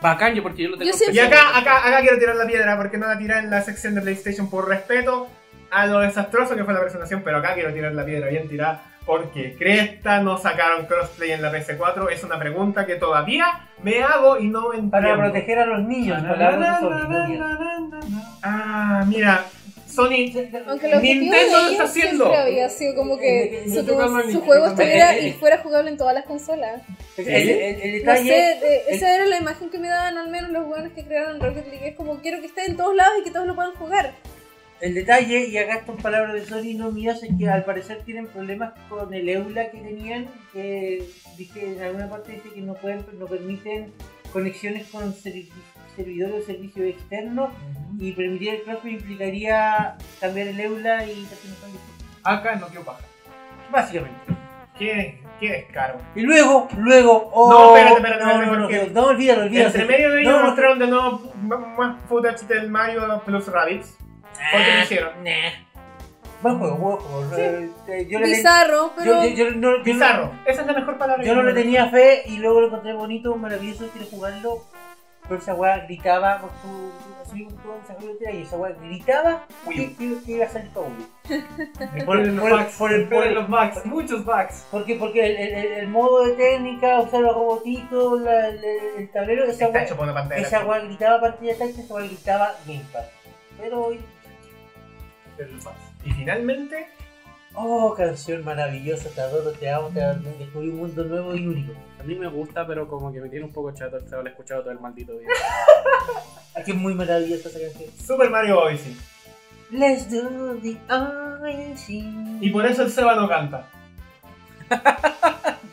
C: Bacán, yo porque yo lo tengo.
D: Yo siempre-
F: Y acá, acá, acá quiero tirar la piedra porque no la tiré en la sección de PlayStation por respeto a lo desastroso que fue la presentación, pero acá quiero tirar la piedra bien tirada porque Cresta no sacaron crossplay en la PS4. Es una pregunta que todavía me hago y no entiendo.
B: Para proteger a los niños. palabras de Sony, no mierda.
F: Ah, mira, Sony.
D: Aunque los
F: Nintendo lo está haciendo.
D: siempre había sido como que
B: No
D: su,
F: tocamos a
D: su
F: Nintendo.
D: juego estuviera y fuera jugable en todas las consolas.
B: El, el- el
D: No
B: detalle.
D: sé, de- esa era la imagen que me daban al menos los hueones que crearon Rocket League. Es como quiero que esté en todos lados y que todos lo puedan jugar.
B: El detalle, y acá están palabras de Sony no mías, es que al parecer tienen problemas con el EULA que tenían, que dije, en alguna parte dice que no pueden, no permiten conexiones con servi- servidores o servicios externos y permitir el crossplay implicaría cambiar el EULA y
E: Acá no quiero bajar.
B: básicamente.
F: Qué, qué descaro.
B: Y luego, luego, oh,
F: No, espérate, espérate,
B: no,
F: espérate,
B: no, no,
F: porque-
B: no, no, olvídalo, olvídalo.
F: Entre medio de ellos
B: No, no.
F: mostraron de nuevo m- más footage del Mario Plus Rabbids. ¿Por qué lo hicieron?
B: Buen juego, buen juego. Eh, Yo le ten-
D: Bizarro,
B: yo-
D: pero
B: yo- yo no- yo no-
F: Bizarro. Esa es la mejor palabra.
B: Yo no le
F: tenía
B: tenía fe y luego lo encontré bonito, maravilloso, quiero jugarlo. Pero esa weá gritaba por tu. Subí con tu desarrollo de y esa weá gritaba que, que- que iba a salir todo Por,
E: Esperen los
B: por-
E: bugs,
B: por el, por
E: esperen
B: el-
E: los bugs, muchos bugs.
B: porque porque el, el- el- el modo de técnica, usar los robotitos, la- el, el- el tablero, esa
F: Está
B: weá,
F: hecho por una pantalla.
B: esa weá gritaba partida táctica, esa weá gritaba gamepad. Pero hoy.
F: Y finalmente,
B: Oh, canción maravillosa, te adoro, te amo, te adoro. Descubrí un mundo nuevo y único.
C: A mí me gusta, pero como que me tiene un poco chato el haber escuchado todo el maldito día. [LAUGHS]
B: Es Ah, que es muy maravillosa esa canción.
F: Super Mario Odyssey.
B: Let's do the Odyssey.
F: Y por eso el Seba no canta.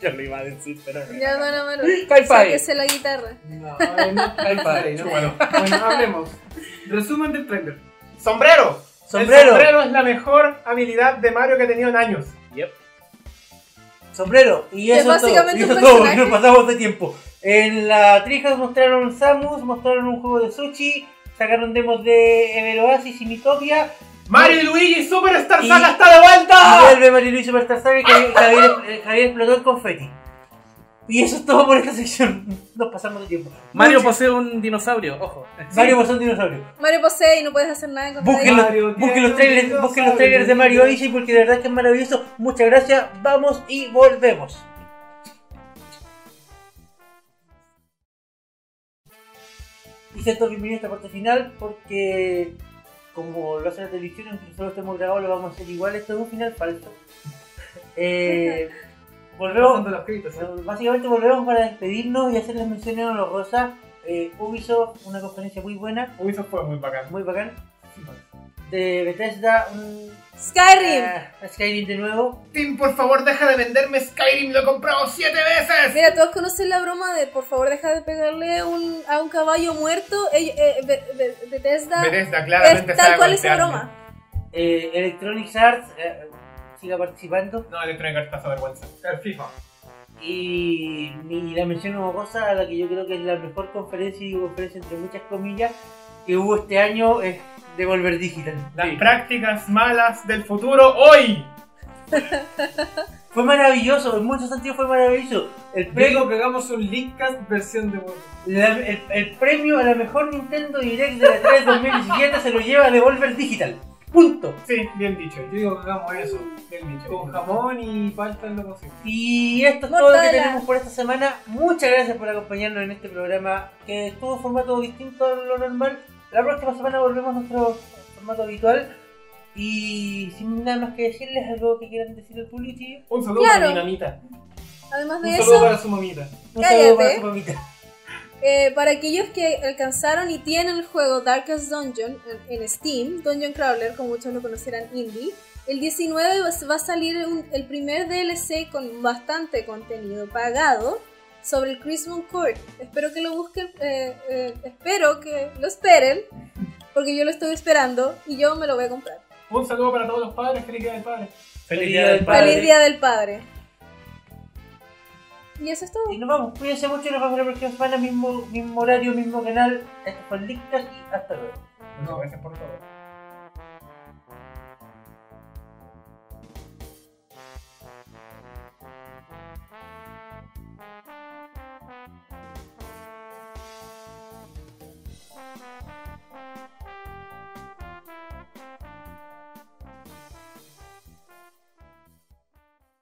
C: Yo lo iba a decir, pero.
D: ya van a mano.
C: Bye, bye.
D: Sáquese la guitarra.
E: No, ay, no, ay, padre, no. Bueno, bueno, hablemos. Resumen del trailer.
F: ¡Sombrero! El
B: Sombrero,
F: sombrero es la mejor habilidad de Mario que ha tenido en años.
C: Yep.
B: sombrero. Y
D: Que
B: eso es todo,
D: básicamente
B: y eso
D: un
B: es todo, porque [LAUGHS]
D: personaje.
B: nos pasamos de tiempo. En la Treehouse mostraron Samus, mostraron un juego de sushi, sacaron demos de Ever Oasis y Mitopia.
F: ¡Mario y Luigi Superstar
B: Y-
F: Saga está de
B: Y
F: vuelta!
B: vuelve Mario Luis Superstar Saga y Javier, Javier, Javier explotó el eh, confeti. Y eso es todo por esta sección. [LAUGHS] Nos pasamos de tiempo.
C: Mario posee un dinosaurio, ojo.
B: Mario pasó un dinosaurio.
D: Mario posee y no puedes hacer nada en contra de
B: Busquen los,
E: Mario
B: busquen
E: tiene
B: los
E: un
B: trailers,
E: dinosaurio.
B: busquen los trailers de Mario Odyssey porque de verdad que es maravilloso. Muchas gracias, vamos y volvemos. Y sean todos bienvenidos a esta parte final porque como lo hace la televisión, aunque nosotros estemos grabados, lo vamos a hacer igual, esto es un final falso. [LAUGHS] Eh, volvemos.
E: Pasando los créditos. ¿eh?
B: Básicamente volvemos para despedirnos y hacer las menciones honorosas. Eh, Ubisoft, una conferencia muy buena,
F: Ubisoft fue muy bacán.
B: muy bacán. De Bethesda, un
D: Skyrim.
B: Ah, Skyrim de nuevo.
F: Tim, por favor, deja de venderme Skyrim, lo he comprado siete veces.
D: Mira, todos conocen la broma de por favor deja de pegarle un- a un caballo muerto. Ell- eh, Be- Be- Bethesda
F: Bethesda
D: es
F: claramente
D: tal
F: sabe
D: cual esa
F: golpearme.
D: broma.
B: Eh, Electronic Arts eh, siga participando.
F: No, Electronic Arts pasó vergüenza.
E: El FIFA.
B: Y, y la mención cosa a la que yo creo que es la mejor conferencia y conferencia entre muchas comillas que hubo este año es Devolver Digital.
F: Las
C: Sí.
F: prácticas malas del futuro hoy.
B: Fue maravilloso, en muchos sentidos fue maravilloso. El premio,
E: Digo que hagamos un Leakcast versión de World.
B: la- el, el premio a la mejor Nintendo Direct de la E 3 2017 se lo lleva Devolver Digital. Punto.
F: Sí, bien dicho.
E: Yo digo que hagamos eso.
F: Bien dicho.
E: Con jamón y falta en lo posible.
B: Y esto es todo lo que
D: Mortadela.
B: tenemos por esta semana. Muchas gracias por acompañarnos en este programa que estuvo en formato distinto a lo normal. La próxima semana volvemos a nuestro formato habitual. Y sin nada más que decirles, algo que quieran decir al público. chiquillos?
F: Un saludo
D: Claro.
F: para mi mamita.
D: Además
E: Un
D: de
E: saludo
D: eso,
E: para su mamita.
B: Un saludo para
D: Cállate.
B: su mamita.
D: eh, para aquellos que alcanzaron y tienen el juego Darkest Dungeon en, en Steam, Dungeon Crawler, como muchos lo conocerán indie, el 19 va va a salir un- el primer DLC con bastante contenido pagado sobre el Crimson Court. Espero que lo busquen, eh, eh, espero que lo esperen, porque yo lo estoy esperando y yo me lo voy a comprar.
F: Un saludo para todos los padres. Feliz día del padre.
B: Feliz Día del Padre.
D: Feliz Día del Padre. Y eso es todo.
B: Y nos vamos. Cuídense mucho y nos vemos la próxima semana. Mismo, mismo horario, mismo canal. Esto fue el Lickcast y hasta luego.
F: Muchas gracias por todo.